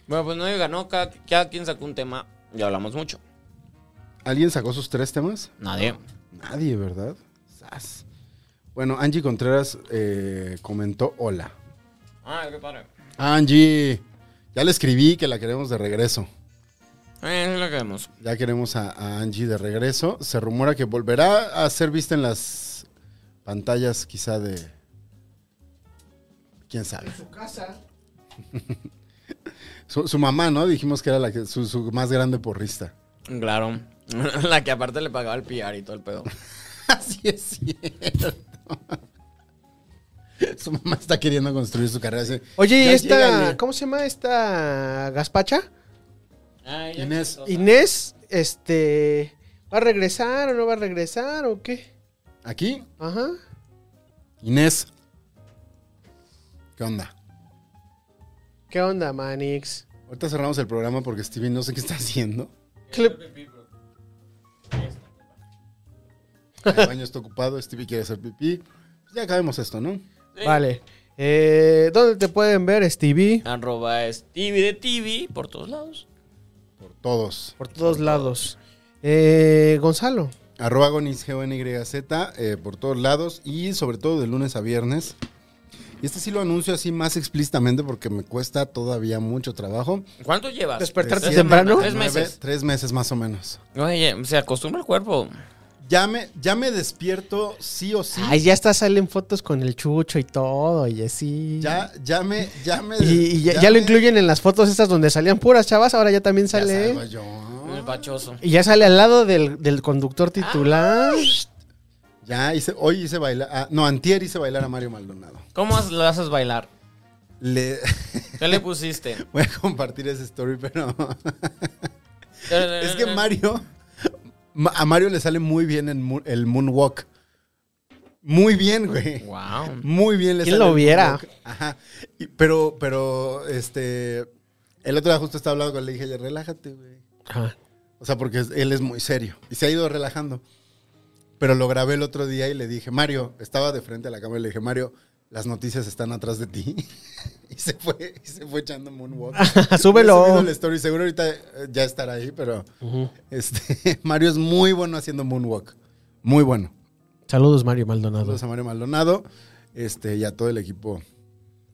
Bueno, pues nadie ganó, cada, cada quien sacó un tema. Ya hablamos mucho.
¿Alguien sacó sus tres temas?
Nadie.
Nadie, ¿verdad? Sas. Bueno, Angie Contreras eh, comentó hola.
Ah, qué padre.
Angie, ya le escribí que la queremos de regreso.
Eh, es lo que vemos.
Ya queremos a, a Angie de regreso. Se rumora que volverá a ser vista en las pantallas quizá de... ¿Quién sabe?
Tu casa.
Su, su mamá, ¿no? Dijimos que era la que, su, su más grande porrista. [LAUGHS]
Claro. [LAUGHS] La que aparte le pagaba el PR y todo el pedo.
Así es cierto. su mamá está queriendo construir su carrera. Dice,
Oye, ¿y
"Ya
esta.
llégale".
¿Cómo se llama esta Gaspacha?
Ah,
ya Inés. empezó.
Inés, este. ¿Va a regresar o no va a regresar o qué?
Aquí,
Ajá.
Inés. ¿Qué onda?
¿Qué onda, Manix?
Ahorita cerramos el programa porque Steven no sé qué está haciendo.
¿Qué le-
El baño está ocupado, Stevie quiere hacer pipí. Pues ya acabemos esto, ¿no?
Vale. Eh, ¿Dónde te pueden ver, Stevie?
Ah,
Arroba Stevie de TV por todos lados.
Por todos.
Por todos lados. Eh, Gonzalo.
Arroba Gonis, G-O-N-Y-Z, eh, por todos lados y sobre todo de lunes a viernes. Y este sí lo anuncio así más explícitamente porque me cuesta todavía mucho trabajo.
¿Cuánto llevas?
Despertarte
Tres
temprano.
semanas, Tres
Nueve-
meses.
Tres meses más o menos.
Oye, se acostumbra el cuerpo.
Ya me, ya me despierto sí o sí.
Ay, ya hasta salen fotos con el chucho y todo, y así.
Ya, ya me, ya me. [LAUGHS]
Y, y ya, ya lo
me-
incluyen en las fotos estas donde salían puras chavas, ahora ya también
Ya
sale. ¿eh?
salgo yo.
El pachoso.
y ya sale al lado del, del conductor
Ah,
titular.
Ya hice, hoy hice bailar, ah, no, antier hice bailar a Mario Maldonado.
¿Cómo has- lo haces bailar?
Le [LAUGHS]
¿Qué le pusiste?
[LAUGHS]
voy a compartir esa story, pero [LAUGHS] Es
[LAUGHS]
que Mario. Ma- A Mario le sale muy bien en mu- el Moonwalk. Muy bien, güey.
Wow.
Muy bien le
¿Quién
sale
lo
el
viera?
moonwalk. Ajá. Y- pero, pero, este. El otro día justo estaba hablando con él y le dije, "Ya, relájate, güey.
Ajá.
O sea, porque es- él es muy serio. Y se ha ido relajando. Pero lo grabé el otro día y le dije, Mario, estaba de frente a la cámara y le dije, Mario, las noticias están atrás de ti. [LAUGHS] y se fue, y se fue
[LAUGHS]
echando Moonwalk.
Súbelo.
He subido la story, seguro ahorita eh, ya estará ahí, pero este, [LAUGHS] Mario es muy bueno haciendo Moonwalk. Muy bueno.
Saludos, Mario Maldonado.
Saludos a Mario Maldonado este, y a todo el equipo.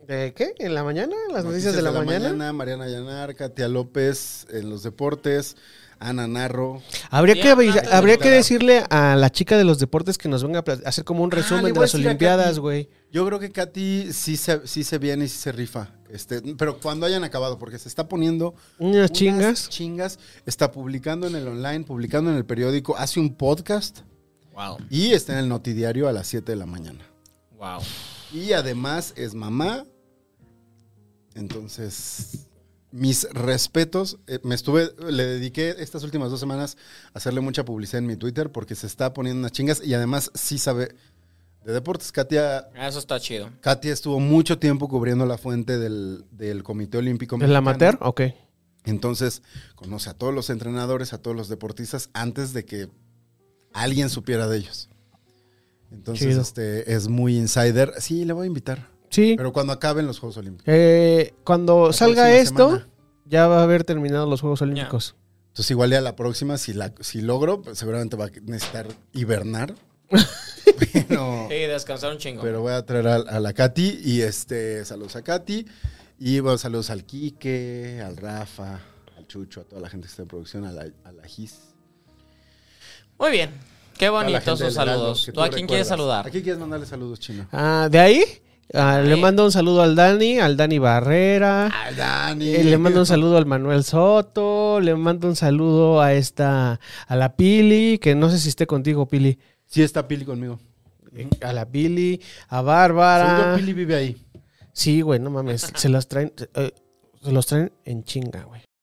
¿De qué? ¿En la mañana? ¿Las noticias, de, la, mañana?
Mariana Yanar, Katia López en los deportes, Ana Narro.
Habría, que,
Tiempo
avisa-
antes de
habría que
declarar.
decirle a la chica de los deportes que nos venga a pla- hacer como un
Ah,
resumen
le
de
voy a
las
decir a
Olimpiadas,
Katy.
güey.
Yo creo que Katy sí se, sí se viene y sí se rifa. Este, pero cuando hayan acabado, porque se está poniendo
Unas
unas
chingas.
chingas. Está publicando en el online, publicando en el periódico, hace un podcast
Wow.
y está en el notidiario a las 7 de la mañana.
Wow.
Y además es mamá. Entonces, mis respetos. Eh, me estuve, le dediqué estas últimas dos semanas a hacerle mucha publicidad en mi Twitter porque se está poniendo unas chingas y además sí sabe de deportes. Katia,
Eso está chido.
Katia estuvo mucho tiempo cubriendo la fuente del, del Comité Olímpico.
¿El
Mexicano.
amateur? Ok.
Entonces, conoce a todos los entrenadores, a todos los deportistas, antes de que alguien supiera de ellos. Entonces,
Chido.
este es muy insider. Sí, le voy a invitar.
Sí.
Pero cuando acaben los Juegos Olímpicos.
Eh, cuando
La
salga
próxima
esto,
semana.
ya va a haber terminado los Juegos Olímpicos.
Entonces, igual ya la próxima, si, la, si logro, pues, seguramente va a necesitar
[LAUGHS]
hibernar. pero,
Sí, descansar un chingo.
pero voy a traer a, a la Katy. Y este, saludos a Katy. Y bueno, saludos al Quique, al Rafa, al Chucho, a toda la gente que está en producción, a la, a la Gis.
Muy bien. Qué
a la
bonitos
gente del
sus
Heraldo
saludos.
que
¿Tú a quién quieres
recuerdas.
saludar?
¿A quién quieres mandarle saludos, Chino?
Ah, de ahí, ah, le
Ahí.
mando un saludo al Dani, al Dani Barrera.
A Dani.
Eh, le mando un saludo al Manuel Soto, le mando un saludo a esta, a la Pili, que no sé si esté contigo, Pili.
Sí, está Pili conmigo.
Eh, A la Pili, a
Según yo,
Bárbara.
Pili vive ahí.
Sí, güey, no mames. Se las traen, eh, se los traen en chinga, güey.